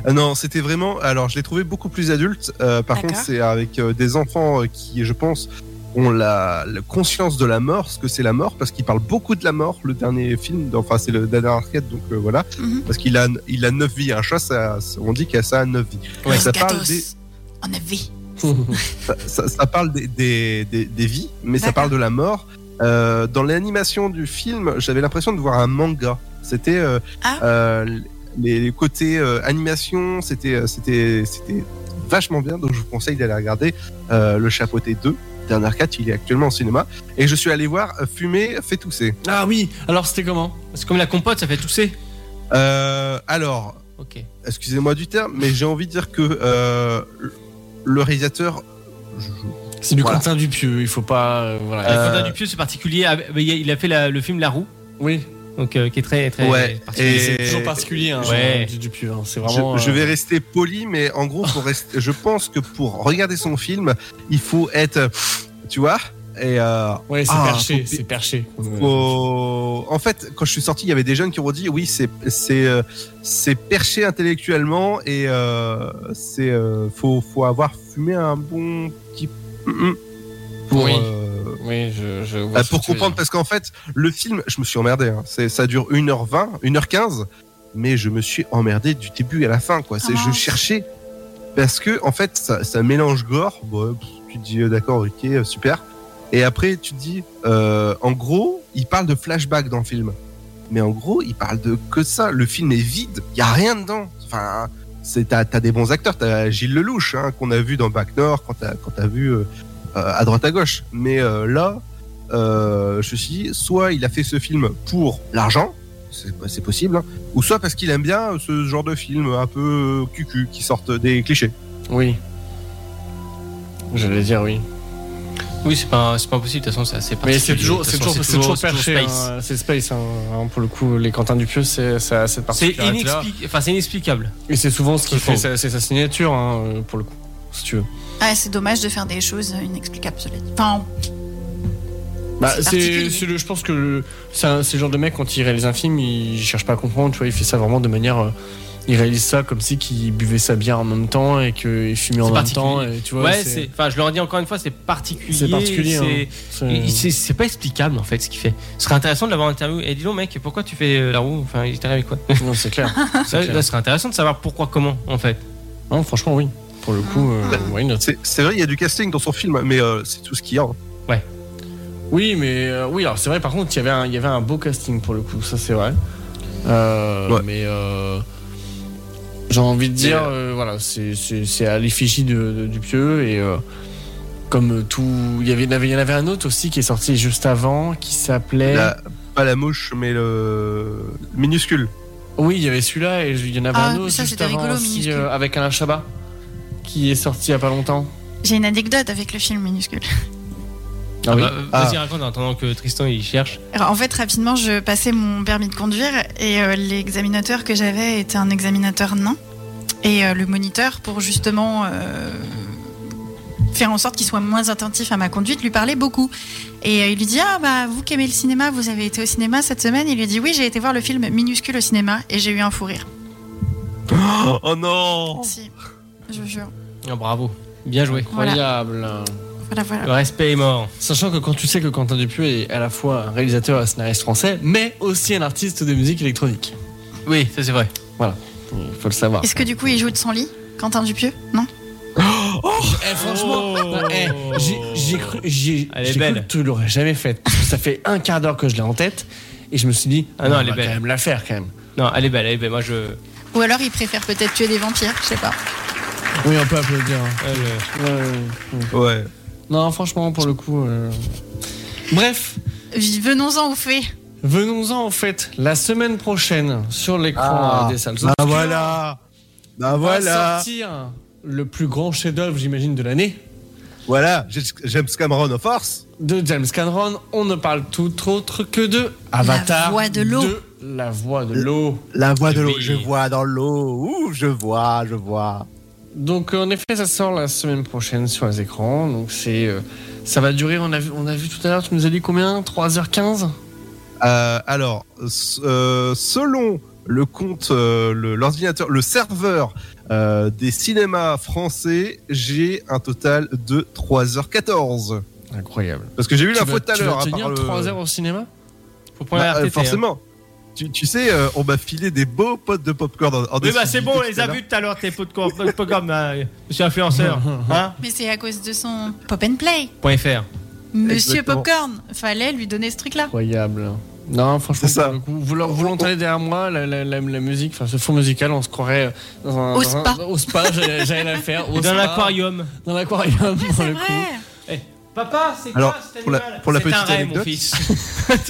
[SPEAKER 5] Euh, Non, c'était vraiment. Alors, je l'ai trouvé beaucoup plus adulte. Euh, par
[SPEAKER 3] D'accord.
[SPEAKER 5] contre, c'est avec euh, des enfants euh, qui, je pense, ont la, la conscience de la mort, ce que c'est la mort, parce qu'il parle beaucoup de la mort. Le dernier film, enfin, c'est le dernier arcade, donc euh, voilà.
[SPEAKER 3] Mhm.
[SPEAKER 5] Parce qu'il a, il a 9 vies. Un chat, ça, on dit qu'il a ça à 9 vies.
[SPEAKER 2] Ouais.
[SPEAKER 5] ça parle
[SPEAKER 3] Gatos.
[SPEAKER 5] des-
[SPEAKER 3] En avait.
[SPEAKER 5] ça, ça- ça parle des, des- des- des vies, mais ça
[SPEAKER 3] D'accord.
[SPEAKER 5] parle de la mort. Euh, dans l'animation du film, j'avais l'impression de voir un manga. C'était euh,
[SPEAKER 3] Ah.
[SPEAKER 5] euh, les, les côtés euh, animation, c'était euh, c'était c'était vachement bien. Donc je vous conseille d'aller regarder euh, le Chapeauté 2. Dernier 4, il est actuellement au cinéma. Et je suis allé voir euh, Fumer fait tousser.
[SPEAKER 4] Ah oui, alors c'était comment
[SPEAKER 2] c'est comme la compote, ça fait tousser.
[SPEAKER 5] Euh, alors,
[SPEAKER 2] Ok.
[SPEAKER 5] excusez-moi du terme, mais j'ai envie de dire que euh, le réalisateur, je- je-
[SPEAKER 4] C'est du
[SPEAKER 5] Voilà.
[SPEAKER 4] Quentin Dupieux, il faut pas. euh, voilà.
[SPEAKER 5] Euh,
[SPEAKER 2] Quentin Dupieux, c'est particulier. ah, mais Il a fait la- le film La Roue,
[SPEAKER 4] oui,
[SPEAKER 2] donc euh, qui est très très.
[SPEAKER 5] Ouais,
[SPEAKER 2] particulier.
[SPEAKER 4] mais
[SPEAKER 5] et-
[SPEAKER 4] c'est toujours particulier, hein,
[SPEAKER 2] Ouais.
[SPEAKER 4] du Dupieux. hein, C'est
[SPEAKER 5] Je,
[SPEAKER 4] vraiment.
[SPEAKER 5] je
[SPEAKER 4] euh,
[SPEAKER 5] vais rester poli, mais en gros, pour rester, je pense que pour regarder son film, il faut être, tu vois, et euh,
[SPEAKER 4] Ouais, c'est
[SPEAKER 5] Ah,
[SPEAKER 4] perché,
[SPEAKER 5] faut-
[SPEAKER 4] c'est perché.
[SPEAKER 5] faut- en fait, quand je suis sorti, il y avait des jeunes qui m'ont dit, oui, c'est c'est euh, c'est perché intellectuellement et euh, c'est euh, faut faut avoir fumé un bon petit Mm-mm pour
[SPEAKER 4] Oui.
[SPEAKER 5] euh,
[SPEAKER 4] Oui, je, je vois
[SPEAKER 5] euh,
[SPEAKER 4] ce
[SPEAKER 5] pour
[SPEAKER 4] que tu veux
[SPEAKER 5] comprendre,
[SPEAKER 4] dire.
[SPEAKER 5] parce qu'en fait, le film, je me suis emmerdé. hein. C'est, ça dure 1h20, 1h15, mais je me suis emmerdé du début à la fin. Quoi. C'est,
[SPEAKER 3] Ah
[SPEAKER 5] je
[SPEAKER 3] mince.
[SPEAKER 5] cherchais. Parce que, en fait, ça, ça mélange gore. Bon, pff, tu te dis, euh, d'accord, ok, euh, super. Et après, tu te dis, euh, en gros, il parle de flashback dans le film. Mais en gros, il parle de que ça. Le film est vide. Il n'y a rien dedans. Enfin, c'est, t'as, t'as des bons acteurs. T'as Gilles Lelouch, hein, qu'on a vu dans Bac Nord, quand t'as, quand t'as vu euh, euh, à droite à gauche. Mais euh, là, euh, je me suis dit, soit il a fait ce film pour l'argent, c'est c'est possible, hein, ou soit parce qu'il aime bien ce genre de film un peu euh, cucu qui sortent des clichés.
[SPEAKER 4] Oui. J'allais dire oui.
[SPEAKER 2] Oui, c'est pas c'est pas impossible. De toute façon, Ah, c'est assez
[SPEAKER 4] Mais
[SPEAKER 2] particulier.
[SPEAKER 4] c'est toujours,
[SPEAKER 2] De toute
[SPEAKER 4] c'est
[SPEAKER 2] façon,
[SPEAKER 4] toujours, c'est toujours
[SPEAKER 2] c'est
[SPEAKER 4] perché.
[SPEAKER 2] space.
[SPEAKER 4] hein, C'est space. hein, hein, Pour le coup, les Quentin Dupieux, c'est c'est à cette
[SPEAKER 2] C'est
[SPEAKER 4] partie.
[SPEAKER 2] inexplic- enfin, c'est inexplicable.
[SPEAKER 4] Et c'est souvent ce
[SPEAKER 2] qu'il
[SPEAKER 4] qu'il fait,
[SPEAKER 2] faut.
[SPEAKER 4] c'est c'est sa signature, hein, euh, pour le coup, si tu veux.
[SPEAKER 3] Ah, c'est dommage de faire des choses inexplicables. cela dit. Enfin,
[SPEAKER 4] Bah,
[SPEAKER 3] C'est
[SPEAKER 4] c'est
[SPEAKER 3] particulier.
[SPEAKER 4] c'est le, je pense que le- c'est un- c'est le genre de mec quand il réalise un film, il cherche pas à comprendre, tu vois, il fait ça vraiment de manière, euh, il réalise ça comme si qu'il buvait sa bière en même temps et qu'il fumait en
[SPEAKER 2] C'est
[SPEAKER 4] même
[SPEAKER 2] particulier.
[SPEAKER 4] temps, et tu vois,
[SPEAKER 2] ouais, c'est. Enfin, je le redis encore une fois, c'est particulier.
[SPEAKER 4] c'est particulier. hein.
[SPEAKER 2] c'est- il-
[SPEAKER 4] C'est-
[SPEAKER 2] C'est c'est pas explicable en fait ce qu'il fait. Ce serait intéressant de l'avoir interviewé. Et dis donc, mec, pourquoi tu fais euh, la roue Enfin, il t'arrive avec quoi
[SPEAKER 4] Non, c'est clair.
[SPEAKER 2] Ça,
[SPEAKER 4] clair.
[SPEAKER 2] là, ce serait intéressant de savoir pourquoi, comment en fait.
[SPEAKER 4] Non, franchement, oui. Pour le coup, euh, why not.
[SPEAKER 5] C'est c'est vrai, il y a du casting dans son film, mais euh, c'est tout ce qu'il y a. hein.
[SPEAKER 4] Oui, mais euh, oui, alors c'est vrai, par contre, il y avait un- il y avait un beau casting pour le coup, ça c'est vrai. Euh,
[SPEAKER 5] Ouais.
[SPEAKER 4] Mais euh, j'ai envie de dire, euh, voilà, c'est- c'est c'est à l'effigie de, de- du pieux et euh, comme euh, tout. Il y, avait, il y en avait- il y en avait un autre aussi qui est sorti juste avant qui s'appelait.
[SPEAKER 5] La- pas la mouche, mais le minuscule.
[SPEAKER 4] Oui, il y avait celui-là et je- il y en avait
[SPEAKER 3] Ah,
[SPEAKER 4] un
[SPEAKER 3] mais
[SPEAKER 4] autre
[SPEAKER 3] ça,
[SPEAKER 4] juste
[SPEAKER 3] c'était
[SPEAKER 4] avant
[SPEAKER 3] rigolo,
[SPEAKER 4] aussi
[SPEAKER 3] minuscule.
[SPEAKER 4] euh, avec Alain Chabat qui est sorti il y a pas longtemps.
[SPEAKER 3] j'ai une anecdote avec le film minuscule.
[SPEAKER 4] Ah, oui.
[SPEAKER 2] Bah, euh, Vas-y, raconte en attendant que Tristan il cherche.
[SPEAKER 3] Alors, en fait, rapidement, je passais mon permis de conduire et euh, l'examinateur que j'avais était un examinateur nain. Et euh, le moniteur, pour justement euh, faire en sorte qu'il soit moins attentif à ma conduite, lui parlait beaucoup. Et euh, il lui dit Ah, bah, vous qui aimez le cinéma, vous avez été au cinéma cette semaine Il lui dit Oui, j'ai été voir le film Minuscule au cinéma et j'ai eu un fou rire.
[SPEAKER 5] Oh, non
[SPEAKER 3] Si, je jure.
[SPEAKER 2] Ah, bravo, bien joué.
[SPEAKER 3] Voilà.
[SPEAKER 4] Incroyable. hein.
[SPEAKER 3] Voilà, voilà.
[SPEAKER 2] Le respect est mort.
[SPEAKER 4] Sachant que quand tu sais que Quentin Dupieux est à la fois un réalisateur et un scénariste français, mais aussi un artiste de musique électronique.
[SPEAKER 2] Oui, ça c'est vrai.
[SPEAKER 4] Il faut le savoir.
[SPEAKER 3] Est-ce que du coup, il joue de son lit Quentin Dupieux Non
[SPEAKER 4] Eh, franchement,
[SPEAKER 2] Oh.
[SPEAKER 4] eh, j'ai- j'ai cru, j'ai
[SPEAKER 2] Elle est
[SPEAKER 4] j'ai cru
[SPEAKER 2] belle.
[SPEAKER 4] que tu l'aurais jamais faite. Ça fait un quart d'heure que je l'ai en tête. Et je me suis dit,
[SPEAKER 2] Ah non,
[SPEAKER 4] on
[SPEAKER 2] elle est
[SPEAKER 4] va
[SPEAKER 2] belle.
[SPEAKER 4] quand même la faire quand même.
[SPEAKER 2] Non, elle est belle, elle est belle. Moi, je.
[SPEAKER 3] Ou alors il préfère peut-être tuer des vampires, je sais pas.
[SPEAKER 4] Oui, on peut applaudir. hein.
[SPEAKER 2] elle, euh,
[SPEAKER 5] Ouais.
[SPEAKER 4] Non, franchement, pour le coup. euh, Bref,
[SPEAKER 3] Venons-en au fait.
[SPEAKER 4] venons-en en fait la semaine prochaine sur l'écran euh, des salles.
[SPEAKER 5] bah
[SPEAKER 4] obscures.
[SPEAKER 5] voilà. Bah
[SPEAKER 4] On va
[SPEAKER 5] voilà.
[SPEAKER 4] sortir le plus grand chef-d'œuvre, j'imagine, de l'année.
[SPEAKER 5] Voilà. J- James Cameron en force.
[SPEAKER 4] de James Cameron, on ne parle tout autre que de Avatar.
[SPEAKER 3] voix de l'eau.
[SPEAKER 4] de la voix de l'eau.
[SPEAKER 5] La voix de
[SPEAKER 2] Oui.
[SPEAKER 5] l'eau. Je vois dans l'eau. Ouh, je vois, je vois.
[SPEAKER 4] Donc euh, en effet, ça sort la semaine prochaine sur les écrans. Donc c'est, euh, ça va durer. On a vu, on a vu tout à l'heure. Tu nous as dit combien 3h15
[SPEAKER 5] Euh, alors, s- euh, selon le compte, euh, le- l'ordinateur, le, serveur euh, des cinémas français, j'ai un total de 3h14.
[SPEAKER 4] Incroyable.
[SPEAKER 5] Parce que j'ai vu
[SPEAKER 4] Tu
[SPEAKER 5] l'info
[SPEAKER 4] vas-
[SPEAKER 5] tout à
[SPEAKER 4] tu vas
[SPEAKER 5] l'heure. à
[SPEAKER 4] tenir
[SPEAKER 5] part le-
[SPEAKER 4] 3 heures au cinéma
[SPEAKER 2] Faut prendre
[SPEAKER 5] Bah,
[SPEAKER 2] la
[SPEAKER 5] euh,
[SPEAKER 2] RTT. hein.
[SPEAKER 5] forcément. Tu, tu sais, euh, on m'a filé des beaux potes de popcorn en, en
[SPEAKER 2] Oui, bah
[SPEAKER 5] dessus
[SPEAKER 2] c'est
[SPEAKER 5] du
[SPEAKER 2] bon, on
[SPEAKER 5] tout
[SPEAKER 2] les
[SPEAKER 5] à
[SPEAKER 2] a
[SPEAKER 5] l'heure.
[SPEAKER 2] vus tout à l'heure, tes pots de corps, pas de programme, là, monsieur influenceur. Hein
[SPEAKER 3] Mais c'est à cause de son pop and play.
[SPEAKER 2] Point .fr.
[SPEAKER 3] Monsieur
[SPEAKER 5] Exactement.
[SPEAKER 3] Popcorn, fallait lui donner ce truc-là.
[SPEAKER 4] Incroyable. Non, franchement,
[SPEAKER 5] C'est ça.
[SPEAKER 4] pour le coup, vous l'en- vous l'entendez derrière moi, la, la- la- la musique, enfin ce fond musical, on se croirait euh, dans un.
[SPEAKER 3] Au
[SPEAKER 4] dans un-
[SPEAKER 3] spa.
[SPEAKER 4] au spa, j'allais j'allais la faire. Au
[SPEAKER 2] Et dans
[SPEAKER 4] spa,
[SPEAKER 2] l'aquarium.
[SPEAKER 4] Dans l'aquarium, pour
[SPEAKER 3] C'est
[SPEAKER 4] le
[SPEAKER 3] vrai.
[SPEAKER 4] coup.
[SPEAKER 2] Papa, c'est
[SPEAKER 5] Alors,
[SPEAKER 2] quoi cet
[SPEAKER 5] pour la-
[SPEAKER 2] animal
[SPEAKER 5] pour la
[SPEAKER 2] C'est un
[SPEAKER 5] petite
[SPEAKER 2] raie, mon
[SPEAKER 5] anecdote.
[SPEAKER 2] fils.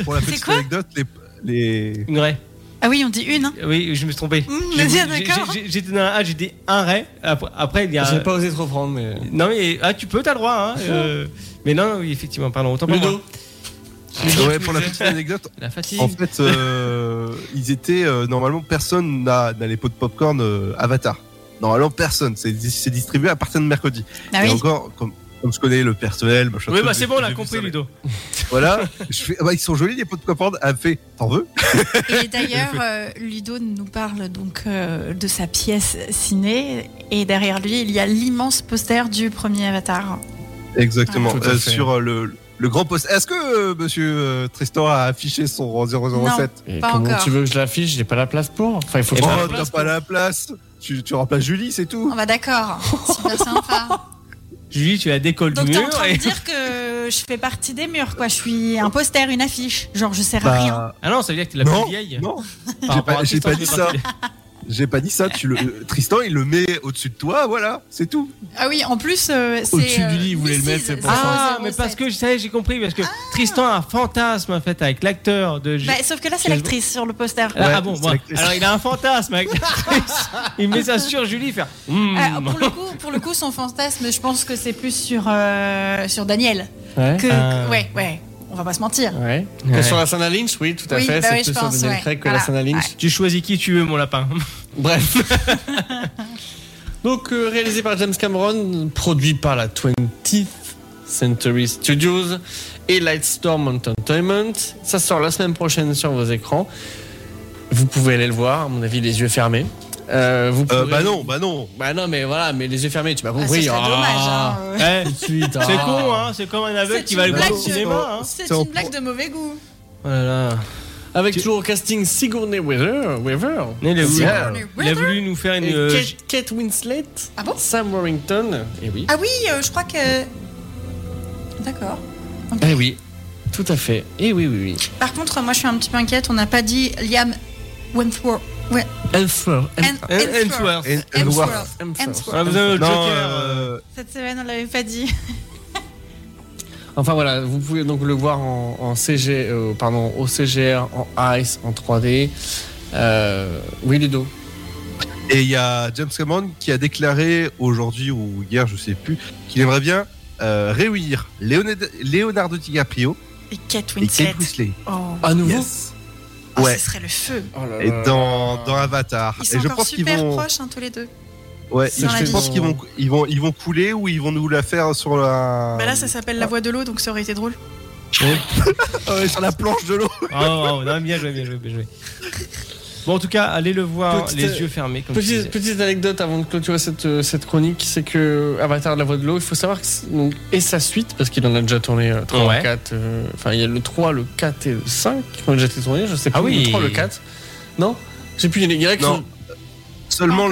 [SPEAKER 5] Pour la
[SPEAKER 3] C'est
[SPEAKER 5] petite
[SPEAKER 3] quoi
[SPEAKER 5] anecdote, les, les-
[SPEAKER 2] Une raie.
[SPEAKER 3] Ah oui, on dit une. hein.
[SPEAKER 2] Oui, je me suis trompé.
[SPEAKER 3] Mmh,
[SPEAKER 2] J'ai-
[SPEAKER 3] vas-y,
[SPEAKER 2] j'ai-
[SPEAKER 3] d'accord.
[SPEAKER 2] j'ai- J'étais dans la A, j'ai dit un raie. Après, après, il y a.
[SPEAKER 4] J'ai pas osé trop prendre, mais.
[SPEAKER 2] Non, mais ah, tu peux, t'as le droit. Hein, euh, Mais non, oui, effectivement, pardon, autant pour moi.
[SPEAKER 4] Ludo,
[SPEAKER 5] Ouais, pour la petite anecdote,
[SPEAKER 2] La fatigue.
[SPEAKER 5] en fait, euh, ils étaient euh, normalement personne n'a n'a les pots de popcorn euh, Avatar. Normalement personne. C'est c'est distribué à partir de mercredi.
[SPEAKER 3] Ah
[SPEAKER 5] Et
[SPEAKER 3] oui.
[SPEAKER 5] encore, comme, comme je connais le personnel, machin.
[SPEAKER 2] Oui,
[SPEAKER 5] truc,
[SPEAKER 2] bah
[SPEAKER 5] j'ai-
[SPEAKER 2] c'est bon, on
[SPEAKER 5] j'ai
[SPEAKER 2] l'a
[SPEAKER 5] vu
[SPEAKER 2] compris,
[SPEAKER 5] ça,
[SPEAKER 2] Ludo.
[SPEAKER 5] Voilà, je fais, ah bah, ils sont jolis les pots de popcorn. Elle me fait, t'en veux
[SPEAKER 3] Et d'ailleurs, euh, Ludo nous parle donc euh, de sa pièce ciné. Et derrière lui, il y a l'immense poster du premier Avatar.
[SPEAKER 5] Exactement.
[SPEAKER 4] Tout à
[SPEAKER 5] Euh,
[SPEAKER 4] fait.
[SPEAKER 5] sur euh, le, le grand poste. Est-ce que euh, monsieur euh, Tristan a affiché son 007
[SPEAKER 4] Et
[SPEAKER 3] Pas
[SPEAKER 4] comment
[SPEAKER 3] encore.
[SPEAKER 4] tu veux que je l'affiche J'ai pas la place pour. Enfin, il faut
[SPEAKER 2] Et
[SPEAKER 6] Eh
[SPEAKER 4] que
[SPEAKER 6] ben,
[SPEAKER 2] pas la
[SPEAKER 5] Oh, t'as
[SPEAKER 2] place,
[SPEAKER 5] pas la place Tu, tu remplaces Julie, c'est tout
[SPEAKER 3] On va d'accord. Super sympa.
[SPEAKER 2] Julie, tu la décolles du
[SPEAKER 3] Donc t'es en
[SPEAKER 2] mur.
[SPEAKER 3] train de
[SPEAKER 2] et-
[SPEAKER 3] dire que je fais partie des murs, quoi. Je suis un poster, une affiche. Genre, je sers à rien.
[SPEAKER 2] Ah non, ça veut dire que t'es la
[SPEAKER 5] Bah, Non,
[SPEAKER 2] plus vieille.
[SPEAKER 5] non,
[SPEAKER 2] Par
[SPEAKER 5] j'ai
[SPEAKER 2] rapport
[SPEAKER 5] pas,
[SPEAKER 2] à
[SPEAKER 5] j'ai
[SPEAKER 2] Tristan,
[SPEAKER 5] pas
[SPEAKER 2] je
[SPEAKER 5] dit
[SPEAKER 2] fais
[SPEAKER 5] ça.
[SPEAKER 2] partie
[SPEAKER 5] J'ai pas dit ça. Tu le, euh, Tristan, il le met au-dessus de toi, voilà, c'est tout.
[SPEAKER 3] Ah oui, en plus, euh, c'est.
[SPEAKER 4] Au-dessus du
[SPEAKER 3] euh,
[SPEAKER 4] lit, il voulait le
[SPEAKER 3] Mrs.
[SPEAKER 4] mettre, c'est pour
[SPEAKER 2] Ah, mais
[SPEAKER 3] 007.
[SPEAKER 2] parce que je savais, j'ai compris, parce que Tristan a un fantasme en fait avec l'acteur de. Ju-
[SPEAKER 3] Ah. Bah, sauf que là, c'est l'actrice sur le poster. Euh,
[SPEAKER 2] Ah, ah bon,
[SPEAKER 5] c'est
[SPEAKER 2] bon.
[SPEAKER 5] l'actrice.
[SPEAKER 2] alors il a un fantasme avec l'actrice. Il met ça sur Julie, faire. Hmm.
[SPEAKER 3] Ah, pour, le coup, pour le coup, son fantasme, je pense que c'est plus sur, euh, sur Daniel.
[SPEAKER 4] Ouais.
[SPEAKER 3] Que,
[SPEAKER 2] Ah.
[SPEAKER 3] que- ouais, ouais, on va pas se mentir.
[SPEAKER 4] Ouais. Que
[SPEAKER 2] Ouais.
[SPEAKER 4] sur la Sana Lynch, oui, tout à
[SPEAKER 3] Oui,
[SPEAKER 4] fait.
[SPEAKER 3] bah
[SPEAKER 4] c'est
[SPEAKER 3] oui,
[SPEAKER 4] plus
[SPEAKER 3] je
[SPEAKER 4] sur
[SPEAKER 3] pense,
[SPEAKER 4] Daniel
[SPEAKER 3] ouais.
[SPEAKER 4] Craig que
[SPEAKER 3] Voilà. Ah,
[SPEAKER 4] la Sana Lynch.
[SPEAKER 3] Ouais.
[SPEAKER 2] Tu choisis qui tu veux, mon lapin.
[SPEAKER 4] Bref. Donc, euh, réalisé par James Cameron, produit par la 20th Century Studios et Lightstorm Entertainment. Ça sort la semaine prochaine sur vos écrans. Vous pouvez aller le voir, à mon avis, les yeux fermés. Euh, vous
[SPEAKER 5] Euh,
[SPEAKER 4] pourrez-
[SPEAKER 5] bah non, bah non.
[SPEAKER 4] Bah non, mais voilà, mais les yeux fermés, tu m'as
[SPEAKER 3] Ah, ce
[SPEAKER 4] compris.
[SPEAKER 3] serait
[SPEAKER 4] Ah.
[SPEAKER 3] dommage.
[SPEAKER 2] Eh,
[SPEAKER 3] hein.
[SPEAKER 4] Tout de suite.
[SPEAKER 2] C'est
[SPEAKER 4] ah.
[SPEAKER 2] con, hein, c'est comme un aveugle
[SPEAKER 3] C'est
[SPEAKER 2] qui va
[SPEAKER 3] une
[SPEAKER 2] aller voir au
[SPEAKER 3] blague,
[SPEAKER 2] cinéma. Hein.
[SPEAKER 3] C'est
[SPEAKER 5] C'est en
[SPEAKER 3] une blague de mauvais goût.
[SPEAKER 2] Oh là là.
[SPEAKER 4] Avec toujours au casting Sigourney Weaver, Weaver
[SPEAKER 2] Il a, voulu,
[SPEAKER 5] Sigourney
[SPEAKER 2] il a voulu nous faire une.
[SPEAKER 4] et
[SPEAKER 2] euh,
[SPEAKER 4] Kate, Kate Winslet,
[SPEAKER 3] Ah bon
[SPEAKER 4] Sam Warrington, et oui.
[SPEAKER 3] Ah oui, euh, je crois que. D'accord.
[SPEAKER 4] Eh oui, tout à fait. Et oui, oui, oui.
[SPEAKER 3] Par contre, moi, je suis un petit peu inquiète. On n'a pas dit Liam Wentworth. Ouais,
[SPEAKER 4] Hemsworth.
[SPEAKER 3] Hen- Hemsworth.
[SPEAKER 2] Hemsworth. Ah,
[SPEAKER 5] Et- et voir.
[SPEAKER 3] Hemsworth.
[SPEAKER 4] Hemsworth.
[SPEAKER 2] On a besoin de
[SPEAKER 5] Non,
[SPEAKER 2] Joker. euh,
[SPEAKER 5] euh,
[SPEAKER 3] Cette semaine, on l'avait pas dit.
[SPEAKER 4] Enfin voilà, vous pouvez donc le voir en, en CG, euh, pardon, au CGR, en ICE, en 3D. Euh, oui, Ludo.
[SPEAKER 5] et il y a James Cameron qui a déclaré aujourd'hui ou hier, je sais plus, qu'il aimerait bien euh, réunir Leoned- Leonardo DiCaprio
[SPEAKER 3] Et Kate
[SPEAKER 5] et
[SPEAKER 3] Winslet.
[SPEAKER 5] Kate Winslet.
[SPEAKER 3] Oh,
[SPEAKER 4] À nouveau
[SPEAKER 5] Yes.
[SPEAKER 3] Oh,
[SPEAKER 5] Ouais.
[SPEAKER 3] ce serait le feu.
[SPEAKER 4] Oh là
[SPEAKER 5] Et
[SPEAKER 4] là.
[SPEAKER 5] dans, dans Avatar.
[SPEAKER 3] Ils
[SPEAKER 5] et
[SPEAKER 3] sont
[SPEAKER 5] je
[SPEAKER 3] encore
[SPEAKER 5] pense qu'ils
[SPEAKER 3] super
[SPEAKER 5] vont.
[SPEAKER 3] proches, hein, tous les deux.
[SPEAKER 5] Ouais,
[SPEAKER 3] Sans la
[SPEAKER 5] je
[SPEAKER 3] vie.
[SPEAKER 5] pense qu'ils vont, ils vont, ils vont couler ou ils vont nous la faire sur la.
[SPEAKER 3] Bah là, ça s'appelle La Voix de l'eau, donc ça aurait été drôle.
[SPEAKER 5] Ah Ouais, sur la planche de l'eau.
[SPEAKER 2] Oh, oh, non, bien joué, bien joué, bien joué. Bon, en tout cas, allez le voir,
[SPEAKER 4] Petite-
[SPEAKER 2] les yeux fermés. Comme tu disais.
[SPEAKER 4] Petite, petite anecdote avant de clôturer cette, euh, cette chronique, c'est que Avatar de la Voix de l'eau, il faut savoir que c'est- donc, et sa suite, parce qu'il en a déjà tourné 3,
[SPEAKER 2] Ouais.
[SPEAKER 4] 4, euh, enfin il y a le 3, le 4 et le 5 qui ont déjà été tournés, je sais plus,
[SPEAKER 2] Ah oui.
[SPEAKER 4] le 3, le 4, non J'ai plus, il y en a- il y en a qui
[SPEAKER 5] Non.
[SPEAKER 4] sont-
[SPEAKER 5] Seulement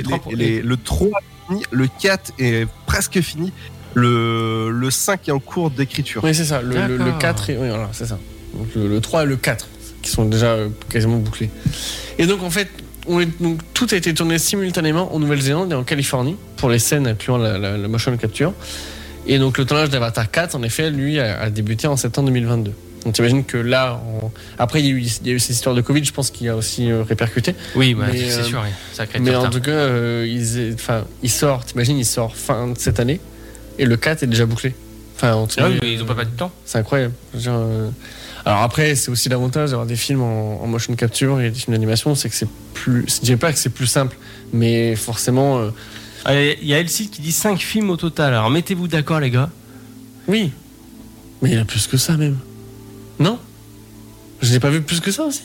[SPEAKER 3] Encore.
[SPEAKER 5] les-
[SPEAKER 2] Les trois
[SPEAKER 5] les-
[SPEAKER 2] premiers.
[SPEAKER 5] les- le 3 est fini, le 4 est presque fini, le, le 5 est en cours d'écriture.
[SPEAKER 4] Oui, c'est ça, le, le- le
[SPEAKER 2] D'accord.
[SPEAKER 4] 4 et... Oui, voilà, c'est ça. donc le, le 3 et le 4, qui sont déjà euh, quasiment bouclés. Et donc en fait, on est- donc, tout a été tourné simultanément en Nouvelle-Zélande et en Californie pour les scènes incluant la, la- la motion capture. Et donc le tournage d'Avatar 4, en effet, lui, a, a débuté en septembre 2022. Donc t'imagines que là, on- après il y, a eu, il y a eu ces histoires de Covid, je pense qu'il a aussi euh, répercuté.
[SPEAKER 2] Oui, bah,
[SPEAKER 4] Mais,
[SPEAKER 2] c'est
[SPEAKER 4] euh,
[SPEAKER 2] sûr, oui. ça crée du
[SPEAKER 4] mais en
[SPEAKER 2] retard.
[SPEAKER 4] tout cas, euh, ils- enfin, il sort, t'imagines, il sort fin de cette année et le 4 est déjà bouclé. Enfin, en tout
[SPEAKER 2] Ah
[SPEAKER 4] cas,
[SPEAKER 2] oui, mais ils ont pas pas de temps.
[SPEAKER 4] c'est incroyable. Je veux dire, euh, Alors après, c'est aussi l'avantage d'avoir des films en, en motion capture et des films d'animation, c'est que c'est plus. Je dis pas que c'est plus simple, mais forcément. euh,
[SPEAKER 2] Allez, Ah, Il y a Elside qui dit 5 films au total. Alors mettez-vous d'accord, les gars.
[SPEAKER 4] Oui. Mais il y en a plus que ça même. Non Je n'ai pas vu plus que ça aussi.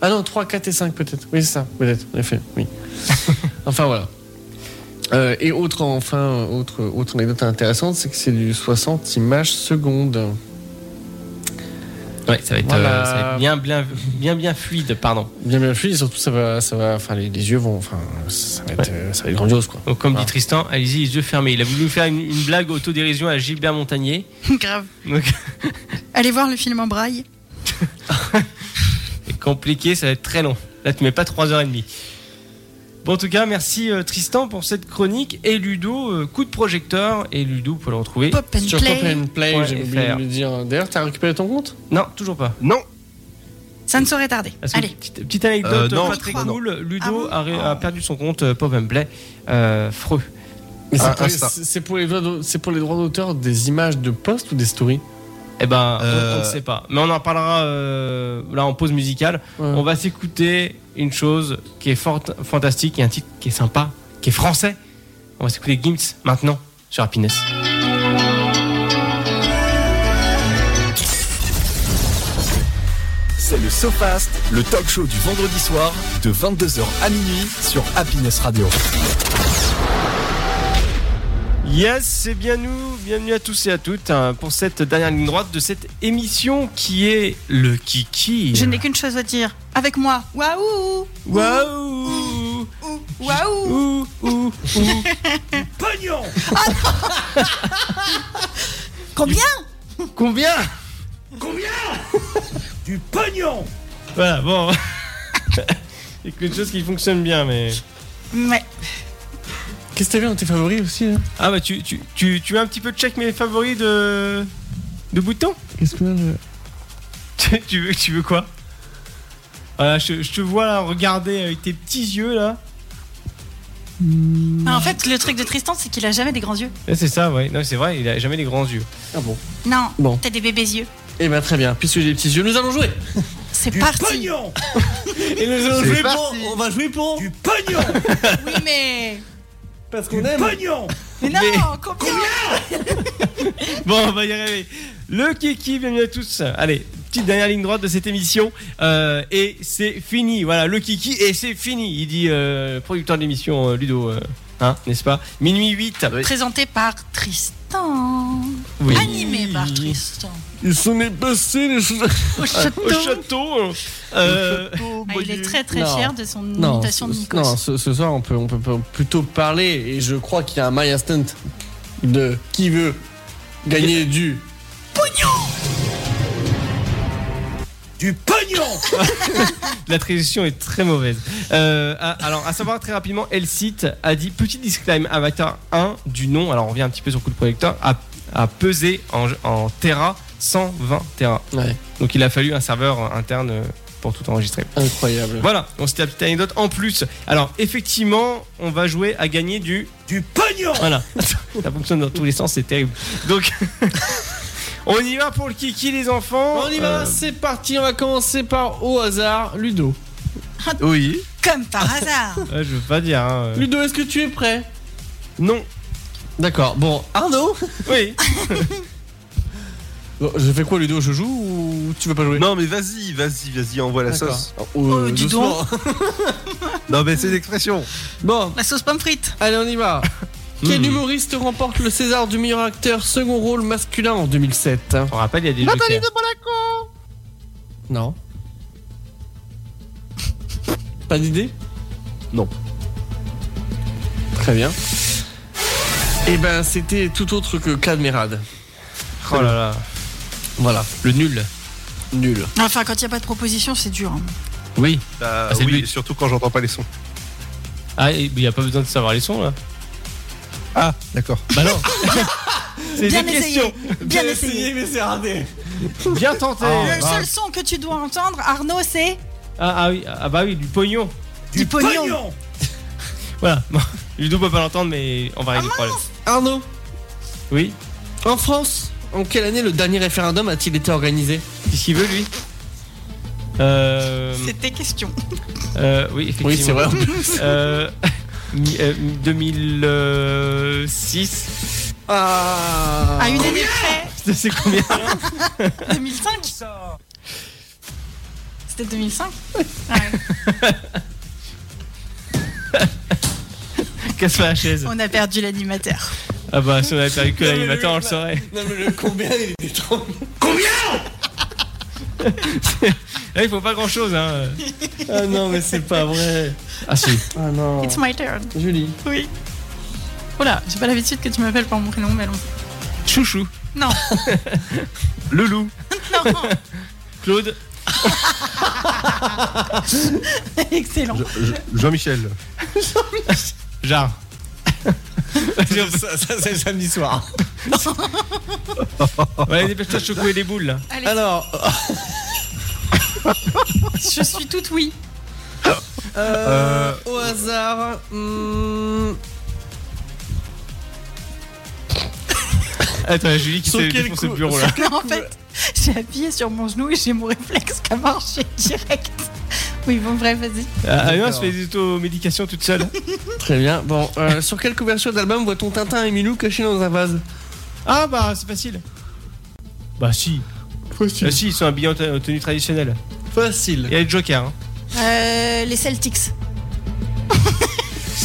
[SPEAKER 4] Ah non, 3, 4 et 5 peut-être. Oui, c'est ça, peut-être, en effet, oui. enfin voilà. Euh, et autre, enfin, autre, autre anecdote intéressante, c'est que c'est du 60 images secondes.
[SPEAKER 2] Ouais, ça va être,
[SPEAKER 4] Voilà.
[SPEAKER 2] euh, ça va être bien, bien, bien, bien fluide, pardon.
[SPEAKER 4] Bien bien fluide, et surtout ça va, ça va, enfin les, les yeux vont, enfin ça va être, euh, ça va être grandiose quoi.
[SPEAKER 2] Donc, comme
[SPEAKER 4] Ah.
[SPEAKER 2] dit Tristan, allez-y, les yeux fermés. Il a voulu faire une, une blague autodérision à Gilbert Montagnier.
[SPEAKER 3] Grave.
[SPEAKER 2] Donc,
[SPEAKER 3] Allez voir le film en braille.
[SPEAKER 2] c'est compliqué, ça va être très long. Là, tu mets pas 3h30. Bon, en tout cas, merci euh, Tristan pour cette chronique. Et Ludo, euh, coup de projecteur. Et Ludo, vous pouvez le retrouver.
[SPEAKER 3] Pop and
[SPEAKER 4] Sur
[SPEAKER 3] play.
[SPEAKER 4] Pop and Play,
[SPEAKER 2] Ouais,
[SPEAKER 4] j'ai
[SPEAKER 2] et
[SPEAKER 4] oublié de
[SPEAKER 2] faire.
[SPEAKER 4] le dire. D'ailleurs, t'as récupéré ton compte
[SPEAKER 2] Non, toujours pas.
[SPEAKER 5] Non,
[SPEAKER 3] Ça ne saurait tarder.
[SPEAKER 2] Parce que
[SPEAKER 3] Allez.
[SPEAKER 2] Petite, petite anecdote
[SPEAKER 5] Euh, non.
[SPEAKER 2] pas très
[SPEAKER 5] Non.
[SPEAKER 2] cool.
[SPEAKER 3] Ah
[SPEAKER 2] Ludo
[SPEAKER 3] bon
[SPEAKER 2] a, ré- a perdu son compte euh, Pop and Play. Euh, Freux.
[SPEAKER 4] Mais c'est
[SPEAKER 5] Ah,
[SPEAKER 4] pour, les-
[SPEAKER 5] Insta.
[SPEAKER 4] c'est pour les droits d'au- c'est pour les droits d'auteur des images de post ou des stories
[SPEAKER 2] Eh ben, on- on
[SPEAKER 5] Euh.
[SPEAKER 2] ne sait pas. Mais on en parlera euh, là en pause musicale.
[SPEAKER 4] Ouais.
[SPEAKER 2] On va s'écouter une chose qui est fort, fantastique et un titre qui est sympa, qui est français. On va s'écouter Gims maintenant sur Happiness.
[SPEAKER 1] C'est le SoFast, le talk show du vendredi soir de 22h à minuit sur Happiness Radio.
[SPEAKER 2] Yes, c'est bien nous. Bienvenue à tous et à toutes hein, pour cette dernière ligne droite de cette émission qui est le Kiki.
[SPEAKER 3] Je n'ai qu'une chose à dire. Avec moi. Waouh
[SPEAKER 2] Waouh!
[SPEAKER 3] Ouh, Waouh
[SPEAKER 2] Ouh, ouh, ouh.
[SPEAKER 6] Pognon
[SPEAKER 3] Combien
[SPEAKER 2] Combien?
[SPEAKER 6] Combien Du pognon
[SPEAKER 2] Voilà, bon. C'est quelque chose qui fonctionne bien, mais.
[SPEAKER 3] Ouais.
[SPEAKER 4] Qu'est-ce que t'avais dans tes favoris aussi là
[SPEAKER 2] Ah bah tu, tu, tu, tu as un petit peu check mes favoris de. de bouton
[SPEAKER 4] Qu'est-ce que le...
[SPEAKER 2] tu, tu veux, tu veux quoi Voilà, je, je te vois là, regarder avec tes petits yeux là.
[SPEAKER 3] En fait, le truc de Tristan, c'est qu'il a jamais des grands yeux.
[SPEAKER 2] Là, Eh, c'est ça, ouais. Non, c'est vrai, il a jamais les grands yeux.
[SPEAKER 4] Ah bon
[SPEAKER 3] Non,
[SPEAKER 4] Bon.
[SPEAKER 3] t'as des bébés yeux.
[SPEAKER 4] Eh ben très bien, puisque j'ai les petits yeux, nous allons jouer
[SPEAKER 3] C'est
[SPEAKER 6] Du
[SPEAKER 3] parti.
[SPEAKER 6] pognon
[SPEAKER 2] Et nous allons
[SPEAKER 5] C'est
[SPEAKER 2] jouer
[SPEAKER 5] parti.
[SPEAKER 2] pour. On va jouer pour.
[SPEAKER 6] Du pognon
[SPEAKER 3] Oui, mais.
[SPEAKER 4] Parce
[SPEAKER 6] Du pognon
[SPEAKER 3] Mais non,
[SPEAKER 2] Mais-
[SPEAKER 3] combien,
[SPEAKER 2] Bon, on va y arriver. Le Kiki, bienvenue à tous. Allez, petite dernière ligne droite de cette émission. Euh, et c'est fini. Voilà, le Kiki, et c'est fini. Il dit euh, le producteur de l'émission, euh, Ludo. euh, hein, n'est-ce pas Minuit 8.
[SPEAKER 3] Présenté par Tristan.
[SPEAKER 2] Oui.
[SPEAKER 3] Animé par Tristan.
[SPEAKER 4] Il s'en est passé les choses...
[SPEAKER 3] Au château.
[SPEAKER 2] Au château. Euh,
[SPEAKER 3] Ah, il est très très
[SPEAKER 4] Non.
[SPEAKER 3] fier de son
[SPEAKER 4] Non, ce,
[SPEAKER 3] imitation de Nikos.
[SPEAKER 4] non, ce- ce soir on peut, on peut pas- plutôt parler, et je crois qu'il y a un Maya Stunt de qui veut gagner du...
[SPEAKER 6] Du pognon
[SPEAKER 2] La transition est très mauvaise. Euh, ah, alors, à savoir très rapidement, Elsite a dit petit disclaimer Avatar 1 du nom. Alors, on revient un petit peu sur coup de projecteur. A, a pesé en, en Tera 120 Tera.
[SPEAKER 4] Ouais,
[SPEAKER 2] Donc, il a fallu un serveur euh, interne euh, pour tout enregistrer.
[SPEAKER 4] incroyable.
[SPEAKER 2] Voilà, donc c'était la petite anecdote en plus. Alors, effectivement, on va jouer à gagner du
[SPEAKER 6] Du pognon
[SPEAKER 2] voilà. Ça fonctionne dans tous les sens, c'est terrible. Donc. On y va pour le kiki les enfants
[SPEAKER 4] On y va,
[SPEAKER 2] Euh,
[SPEAKER 4] c'est parti, on va commencer par au hasard Ludo.
[SPEAKER 5] oui.
[SPEAKER 3] Comme par hasard.
[SPEAKER 2] ouais, je veux pas dire. hein.
[SPEAKER 4] Ludo, est-ce que tu es prêt
[SPEAKER 2] Non.
[SPEAKER 4] D'accord, bon, Arnaud
[SPEAKER 2] Oui.
[SPEAKER 4] Bon, Je fais quoi Ludo Je joue ou tu veux pas jouer
[SPEAKER 5] Non, mais vas-y, vas-y, vas-y, envoie la
[SPEAKER 4] D'accord.
[SPEAKER 5] sauce.
[SPEAKER 3] Oh, dis
[SPEAKER 4] doucement.
[SPEAKER 5] Non, mais c'est l'expression.
[SPEAKER 4] Bon,
[SPEAKER 3] La sauce pomme frite.
[SPEAKER 4] allez on y va. Quel humoriste remporte le César du meilleur acteur second rôle masculin en 2007
[SPEAKER 2] On rappelle, il y a des
[SPEAKER 3] Bah,
[SPEAKER 2] jokers.
[SPEAKER 4] Non. Pas d'idée
[SPEAKER 5] Non.
[SPEAKER 4] Très bien. Eh ben c'était tout autre que Cadmerade.
[SPEAKER 2] Oh là là.
[SPEAKER 4] Voilà.
[SPEAKER 2] Le nul.
[SPEAKER 6] Nul.
[SPEAKER 3] Enfin, quand il n'y a pas de proposition, c'est dur. hein.
[SPEAKER 2] Oui.
[SPEAKER 5] Bah,
[SPEAKER 2] Ah, c'est le
[SPEAKER 5] oui,
[SPEAKER 2] but.
[SPEAKER 5] surtout quand j'entends pas les sons.
[SPEAKER 2] Ah, il n'y a pas besoin de savoir les sons là.
[SPEAKER 5] Ah, d'accord.
[SPEAKER 2] Bah non. c'est
[SPEAKER 3] Bien
[SPEAKER 2] des
[SPEAKER 3] essayé.
[SPEAKER 2] questions.
[SPEAKER 3] Bien essayé.
[SPEAKER 2] mais c'est raté. Bien tenté.
[SPEAKER 3] Le seul son que tu dois entendre, Arnaud, c'est
[SPEAKER 2] Ah, ah oui, ah bah oui, du pognon.
[SPEAKER 3] du, pognon.
[SPEAKER 2] Voilà. Bon, Ludo peut pas l'entendre, mais on va
[SPEAKER 3] Ah,
[SPEAKER 2] régler le problème.
[SPEAKER 6] Arnaud,
[SPEAKER 2] Oui.
[SPEAKER 6] en France, en quelle année le dernier référendum a-t-il été organisé
[SPEAKER 2] Qu'est-ce qu'il veut lui euh,
[SPEAKER 3] C'est tes questions.
[SPEAKER 2] euh, Oui, effectivement.
[SPEAKER 6] Oui, c'est vrai.
[SPEAKER 2] Euh, mi- euh, 2006.
[SPEAKER 6] Ah,
[SPEAKER 3] À une année près,
[SPEAKER 2] Putain, C'est combien
[SPEAKER 3] 2005. C'était 2005 Ah Ouais.
[SPEAKER 2] Casse la chaise.
[SPEAKER 3] On a perdu l'animateur.
[SPEAKER 2] Ah bah si on avait perdu que l'animateur, on le saurait.
[SPEAKER 6] Non, mais le combien il était trop.
[SPEAKER 2] Là, il faut pas grand chose. Hein.
[SPEAKER 6] Ah non, mais c'est pas vrai.
[SPEAKER 2] Ah si.
[SPEAKER 6] Ah non.
[SPEAKER 3] It's my turn.
[SPEAKER 6] Julie.
[SPEAKER 3] Oui. Oula, j'ai pas l'habitude que tu m'appelles par mon prénom, mais non.
[SPEAKER 2] Chouchou.
[SPEAKER 3] Non,
[SPEAKER 5] Le loup.
[SPEAKER 3] non.
[SPEAKER 2] Claude.
[SPEAKER 3] Excellent.
[SPEAKER 5] Je- je- Jean-Michel.
[SPEAKER 2] Jarre.
[SPEAKER 6] Ça, ça, c'est le samedi soir.
[SPEAKER 2] Ouais, dépêche-toi de chocouer des boules. là.
[SPEAKER 3] Allez,
[SPEAKER 6] Alors,
[SPEAKER 3] je suis toute oui.
[SPEAKER 6] euh, au hasard. hmm,
[SPEAKER 2] Attends, Julie qui
[SPEAKER 6] Sur
[SPEAKER 2] s'est
[SPEAKER 6] quel
[SPEAKER 2] défoncé le
[SPEAKER 6] coup-
[SPEAKER 2] bureau là.
[SPEAKER 3] Non, en fait, j'ai appuyé sur mon genou et j'ai mon réflexe qui a marché direct. Oui, bon, bref, vas-y.
[SPEAKER 2] Ah non, elle se fait des auto-médications toute seule.
[SPEAKER 6] Très bien. Bon, euh, sur quelle couverture d'album voit-on Tintin et Milou cachés dans un vase
[SPEAKER 2] Ah bah c'est facile. Bah si. Ah, si, ils sont habillés en te- en tenue traditionnelle.
[SPEAKER 6] Facile.
[SPEAKER 2] Il y a le Joker. Hein.
[SPEAKER 3] Euh, les Celtics.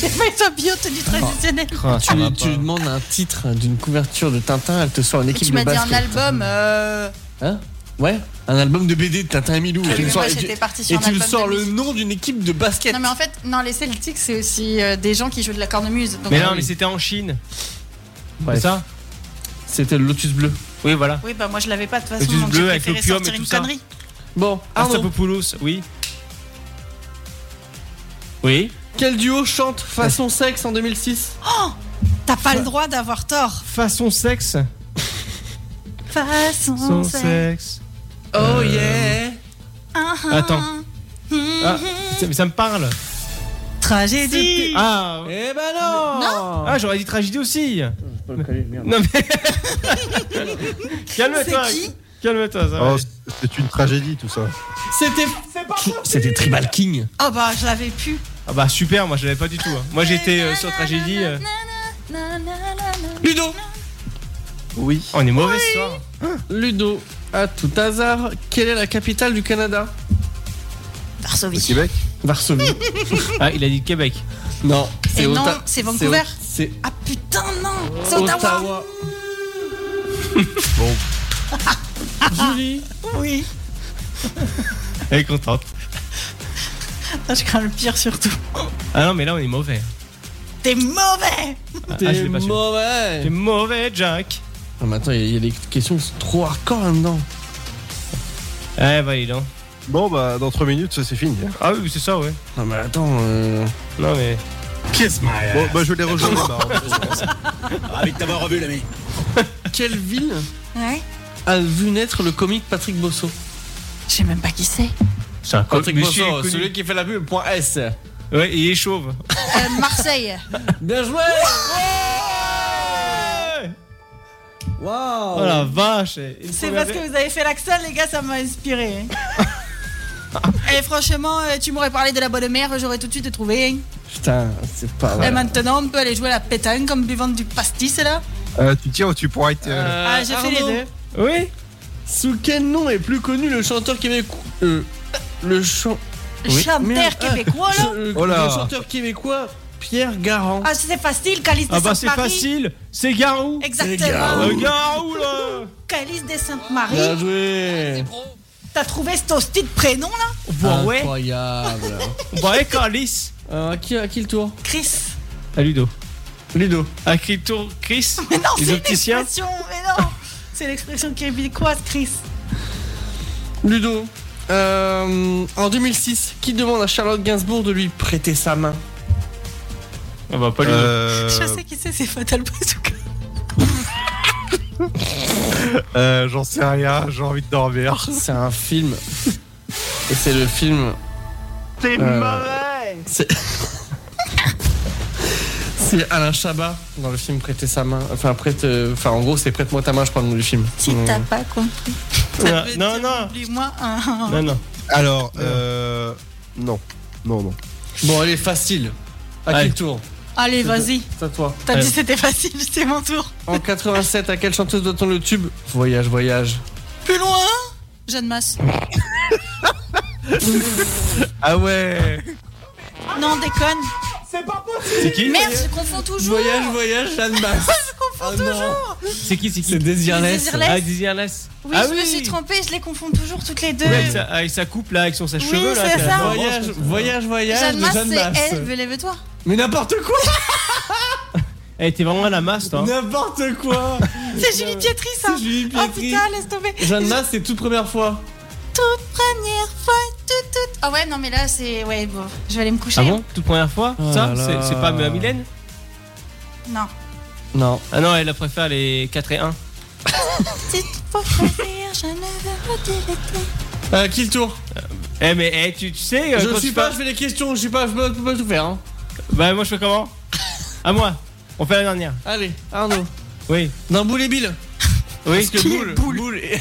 [SPEAKER 3] J'ai pas été bio tenue traditionnelle.
[SPEAKER 2] Ah,
[SPEAKER 6] Tu, tu lui demandes un titre d'une couverture de Tintin, elle te sort une équipe
[SPEAKER 3] Tu
[SPEAKER 6] de
[SPEAKER 3] m'as dit un
[SPEAKER 6] basket.
[SPEAKER 3] album. Euh...
[SPEAKER 6] Ouais, un album de BD de Tintin et Milou.
[SPEAKER 3] mais
[SPEAKER 6] Et tu me
[SPEAKER 3] moi,
[SPEAKER 6] sors- et tu-
[SPEAKER 3] euh, j'étais partie sur
[SPEAKER 6] et
[SPEAKER 3] un
[SPEAKER 6] tu me
[SPEAKER 3] album
[SPEAKER 6] sors
[SPEAKER 3] de
[SPEAKER 6] le
[SPEAKER 3] musique.
[SPEAKER 6] nom d'une équipe de basket.
[SPEAKER 3] Non, mais en fait, non, les Celtics, c'est aussi euh, des gens qui jouent de la cornemuse. Donc,
[SPEAKER 2] Mais non, mais c'était en Chine.
[SPEAKER 6] Ah, Bref.
[SPEAKER 2] C'est ça
[SPEAKER 6] C'était le Lotus Bleu.
[SPEAKER 2] Oui, voilà.
[SPEAKER 3] Oui, bah moi je l'avais pas de toute
[SPEAKER 2] Le
[SPEAKER 3] façon,
[SPEAKER 2] Juste
[SPEAKER 3] donc
[SPEAKER 2] Bleu
[SPEAKER 3] j'ai
[SPEAKER 2] avec
[SPEAKER 3] préféré
[SPEAKER 2] l'opium
[SPEAKER 3] sortir
[SPEAKER 2] et
[SPEAKER 3] une
[SPEAKER 2] tout ça.
[SPEAKER 3] connerie.
[SPEAKER 6] Ah, Bon, Arnaud,
[SPEAKER 2] Arstapopoulos, oui. Oui.
[SPEAKER 6] quel duo chante Façon Sexe en 2006
[SPEAKER 3] T'as pas le droit d'avoir tort.
[SPEAKER 2] Façon sexe.
[SPEAKER 3] Façon, c'est.
[SPEAKER 2] sexe.
[SPEAKER 6] Oh yeah
[SPEAKER 3] Ah, ah.
[SPEAKER 2] Attends.
[SPEAKER 3] Mhm.
[SPEAKER 2] Ah, ça, mais ça me parle.
[SPEAKER 3] Tragédie.
[SPEAKER 2] Ah,
[SPEAKER 6] Eh ben non,
[SPEAKER 2] ah j'aurais dit tragédie aussi. Non mais. Calme-toi.
[SPEAKER 3] C'est qui
[SPEAKER 2] Calme-toi, ça va.
[SPEAKER 5] Oh, c'est une tragédie tout ça.
[SPEAKER 6] C'était. C'était Tribal King.
[SPEAKER 3] Oh bah je l'avais pu.
[SPEAKER 2] Ah bah super, moi je l'avais pas du tout. hein. Moi j'étais euh, sur tragédie. euh.
[SPEAKER 6] Ludo
[SPEAKER 5] Oui.
[SPEAKER 2] Oh, on est mauvais ce soir.
[SPEAKER 6] Ludo, à tout hasard, quelle est la capitale du Canada
[SPEAKER 5] Le
[SPEAKER 3] Varsovie.
[SPEAKER 5] Québec.
[SPEAKER 6] Varsovie.
[SPEAKER 2] Ah, il a dit Québec.
[SPEAKER 6] non, c'est
[SPEAKER 3] Hmm. Et non,
[SPEAKER 6] Ota-
[SPEAKER 3] c'est Vancouver.
[SPEAKER 6] O- C'est
[SPEAKER 3] Ah putain non, c'est Ottawa.
[SPEAKER 6] Ottawa.
[SPEAKER 5] Bon,
[SPEAKER 6] Julie
[SPEAKER 3] Oui.
[SPEAKER 2] Elle est contente.
[SPEAKER 3] Ah, je crains le pire surtout.
[SPEAKER 2] Ah non, mais là on est mauvais.
[SPEAKER 3] T'es mauvais.
[SPEAKER 2] Ah, ah, je
[SPEAKER 6] T'es
[SPEAKER 2] l'ai pas su.
[SPEAKER 6] mauvais
[SPEAKER 2] T'es mauvais, Jack.
[SPEAKER 6] Ah, mais attends, il y, a- il y a des questions qui sont trop hardcore là-dedans.
[SPEAKER 2] Eh bah, il est en-
[SPEAKER 5] bon bah dans 3 minutes c'est fini.
[SPEAKER 2] Ah oui, c'est ça, ouais.
[SPEAKER 6] Non, mais attends. euh,
[SPEAKER 2] Non, mais.
[SPEAKER 5] Bon bah je les rejoins. les barres.
[SPEAKER 1] Ravi de t'avoir revu, l'ami.
[SPEAKER 6] Quelle ville
[SPEAKER 3] Ouais.
[SPEAKER 6] a vu naître le comique Patrick Bosso
[SPEAKER 3] Je sais même pas qui c'est.
[SPEAKER 2] C'est un
[SPEAKER 6] Patrick
[SPEAKER 2] Oh, monsieur
[SPEAKER 6] Bosso,
[SPEAKER 2] est connu.
[SPEAKER 6] celui qui fait la pub, point S.
[SPEAKER 2] Ouais, il est chauve.
[SPEAKER 3] Euh, Marseille.
[SPEAKER 6] Bien joué
[SPEAKER 2] Oh
[SPEAKER 6] Waouh
[SPEAKER 2] la vache eh. Il
[SPEAKER 3] C'est
[SPEAKER 2] faut
[SPEAKER 3] parce que
[SPEAKER 2] regarder.
[SPEAKER 3] vous avez fait l'accent, les gars, ça m'a inspiré. Et franchement, euh, tu m'aurais parlé de la bonne mère, j'aurais tout de suite trouvé.
[SPEAKER 6] Putain, c'est pas
[SPEAKER 3] Et
[SPEAKER 6] vrai.
[SPEAKER 3] maintenant, on peut aller jouer à la pétanque comme buvante du pastis, là.
[SPEAKER 5] Euh, tu tiens ou tu pourras être. euh,
[SPEAKER 2] Euh,
[SPEAKER 3] ah, j'ai fait les
[SPEAKER 6] Arnaud.
[SPEAKER 3] deux.
[SPEAKER 2] Oui
[SPEAKER 6] Sous quel nom est plus connu le chanteur québécois euh, Le chan- Oui.
[SPEAKER 3] Chanteur
[SPEAKER 6] Merde, ah,
[SPEAKER 3] québécois, là.
[SPEAKER 6] le-
[SPEAKER 5] Oh là.
[SPEAKER 6] le chanteur québécois Pierre Garand.
[SPEAKER 3] Ah, c'est facile, Calice
[SPEAKER 2] Ah
[SPEAKER 3] de
[SPEAKER 2] bah, c'est
[SPEAKER 3] Sainte-Marie.
[SPEAKER 2] facile Ah C'est Garou
[SPEAKER 3] Exactement.
[SPEAKER 2] Le Garou, là
[SPEAKER 3] Calice de
[SPEAKER 6] Bien
[SPEAKER 3] Sainte-Marie.
[SPEAKER 6] joué
[SPEAKER 3] T'as trouvé cet hostie de prénom, là
[SPEAKER 2] Bah, ouais
[SPEAKER 6] Incroyable
[SPEAKER 2] Bah, et Carlis
[SPEAKER 6] Euh, à, qui, à qui le tour
[SPEAKER 3] Chris.
[SPEAKER 2] À Ludo.
[SPEAKER 6] Ludo.
[SPEAKER 2] À Crypto Chris
[SPEAKER 3] Mais non,
[SPEAKER 2] Les
[SPEAKER 3] c'est une
[SPEAKER 2] opticiens
[SPEAKER 3] expression, mais non. C'est l'expression québécoise, Chris.
[SPEAKER 4] Ludo, euh, en 2006, qui demande à Charlotte Gainsbourg de lui prêter sa main
[SPEAKER 2] On va pas
[SPEAKER 5] Euh,
[SPEAKER 3] Je sais qui c'est, c'est Fatal Bazooka.
[SPEAKER 5] euh, J'en sais rien, j'ai envie de dormir.
[SPEAKER 4] C'est un film. Et c'est le film.
[SPEAKER 6] C'est
[SPEAKER 4] Euh,
[SPEAKER 6] mauvais
[SPEAKER 4] C'est. c'est Alain Chabat dans le film Prêter sa main. Enfin, prête, euh, enfin en gros, c'est Prête-moi ta main, je crois, le nom du film.
[SPEAKER 3] Si
[SPEAKER 4] Mm.
[SPEAKER 3] t'as pas compris.
[SPEAKER 2] Non, non, non.
[SPEAKER 3] Oublie-moi un.
[SPEAKER 2] Non, non.
[SPEAKER 5] Alors, euh, non, non, non.
[SPEAKER 4] Bon, elle est facile. À
[SPEAKER 2] Allez.
[SPEAKER 4] quel tour
[SPEAKER 3] Allez, vas-y.
[SPEAKER 4] C'est à toi.
[SPEAKER 3] T'as
[SPEAKER 2] Ouais.
[SPEAKER 3] dit c'était facile, c'est mon tour.
[SPEAKER 4] En 87, à quelle chanteuse doit-on le tube Voyage, voyage.
[SPEAKER 3] Plus loin Jeanne Masse.
[SPEAKER 5] Ah ouais
[SPEAKER 3] Non, déconne.
[SPEAKER 2] C'est qui
[SPEAKER 3] Merde, je confonds toujours.
[SPEAKER 4] Voyage, voyage, Jeanne Masse. je confonds toujours.
[SPEAKER 2] C'est qui Euh, C'est qui
[SPEAKER 4] C'est Désirless.
[SPEAKER 3] Désirless.
[SPEAKER 2] Ah, Désirless.
[SPEAKER 3] Oui,
[SPEAKER 2] Ah
[SPEAKER 3] je me suis trompée, je les confonds toujours toutes les deux.
[SPEAKER 2] Ouais, avec, sa, avec sa coupe là, avec son sèche-cheveux
[SPEAKER 3] Oui,
[SPEAKER 2] là.
[SPEAKER 3] c'est
[SPEAKER 2] qu'elle
[SPEAKER 3] ça.
[SPEAKER 2] avance
[SPEAKER 4] Voyage,
[SPEAKER 2] comme ça.
[SPEAKER 4] voyage, voyage
[SPEAKER 3] Jeanne
[SPEAKER 4] de
[SPEAKER 3] Masse,
[SPEAKER 4] Jeanne
[SPEAKER 3] c'est
[SPEAKER 4] Masse.
[SPEAKER 3] elle, mais lève-toi.
[SPEAKER 4] Mais n'importe quoi
[SPEAKER 2] Elle était Eh, vraiment à la masse, toi.
[SPEAKER 4] N'importe quoi
[SPEAKER 3] C'est Julie Pietri, ça.
[SPEAKER 4] C'est Julie
[SPEAKER 3] Oh
[SPEAKER 4] Pietri.
[SPEAKER 3] putain, laisse tomber.
[SPEAKER 4] Jeanne Masse, c'est toute première fois.
[SPEAKER 3] Toute première fois, tout, tout. Ah ouais, non, mais là, c'est. Ouais, bon, je vais aller me coucher.
[SPEAKER 2] Ah bon Toute première fois
[SPEAKER 4] Ah
[SPEAKER 2] Ça
[SPEAKER 4] là
[SPEAKER 2] C'est
[SPEAKER 4] là.
[SPEAKER 2] c'est pas euh, Mylène
[SPEAKER 3] Non.
[SPEAKER 4] Non.
[SPEAKER 2] Ah non, elle a préféré les 4 et 1.
[SPEAKER 3] Si tu peux faire, je ne veux pas dire les clés.
[SPEAKER 4] Euh, qui le tour
[SPEAKER 2] Eh mais eh, tu, tu sais, euh,
[SPEAKER 4] Je
[SPEAKER 2] quand
[SPEAKER 4] suis
[SPEAKER 2] tu
[SPEAKER 4] pas,
[SPEAKER 2] parles-
[SPEAKER 4] je fais les questions, je suis pas, je peux, je peux pas tout faire. hein.
[SPEAKER 2] Bah moi je fais comment À moi. On fait la dernière.
[SPEAKER 4] Allez, Arnaud.
[SPEAKER 2] Oui.
[SPEAKER 4] Dans Boule et Bill.
[SPEAKER 2] Oui.
[SPEAKER 4] Parce que boule, boule. et-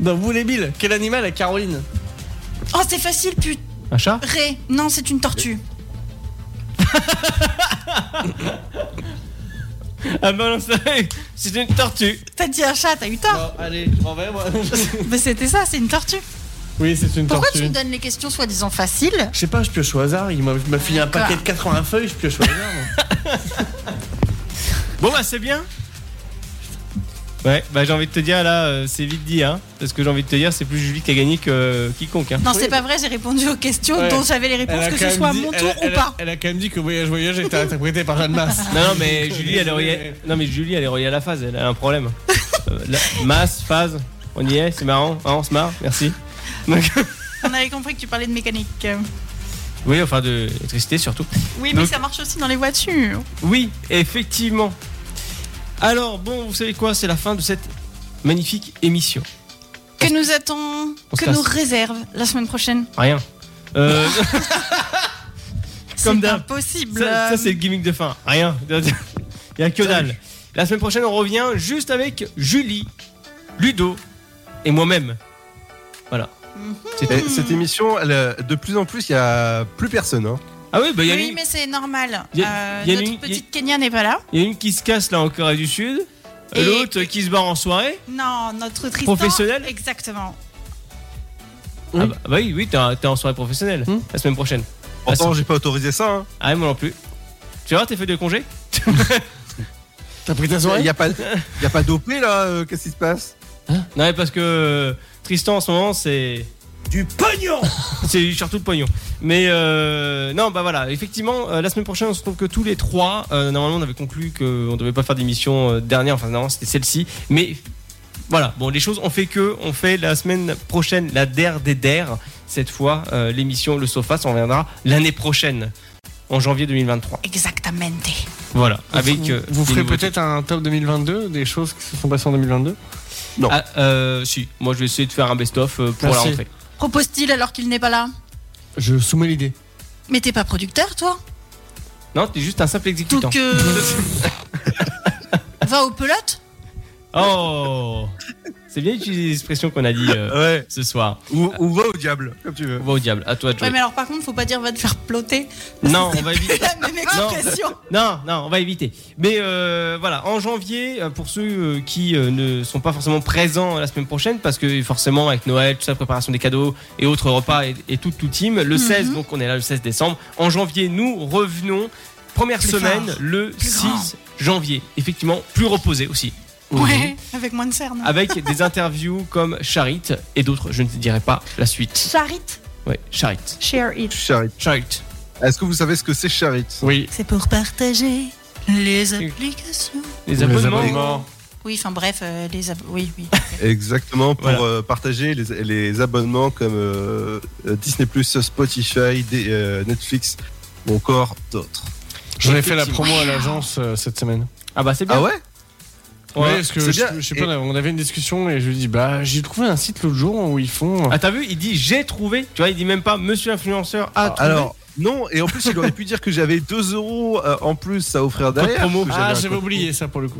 [SPEAKER 4] Dans Boule et Bill, quel animal a Caroline
[SPEAKER 3] Oh, c'est facile, putain.
[SPEAKER 2] Un chat
[SPEAKER 3] Ré. Non, c'est une tortue.
[SPEAKER 2] Ah bah non, c'est- c'est une tortue.
[SPEAKER 3] T'as dit un chat, t'as eu tort.
[SPEAKER 4] Non, allez, je m'en vais moi.
[SPEAKER 3] Mais c'était ça, c'est une tortue.
[SPEAKER 4] oui, c'est une
[SPEAKER 3] Pourquoi tu
[SPEAKER 4] tortue.
[SPEAKER 3] me donnes les questions soi-disant faciles
[SPEAKER 4] Je sais pas, je pioche au hasard. Il m'a il m'a filé un
[SPEAKER 3] D'accord.
[SPEAKER 4] paquet de 80 feuilles, je pioche au hasard. moi.
[SPEAKER 2] Bon bah c'est bien. Ouais, bah j'ai envie de te dire là, euh, c'est vite dit hein. Parce que j'ai envie de te dire, c'est plus Julie qui a gagné que euh, quiconque hein.
[SPEAKER 3] Non,
[SPEAKER 4] Oui.
[SPEAKER 3] c'est pas vrai, j'ai répondu aux questions
[SPEAKER 4] Ouais.
[SPEAKER 3] dont j'avais les réponses, que ce soit à mon tour ou pas.
[SPEAKER 4] elle a quand même dit que Voyage Voyage était interprété par Jeanne Masse.
[SPEAKER 2] Non, non mais Julie elle est reliée... Non mais Julie elle est reliée à la phase, elle a un problème. Euh, la- Masse, phase, on y est, c'est marrant, hein, on se marre, merci. Donc-
[SPEAKER 3] On avait compris que tu parlais de mécanique.
[SPEAKER 2] Oui, enfin de électricité surtout.
[SPEAKER 3] Oui, mais
[SPEAKER 2] Donc-
[SPEAKER 3] ça marche aussi dans les voitures.
[SPEAKER 2] Oui, effectivement. Alors bon, vous savez quoi, c'est la fin de cette magnifique émission.
[SPEAKER 3] Que nous attend,
[SPEAKER 2] On se
[SPEAKER 3] que nous
[SPEAKER 2] casse.
[SPEAKER 3] réserve la semaine prochaine
[SPEAKER 2] Rien. Euh, Comme
[SPEAKER 3] C'est
[SPEAKER 2] d'hab.
[SPEAKER 3] impossible.
[SPEAKER 2] Ça, ça, c'est le gimmick de fin. Rien. Il y a que dalle. La semaine prochaine, on revient juste avec Julie, Ludo et moi-même. Voilà. C'est
[SPEAKER 5] Et
[SPEAKER 2] tout.
[SPEAKER 5] Cette émission, elle, euh, de plus en plus, il n'y a plus personne. hein.
[SPEAKER 2] Ah oui, bah il y, a
[SPEAKER 3] Oui,
[SPEAKER 2] une-
[SPEAKER 3] mais c'est normal.
[SPEAKER 2] Y a-
[SPEAKER 3] Euh,
[SPEAKER 2] y a
[SPEAKER 3] notre
[SPEAKER 2] une-
[SPEAKER 3] petite Kenya n'est pas là.
[SPEAKER 2] il y a une qui se casse là en Corée du Sud,
[SPEAKER 3] Et-
[SPEAKER 2] l'autre qui se barre en soirée.
[SPEAKER 3] Non, notre Tristan.
[SPEAKER 2] Professionnel
[SPEAKER 3] Exactement.
[SPEAKER 4] Oui.
[SPEAKER 2] Ah bah, bah oui, oui, t'es en t'es en soirée professionnelle
[SPEAKER 4] Hmm.
[SPEAKER 2] la semaine prochaine.
[SPEAKER 5] Pourtant, j'ai pas autorisé ça. hein.
[SPEAKER 2] Ah, moi non plus. Tu vas voir tes feuilles de congé
[SPEAKER 4] T'as pris ta
[SPEAKER 5] Il
[SPEAKER 4] soirée
[SPEAKER 5] n'y a pas, il y a pas d'OP là. euh, Qu'est-ce qui se passe
[SPEAKER 2] Non, mais parce que euh, Tristan en ce moment, c'est.
[SPEAKER 6] Du pognon
[SPEAKER 2] C'est surtout le pognon. Mais euh, non, bah voilà, effectivement, euh, la semaine prochaine, on se retrouve que tous les trois. Euh, normalement, on avait conclu qu'on devait pas faire d'émission euh, dernière, enfin, non, c'était celle-ci. Mais voilà, bon, les choses, on fait que, on fait la semaine prochaine la DER des DER. Cette fois, euh, l'émission Le Sofas, on reviendra l'année prochaine, en janvier 2023.
[SPEAKER 3] Exactamente.
[SPEAKER 2] Voilà, avec. euh,
[SPEAKER 4] vous
[SPEAKER 2] des
[SPEAKER 4] ferez
[SPEAKER 2] nouveautés.
[SPEAKER 4] peut-être un top 2022, des choses qui se sont passées en 2022.
[SPEAKER 2] Ah, euh, si, moi je vais essayer de faire un best-of euh, pour
[SPEAKER 4] Merci.
[SPEAKER 2] la rentrée.
[SPEAKER 3] Propose-t-il alors qu'il n'est pas là
[SPEAKER 4] Je soumets l'idée.
[SPEAKER 3] Mais t'es pas producteur, toi
[SPEAKER 2] Non, t'es juste un simple exécutant.
[SPEAKER 3] Donc, euh, va au pelote
[SPEAKER 2] Oh C'est bien d'utiliser l'expression qu'on a dit euh,
[SPEAKER 5] Ouais.
[SPEAKER 2] ce soir.
[SPEAKER 5] Ou, ou va au diable, comme tu veux.
[SPEAKER 2] On va au diable, à toi de jouer.
[SPEAKER 3] Ouais, mais alors par contre, faut pas dire va te faire ploter.
[SPEAKER 2] Non, on va éviter.
[SPEAKER 3] La même expression.
[SPEAKER 2] Non, non, on va éviter. Mais euh, voilà, en janvier, euh, pour ceux euh, qui euh, ne sont pas forcément présents la semaine prochaine, parce que forcément avec Noël, tout ça, préparation des cadeaux et autres repas et, et tout, tout team,
[SPEAKER 3] Mhm.
[SPEAKER 2] le 16, donc on est là le 16 décembre. En janvier, nous revenons, première
[SPEAKER 3] Plus
[SPEAKER 2] semaine,
[SPEAKER 3] fort.
[SPEAKER 2] le
[SPEAKER 3] Plus
[SPEAKER 2] 6
[SPEAKER 3] grand.
[SPEAKER 2] janvier. Effectivement, plus reposé aussi.
[SPEAKER 3] Ouais, avec moins de cernes.
[SPEAKER 2] Avec des interviews comme Charit et d'autres, je ne dirai pas la suite.
[SPEAKER 3] Charit,
[SPEAKER 2] Ouais, Charit.
[SPEAKER 3] share it.
[SPEAKER 5] Charit.
[SPEAKER 2] Charit.
[SPEAKER 5] Est-ce que vous savez ce que c'est Charit
[SPEAKER 4] Oui.
[SPEAKER 3] C'est pour partager les applications.
[SPEAKER 2] Les abonnements.
[SPEAKER 3] Oui, enfin bref, euh, les ab- oui, oui.
[SPEAKER 5] Exactement, pour
[SPEAKER 2] Voilà.
[SPEAKER 5] euh, partager les, les abonnements comme euh, euh, Disney, Spotify, des- euh, Netflix ou encore d'autres.
[SPEAKER 4] J'en ai fait la promo à l'agence euh, cette semaine.
[SPEAKER 2] Ah bah c'est bien.
[SPEAKER 5] Ah ouais
[SPEAKER 4] Ouais,
[SPEAKER 2] Ouais.
[SPEAKER 4] parce que
[SPEAKER 5] c'est
[SPEAKER 4] je,
[SPEAKER 5] bien.
[SPEAKER 4] je sais
[SPEAKER 5] Et-
[SPEAKER 4] pas, on avait une discussion et je lui dis bah j'ai trouvé un site l'autre jour où ils font.
[SPEAKER 2] Ah t'as vu, il dit j'ai trouvé. Tu vois, il dit même pas monsieur influenceur a trouvé.
[SPEAKER 5] Ah, Alors, non, et en plus, il aurait pu dire que j'avais 2 euros euh, en plus à offrir derrière.
[SPEAKER 2] promo.
[SPEAKER 5] que j'avais
[SPEAKER 4] Ah,
[SPEAKER 5] un
[SPEAKER 4] j'avais
[SPEAKER 5] code
[SPEAKER 4] oublié ça pour le coup.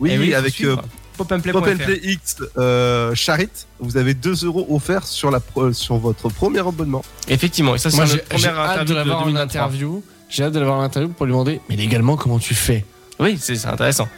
[SPEAKER 5] Oui,
[SPEAKER 2] Eh
[SPEAKER 5] oui,
[SPEAKER 2] faut
[SPEAKER 5] avec euh,
[SPEAKER 2] suivre. popandplay.fr.
[SPEAKER 5] Pop and Play X euh, Charit, vous avez 2 euros offerts sur, la pro- sur votre premier abonnement.
[SPEAKER 2] Effectivement, et ça c'est
[SPEAKER 4] Moi
[SPEAKER 2] notre
[SPEAKER 4] j'ai j'ai
[SPEAKER 2] première
[SPEAKER 4] hâte
[SPEAKER 2] interview
[SPEAKER 4] de l'avoir en
[SPEAKER 2] 2023.
[SPEAKER 4] interview. J'ai hâte de l'avoir en interview pour lui demander mais légalement comment tu fais.
[SPEAKER 2] Oui, c'est c'est intéressant.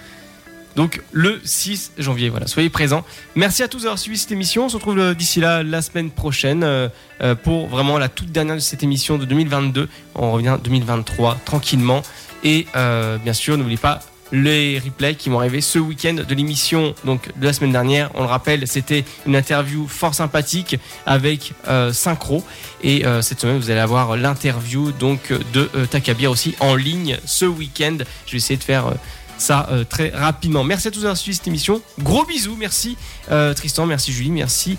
[SPEAKER 2] Donc le 6 janvier, voilà, soyez présents. Merci à tous d'avoir suivi cette émission. On se retrouve euh, d'ici là la semaine prochaine euh, euh, pour vraiment la toute dernière de cette émission de 2022. On revient 2023 tranquillement. Et euh, bien sûr, n'oubliez pas les replays qui vont arriver ce week-end de l'émission donc de la semaine dernière. On le rappelle, c'était une interview fort sympathique avec euh, Synchro. Et euh, cette semaine, vous allez avoir l'interview donc de euh, Takabir aussi en ligne ce week-end. Je vais essayer de faire euh, ça euh, très rapidement. Merci à tous d'avoir suivi cette émission. Gros bisous, merci euh, Tristan, merci Julie, merci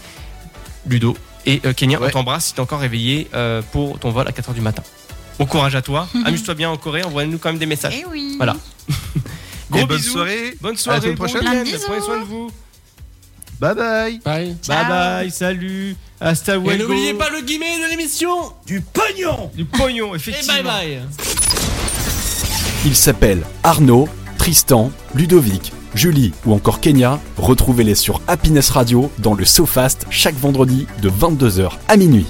[SPEAKER 2] Ludo et euh, Kenya. On
[SPEAKER 5] Ouais.
[SPEAKER 2] t'embrasse si t'es encore réveillé euh, pour ton vol à 4h du matin. Bon courage à toi. Amuse-toi bien en Corée. Envoie-nous quand même des messages.
[SPEAKER 3] Eh oui.
[SPEAKER 2] Voilà. Gros
[SPEAKER 5] Et bonne
[SPEAKER 2] bisous.
[SPEAKER 5] soirée,
[SPEAKER 2] Bonne
[SPEAKER 5] À la
[SPEAKER 2] soirée.
[SPEAKER 5] semaine
[SPEAKER 2] bon
[SPEAKER 5] prochaine.
[SPEAKER 2] week-end.
[SPEAKER 3] Plein de
[SPEAKER 2] Prenez
[SPEAKER 3] bisous.
[SPEAKER 2] soin de vous.
[SPEAKER 5] bye bye
[SPEAKER 4] Bye.
[SPEAKER 3] Ciao.
[SPEAKER 2] Bye bye. Salut. Hasta
[SPEAKER 4] Et
[SPEAKER 2] luego.
[SPEAKER 4] n'oubliez pas le guillemet de l'émission.
[SPEAKER 6] Du pognon
[SPEAKER 2] du pognon.
[SPEAKER 4] Et
[SPEAKER 2] Effectivement.
[SPEAKER 4] bye bye.
[SPEAKER 1] Ils s'appellent Arnaud, Tristan, Ludovic, Julie ou encore Kenya. Retrouvez-les sur Happiness Radio dans le SoFast chaque vendredi de 22h à minuit.